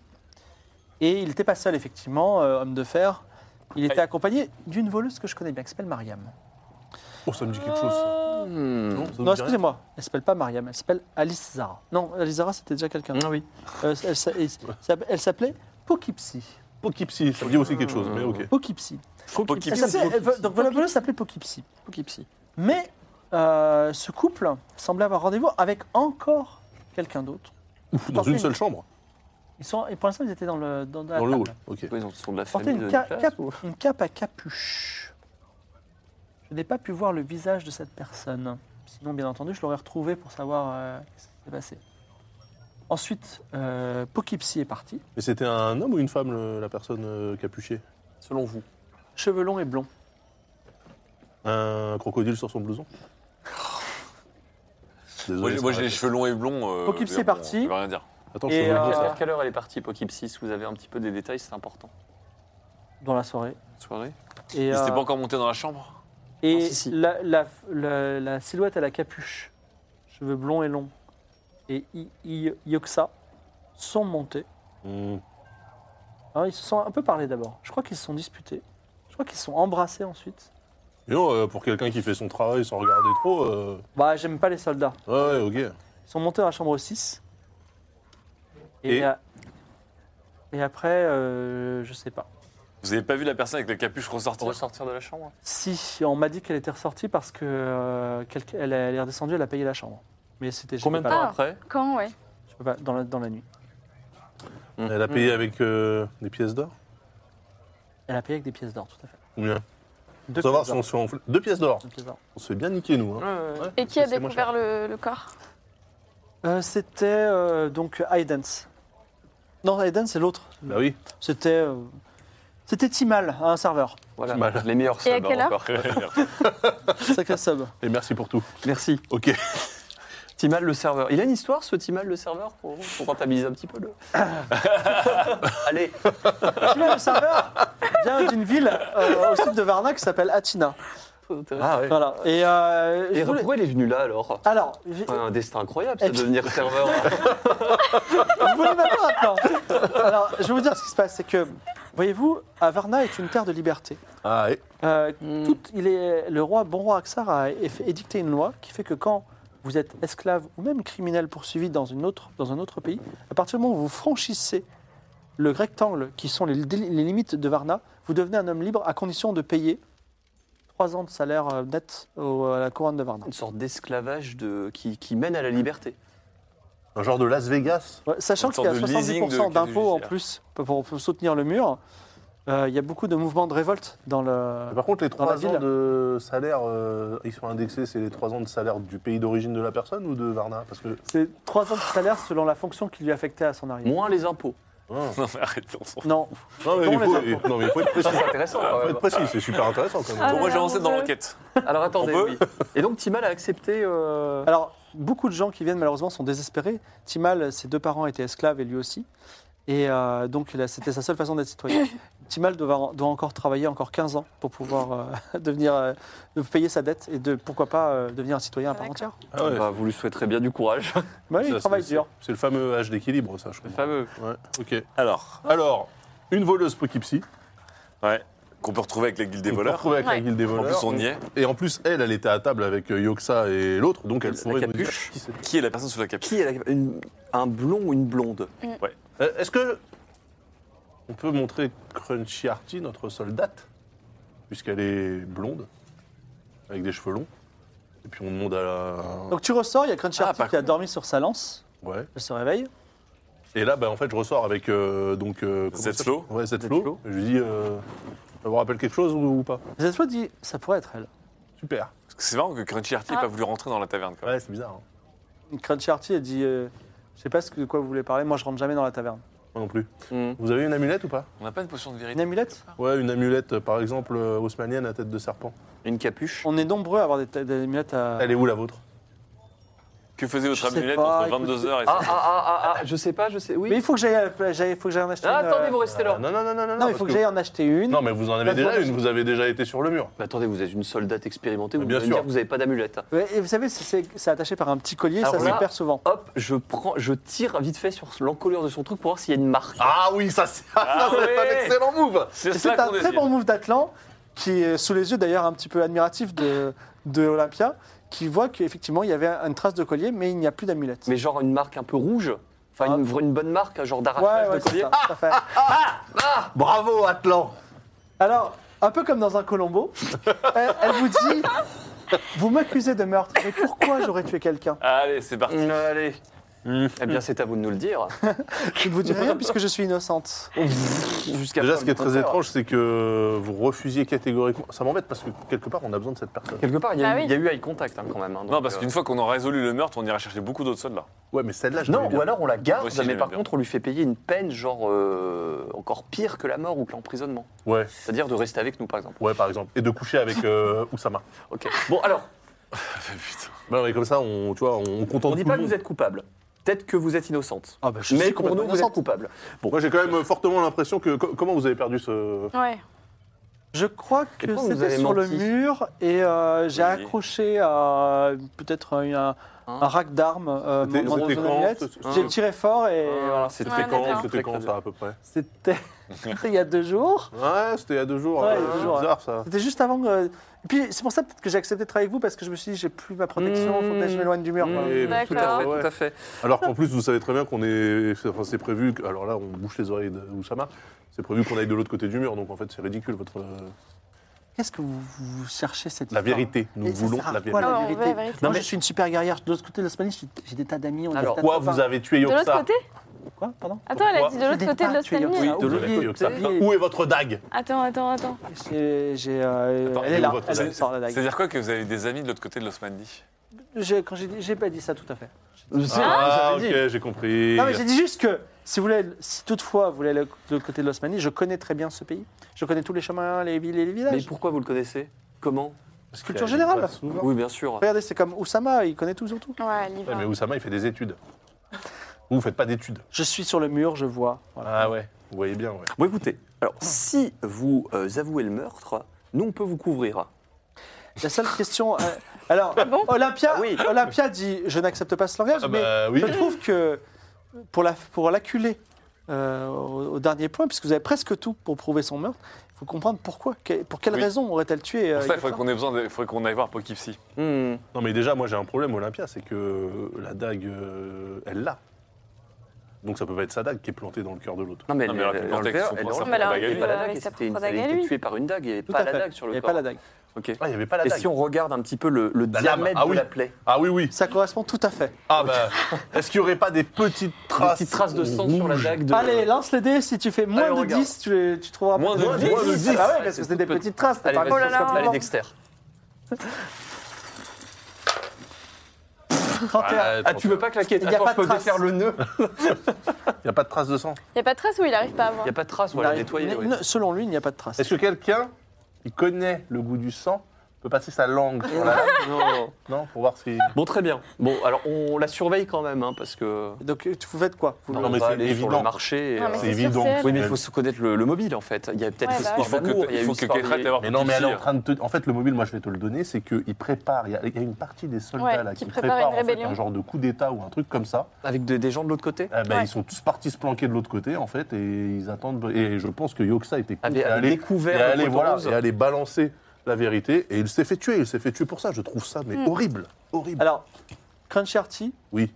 Et il n'était pas seul, effectivement, euh, homme de fer. Il était accompagné d'une voleuse que je connais bien, qui s'appelle Mariam.
Oh, ça me dit quelque chose. ça.
Hmm.
Non, ça vous
Euh, Non,
dit rien
excusez-moi, elle s'appelle pas Mariam, elle s'appelle Alice Zara. Non, Alice Zara, c'était déjà quelqu'un.
Ah oui.
Euh, elle s'a- elle s'a- elle s'appelait Poughkeepsie.
Poughkeepsie, ça me dit aussi quelque chose, mais ok.
Poughkeepsie. Elle
Poughkeepsie.
s'appelait- elle- donc voilà, voilà, elle s'appelait Poughkeepsie.
Poughkeepsie.
Mais euh, ce couple semblait avoir rendez-vous avec encore quelqu'un d'autre.
Dans une seule chambre
Ils sont, et pour l'instant, ils étaient dans le dans, la
Dans le
table.
hall, ok.
Ils ont- sont de la
Portaient
famille de
une, ca-
Nicolas,
cap-
ou-
une cape à capuche. Je n'ai pas pu voir le visage de cette personne. Sinon, bien entendu, je l'aurais retrouvé pour savoir euh, ce qui s'est passé. Ensuite, euh, Poughkeepsie est parti.
Mais c'était un homme ou une femme, le- la personne euh, capuchée
Selon vous.
Cheveux longs et blonds.
Un crocodile sur
*laughs*
son blouson Désolé,
Moi, j'ai-
ça
moi j'ai les
m'arrête.
cheveux longs et blonds. euh,
Poughkeepsie
mais
est parti.
bon, Je veux rien dire.
Attends,
Et,
je peux
euh,
vous
À
dire.
quelle heure elle est partie, Poughkeepsie Si vous avez un petit peu des détails, c'est important.
dans la soirée.
Soirée.
Et,
Il s'était
euh,
pas encore monté dans la chambre
et
Non, si, si.
La, la- la- la silhouette à la capuche, cheveux blonds et longs, et I- I- Yoxa sont montés. euh,
Hmm.
Alors, ils se sont un peu parlé d'abord. Je crois qu'ils se sont disputés. Je crois qu'ils se sont embrassés ensuite.
Mais non, euh, pour quelqu'un qui fait son travail sans regarder trop, euh,
Bah, j'aime pas les soldats.
ouais, ouais, ok.
Ils sont montés dans la chambre 6. Et,
Et-
a- et après, euh, je sais pas.
Vous avez pas vu la personne avec la capuche ressortir
Ressortir de la chambre
Si, on m'a dit qu'elle était ressortie parce que euh, quelqu'un- elle, elle est redescendue, elle a payé la chambre. Mais c'était je
Combien de
peux
temps
pas-
Ah.
après
Quand, ouais.
je peux pas- dans, la, dans la nuit.
Hmm.
Elle a
Hmm.
payé avec euh, des pièces d'or
Elle a payé avec des pièces d'or, tout à fait.
Combien
Deux
Faut savoir si
pièces
on
d'or.
se fait enfler- Deux pièces d'or.
Deux pièces d'or.
On se fait bien niquer, nous. hein. Ouais,
Et qui a
c'est moins
découvert le, le corps
Euh, C'était euh, donc Aidance. Non, Aidance, c'est l'autre.
cher. Bah oui.
C'était euh, c'était Timal, un serveur.
Voilà,
Mal.
les meilleurs
Et à
sabres
quelle heure
*laughs*
encore.
Sacré sub.
Et merci pour tout.
Merci.
Ok.
Timal le serveur. Il a une histoire, ce Timal le serveur, pour, pour rentabiliser un petit peu le. Allez,
Timal, le serveur, vient d'une ville euh, au sud de Varna qui s'appelle Atina.
trop intéressant. Ah, ouais.
Voilà. Et, euh, je
Et
voulais-
pourquoi il est venu là alors
Alors, j'ai-
Ouais, Un destin incroyable, ça,
Et
de
puis-
devenir serveur.
*laughs* Ah, Vous voulez même pas maintenant. Alors, je vais vous dire ce qui se passe, c'est que, voyez-vous, Avarna est une terre de liberté.
Ah, ouais.
Euh,
Hmm.
tout- il est, le roi, bon roi Aksar a eff- édicté une loi qui fait que quand vous êtes esclave ou même criminel poursuivi dans, une autre, dans un autre pays, à partir du moment où vous franchissez le rectangle qui sont les, déli- les limites de Varna, vous devenez un homme libre à condition de payer 3 ans de salaire euh, net au- à la couronne de Varna.
Une sorte d'esclavage de... qui, qui mène à la liberté.
Un genre de Las Vegas.
Ouais, sachant
Une
qu'il y a
sorte de leasing de
70% d'impôts en
Casus
plus pour, pour soutenir le mur, euh, il y a beaucoup de mouvements de révolte dans le.
Ah, Par contre, les
Dans la
trois ans
ville.
de salaire, euh, ils sont indexés, c'est les trois ans de salaire du pays d'origine de la personne ou de Varna Parce que. hein.
C'est 3 ans de salaire selon la fonction qui lui affectait à son arrivée.
Moins les impôts.
Ah.
Non, mais arrêtons. Pour
Non,
Non, mais
Dans
il faut,
les
non, mais *laughs* il faut être précis.
C'est intéressant quand
Faut
même.
être précis, c'est super intéressant quand même.
Ah,
moi, j'ai
là,
avancé
mon
dans
Dieu.
l'enquête.
*laughs* Alors attendez,
On peut
oui. Et donc Timal a accepté. euh,
Alors, beaucoup de gens qui viennent malheureusement sont désespérés. Timal, ses deux parents étaient esclaves et lui aussi. Et euh, donc, là, c'était sa seule façon d'être citoyen. Timal doit, doit encore travailler encore 15 ans pour pouvoir euh, *laughs* devenir, euh, de payer sa dette et de, pourquoi pas, euh, devenir un citoyen à part entière.
D'accord.
Ah ouais.
bah, vous lui souhaiterez bien du courage.
Mais oui,
Ça,
il travaille
c'est-
dur.
C'est le fameux âge d'équilibre, ça, je
Le
crois.
fameux.
Ouais, ok.
Alors,
Alors, une voleuse Poughkeepsie.
ouais, qu'on peut retrouver avec la guilde des
on peut
voleurs.
retrouver avec la
Ouais.
guilde des
En
voleurs.
plus, on y est.
Et en plus, elle, elle était à table avec euh, Yoxa et l'autre, donc elle
La
pourrait nous dire
capuche.
qui c'était.
Qui est la personne sous la capuche
Qui est la- une- un blond ou une blonde
Euh, Est-ce que on peut montrer Crunchy Arty, notre soldate, puisqu'elle est blonde, avec des cheveux longs, et puis on demande à la...
Donc, tu ressors, il y a Crunchy
Ah,
Artie
par
qui a dormi sur sa lance.
Ouais.
Elle se réveille.
Et là, bah, en fait, je ressors avec euh, donc euh, comment
Zed
ça s'appelle
Flo.
Ouais, Zed
Zed
Flo.
Flo.
Je lui dis, euh, ça vous rappelle quelque chose ou, ou pas
Zeswa dit Ça pourrait être elle.
Super.
Parce que C'est marrant que Crunchy Artie n'ait
Ah.
pas voulu rentrer dans la taverne. Quoi.
Ouais, c'est bizarre. hein.
Crunchy Artie, elle dit euh, Je sais pas ce que- de quoi vous voulez parler, moi je rentre jamais dans la taverne.
Moi non plus.
Hmm.
Vous avez une amulette ou pas
On n'a pas une potion de
Une
vérité.
amulette
Ouais, une amulette, par exemple, euh, haussmannienne à tête de serpent.
Une capuche
On est nombreux à avoir des, des amulettes à.
Elle est où la vôtre
Que faisait votre
Je sais
amulette
pas,
entre
écoute-
22h et
ah,
5
ah, ah, ah, ah, je sais pas, je sais. Oui.
Mais il faut que j'aille à- j'aille- faut que j'aille en acheter
Ah,
une,
attendez,
euh,
vous restez
Ah,
là.
Non, non, non, non, non.
Non, il
parce
faut que
que-
j'aille en acheter une.
Non, mais vous en avez
La
déjà
fois-
une, vous avez déjà été sur le mur.
Mais attendez, vous êtes une soldate expérimentée, vous
Bien
allez me
sûr.
dire que vous n'avez pas d'amulette.
Ouais, Et vous savez, c'est- c'est c'est attaché par un petit collier,
Alors
ça se
là-
perd souvent.
Hop, je prends, je tire vite fait sur l'encolure de son truc pour voir s'il y a une marque.
Ah oui, ça c'est *laughs*
Ah
ça, c'est
ouais.
un excellent move
C'est
Et C'est
cela
un
qu'on
très
désire.
bon move d'Atlan, qui est sous les yeux d'ailleurs un petit peu admiratif de, de Olympia, qui voit qu'effectivement il y avait une trace de collier, mais il n'y a plus d'amulette.
Mais genre une marque un peu rouge. Enfin,
Ah.
une, vra- une bonne marque, genre
Ouais,
d'arrachage
ouais,
de
c'est
collier.
ça, tout à fait.
Bravo Atlan
Alors, un peu comme dans un Colombo, elle, elle vous dit Vous m'accusez de meurtre, mais pourquoi j'aurais tué quelqu'un
Allez, c'est parti.
Mm, Allez. Eh bien, c'est à vous de nous le dire.
Je ne vous dis rien puisque je suis innocente.
*laughs* Jusqu'à
Déjà,
preuve
ce qui est très
du contraire.
étrange, c'est que vous refusiez catégoriquement. Ça m'embête parce que quelque part, on a besoin de cette personne.
Quelque part, il y, a
Ah
eu-
oui.
il y a eu eye contact hein, quand même. hein, donc,
Non, parce
euh,
qu'une fois qu'on aura résolu le meurtre, on ira chercher beaucoup d'autres soldes là.
Ouais, mais celle-là, je
Non,
l'aimais bien.
ou alors on la garde,
Moi aussi, je
mais
l'aimais
par
bien.
contre, on lui fait payer une peine, genre euh, encore pire que la mort ou que l'emprisonnement.
Ouais,
C'est-à-dire de rester avec nous, par exemple.
ouais, par exemple. Et de coucher avec euh, Oussama.
Ok. Bon, alors,
Putain.
Bah, mais comme ça, on, tu vois, on contente
on dit
tout
pas
le
que
monde.
vous êtes coupable. Peut-être que vous êtes innocente.
Ah, bah, je
mais
suis
pour nous,
complètement
vous êtes
innocente.
coupable.
Moi, j'ai quand même fortement l'impression que. co- Comment vous avez perdu ce.
Ouais.
Je crois
Et
que
pourquoi vous
c'était
avez
sur le
menti
mur et euh, j'ai
Oui.
accroché à peut-être un, un- un rack d'armes euh,
C'était-
dans
c'était
une
quand,
amulette.
ce- ce-
J'ai tiré fort et voilà.
C'était
Ouais,
quand
d'accord.
C'était quand ça, à peu près
C'était *laughs* C'était il y a deux jours.
Ouais, c'était il y a deux jours.
Ouais,
euh,
il y a deux jours,
bizarre ça.
C'était juste avant. que- Et puis c'est pour ça peut-être que j'ai accepté de travailler avec vous parce que je me suis dit j'ai plus ma protection, faut que je m'éloigne du mur. quoi.
Et-
D'accord.
tout
tout
à
à
fait,
Tout à fait.
Alors qu'en plus, vous savez très bien qu'on est. enfin, c'est prévu. Que... Alors là, on bouche les oreilles de- où ça marche. C'est prévu qu'on aille de l'autre côté du mur, donc en fait, c'est ridicule. Votre euh,
Qu'est-ce que vous, vous cherchez cette
la
histoire
vérité. Nous
Et ça
voulons
sert à
la
quoi,
vérité.
Ouais, on veut la
vérité.
vérité.
Moi,
Non, mais-
je suis une super guerrière. De l'autre côté de l'Espagne, j'ai des tas d'amis. on est
Alors,
des tas de
Pourquoi
copains.
vous avez tué
De l'autre
Yoxa
côté
Quoi Pardon
Attends, elle a dit de
Je
l'autre
n'ai
côté
pas
de
tué
l'Australie. hein.
Yoxa.
alors.
de l'autre
Oubliez,
côté, Yoxa.
oubliez.
Où est votre dague
Attends, attends, attends.
J'ai- j'ai, euh,
Attends,
Elle
il
est
est
là.
où votre
Elle
dague
sort la dague.
C'est-à-dire quoi que vous avez des amis de l'autre côté de l'Osmanie
J'ai- Quand j'ai dit- j'ai pas dit ça tout à fait.
Ah,
vous avez dit.
ok, j'ai compris.
Non, mais j'ai dit juste que si, vous voulez, si toutefois vous voulez aller de l'autre côté de l'Osmanie, je connais très bien ce pays. Je connais tous les chemins, les villes et les
Mais
villages.
pourquoi vous le connaissez Comment
Parce qu'il
Culture
arrive
générale.
pas souvent.
Oui, bien sûr.
Regardez, c'est comme Oussama, il connaît tout sur tout.
Ouais, elle y
Ouais,
va.
mais Oussama, il fait des études. Vous, vous faites pas d'études.
Je suis sur le mur, je vois. Voilà.
Ah ouais. Vous voyez bien, ouais.
Bon, écoutez, alors si vous euh, avouez le meurtre, nous on peut vous couvrir.
La seule question. euh, alors, Olympia, Olympia dit Je n'accepte pas ce langage,
Ah
mais
bah oui.
je trouve que pour la- pour l'acculer euh, au, au dernier point, puisque vous avez presque tout pour prouver son meurtre, il faut comprendre pourquoi. que- pour quelle
Oui.
raison aurait-elle tué euh,
Pour ça, il faudrait
Yoxa
qu'on ait besoin de- il faudrait qu'on aille voir Poughkeepsie.
Hmm.
Non, mais déjà, moi, j'ai un problème, Olympia, c'est que la dague, euh, elle l'a. Donc ça peut pas être sa dague qui est plantée dans le cœur de l'autre.
Non, mais
Non,
elle
mais alors, quel
dans le
contexte,
verre,
on
elle
prend
dans
ça
le
pour la
verre,
dague à
elle est
lui.
pas la dague,
Avec sa
c'était une-
propre
elle
dague à
a été
lui.
tuée par une dague, il n'y avait
Tout
pas
à
la
fait.
dague sur
Il
le
n'y avait pas la
corps.
dague.
Ok.
Ah, il y avait pas la
Et
dague.
si on regarde un petit peu le, le
La lame.
diamètre
Ah
de
oui.
la plaie
Ah oui, oui.
Ça correspond tout à fait.
Ah bah, est-ce qu'il y aurait pas des petites
Des
traces
petites traces de sang sur la
rouges
dague de...
Allez, lance les dés. Si tu fais moins
Allez, on
de
regarde.
10, tu, les- tu trouveras
Moins de
pas.
10. Moins de 10.
Ah ouais,
Ouais,
parce
c'est
que c'est des
tout petit.
petites traces. t'as
Allez,
pas
vas-y,
mis
là là.
sur
allez,
le
Dexter.
31.
Ah, tu veux pas claquer
Il y a
Attends,
pas
je
de
peux
trace.
défaire le nœud
Il y a pas de traces de sang.
Il n'y a pas de trace où il arrive pas à
Il
voir.
n'y a pas de trace,
Il
voilà,
arrive-
nettoyer.
mais
oui.
ne- Selon lui, il n'y a pas de trace.
Est-ce que quelqu'un qui connaît le goût du sang peut passer sa langue sur la dague
Non.
Non, pour voir si.
Bon, très bien. Bon, alors on la surveille quand même, hein, parce que...
Donc, vous faites quoi Vous-
Non,
on
mais
va
c'est
aller sur
évident.
le marché. et,
Non, mais
euh,
c'est
évident.
sûr, c'est elle.
Oui, mais il faut se connaître le, le mobile en fait. Il y a peut-être
Ouais,
l'histoire
bah
Il faut
d'amour,
que,
il y a
il
une
faut que
histoire
Kekra
liée-
aille voir
Mais non, mais elle est en
Poughkeepsie.
train de te. En fait, le mobile, moi, je vais te le donner, c'est qu'il prépare. Il y, a, il y a une partie des soldats
Ouais,
là, qui,
qui
préparent
préparent une
en fait,
rébellion.
un genre de coup d'État ou un truc comme ça.
Avec des, des gens de l'autre côté
Eh ben,
Ouais.
Ils sont tous partis se planquer de l'autre côté, en fait, et ils attendent. Et je pense que Yoxa était cool.
Avait-
et
avait
allait-
découvert
et
le
allait,
poteau
voilà,
rose.
et allait balancer la vérité. Et il s'est fait tuer. Il s'est fait tuer pour ça. Je trouve ça
Hmm.
mais horrible, horrible.
Alors, Crunchy Arty
oui.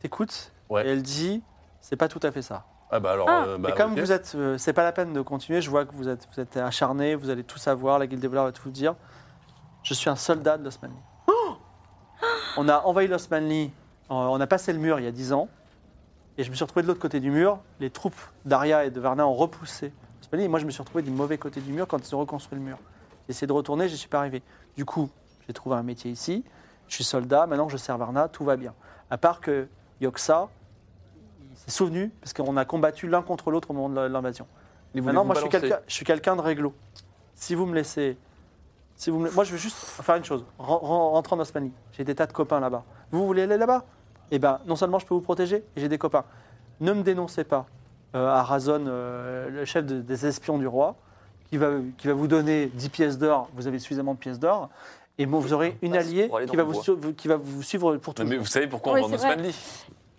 t'écoutes
Ouais.
et elle dit c'est pas tout à fait ça.
Ah bah alors.
Ah.
euh, bah,
et comme
ok.
vous êtes, euh, c'est pas la peine de continuer. Je vois que vous êtes, vous êtes acharné, vous allez tout savoir, la guilde des voleurs va tout vous dire. Je suis un soldat de l'Osmanli. on a envahi l'Osmanli, euh, on a passé le mur il y a 10 ans, et je me suis retrouvé de l'autre côté du mur. Les troupes d'Aria et de Varna ont repoussé l'Osmanli, et moi je me suis retrouvé du mauvais côté du mur quand ils ont reconstruit le mur. J'ai essayé de retourner, j'y suis pas arrivé. Du coup, j'ai trouvé un métier ici, je suis soldat, maintenant je sers Varna, tout va bien. À part que Yoxa, il s'est souvenu, parce qu'on a combattu l'un contre l'autre au moment de l'invasion.
Ils voulaient
Maintenant,
vous
moi, je suis,
balancer.
quelqu'un, je suis quelqu'un de réglo. Si vous me laissez. Si vous me- Moi, je veux juste faire une chose. Ren- ren- Rentrer en Osmanie. J'ai des tas de copains là-bas. Vous voulez aller là-bas Eh bien, non seulement je peux vous protéger, et j'ai des copains. Ne me dénoncez pas euh, à Razon, euh, le chef de- des espions du roi, qui va, qui va vous donner 10 pièces d'or. Vous avez suffisamment de pièces d'or. Et moi, vous aurez une
passe
alliée
Bah, pour aller dans
qui va,
le
vous
bois.
su- qui va vous suivre pour tout.
Non, mais vous savez pourquoi
Oui,
on va en
c'est vrai.
Osmanie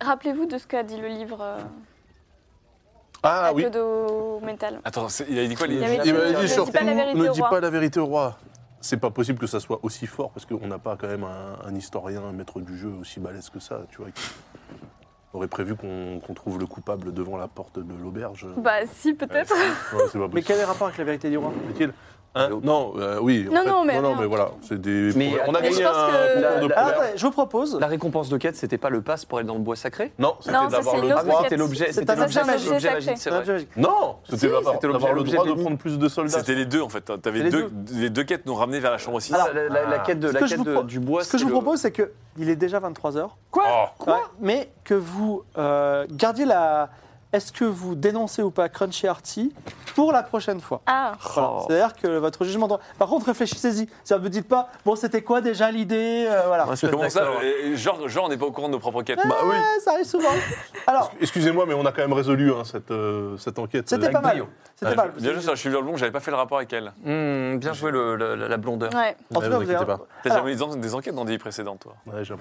Rappelez-vous de ce qu'a dit le livre euh,
Ah oui.
Akodo Mental.
Attends, c'est- il a dit quoi les...
Il y avait-
Il m'a
Ne
dit
dis
surtout,
pas la vérité
ne
au
dis
roi.
pas la vérité au roi. C'est pas possible que ça soit aussi fort parce qu'on n'a pas quand même un, un historien, un maître du jeu aussi balèze que ça, tu vois. Qui aurait prévu qu'on qu'on trouve le coupable devant la porte de
*laughs*
l'auberge.
Bah, si, peut-être.
Ouais, c'est pas
Mais
possible.
quel est le rapport avec la vérité du roi
Inutile. Hein non, euh, oui. en
Non, non, mais rien.
voilà, c'est des.
Mais,
on a
mais
gagné
je
un
pense que-
concours de
La-
Ah,
couleurs.
attendez, je vous propose.
La récompense de quête, c'était pas le pass pour aller dans le bois sacré
Non, c'était
Non, ça,
d'avoir
c'est
le
une autre
droit.
quête.
Ah, C'était l'objet,
C'est
c'était
un objet
l'objet
magique.
l'objet magique, c'est
C'est
vrai.
magique.
Non, c'était
Si,
d'avoir
c'était l'objet
d'avoir le
d'objet
droit de
béni.
prendre plus de soldats.
C'était les deux en fait. T'avais
les
deux, les deux quêtes nous ramenaient vers la chambre 6.
Alors,
La, la- la quête de
Ce
la
que je
quête
vous
de-
pro-
du bois.
Ce que je
c'est
vous
le-
propose, c'est que il est déjà 23h,
Quoi
mais que vous euh, gardiez la. Est-ce que vous dénoncez ou pas Crunchy Arty pour la prochaine fois
Ah,
Voilà. C'est-à-dire que votre jugement. de- Par contre, réfléchissez-y. Ça ne me dites pas, bon, c'était quoi déjà l'idée Euh, Voilà.
Ouais, Bah c'est
Comment ça
d'accord.
euh, genre, genre, on n'est pas au courant de nos propres quêtes.
Bah
Ah, ça arrive souvent. Alors,
Excusez-moi, mais on a quand même résolu hein, cette, euh, cette enquête.
c'était
euh,
pas mal.
brio.
C'était
Ouais,
pas mal.
Bien juste, je suis violon, j'avais pas fait le rapport avec elle.
Hmm, bien joué le- le- la, la blondeur.
ouais.
En
Ouais,
tout cas,
Ah, vous
vous avez-
inquiétez pas.
T'as
Alors-
jamais eu des en- des enquêtes dans des vies précédentes, toi
Ouais, j'ai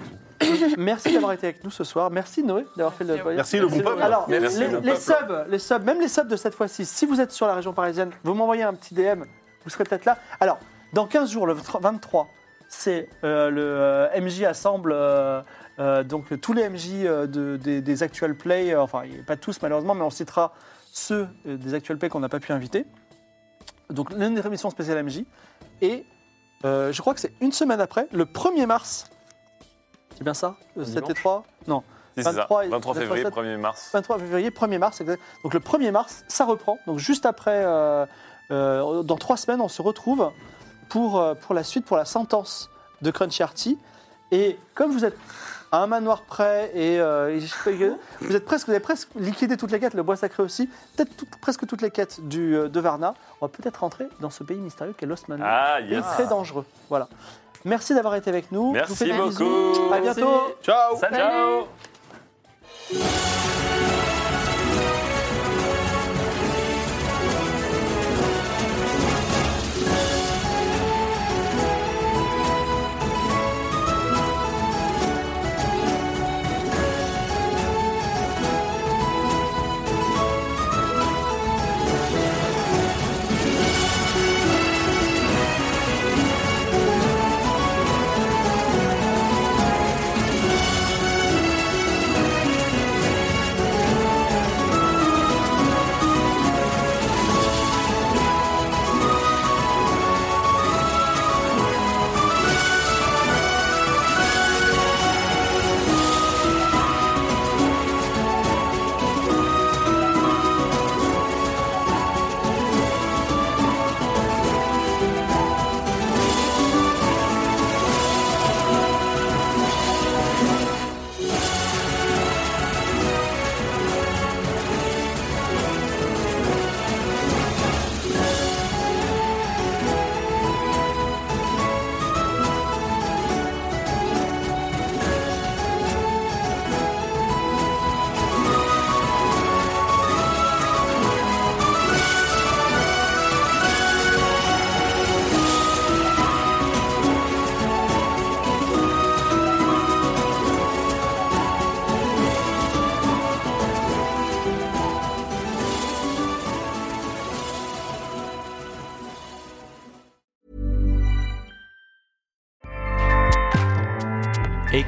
l'impression.
Merci d'avoir été avec nous ce soir. Merci Noé d'avoir fait le.
Merci, le bon peuple.
Alors,
Merci,
les-
le le
les
peuple.
subs, les subs, même les subs de cette fois-ci, si vous êtes sur la région parisienne, vous m'envoyez un petit DM, vous serez peut-être là. Alors, dans 15 jours, le 23, c'est euh, le euh, MJ Assemble, euh, euh, donc tous les MJ euh, de- des, des actual play, euh, enfin pas tous malheureusement, mais on citera ceux euh, des actual play qu'on n'a pas pu inviter. Donc l'une des émissions spéciales MJ. Et euh, je crois que c'est une semaine après, le 1er mars. C'est bien ça euh, cet
dimanche
E3 Non.
Si, c'est ça.
23 et-
23 février,
27.
1er mars.
23 février, 1er mars. exact. Donc le 1er mars, ça reprend. Donc juste après, euh, euh, dans trois semaines, on se retrouve pour, euh, pour la suite, pour la sentence de Crunchy Arty. Et comme vous êtes à un manoir près et, euh, et je sais
*laughs*
pas, vous êtes presque, vous avez presque liquidé toutes les quêtes, le bois sacré aussi, peut-être tout- presque toutes les quêtes du, euh, de Varna, on va peut-être rentrer dans ce pays mystérieux qu'est l'Osman.
Ah,
et
yes.
très dangereux. Voilà. Merci d'avoir été avec nous. Je vous fais
Merci
des bisous.
beaucoup.
À bientôt.
Ciao
Salut.
Ciao.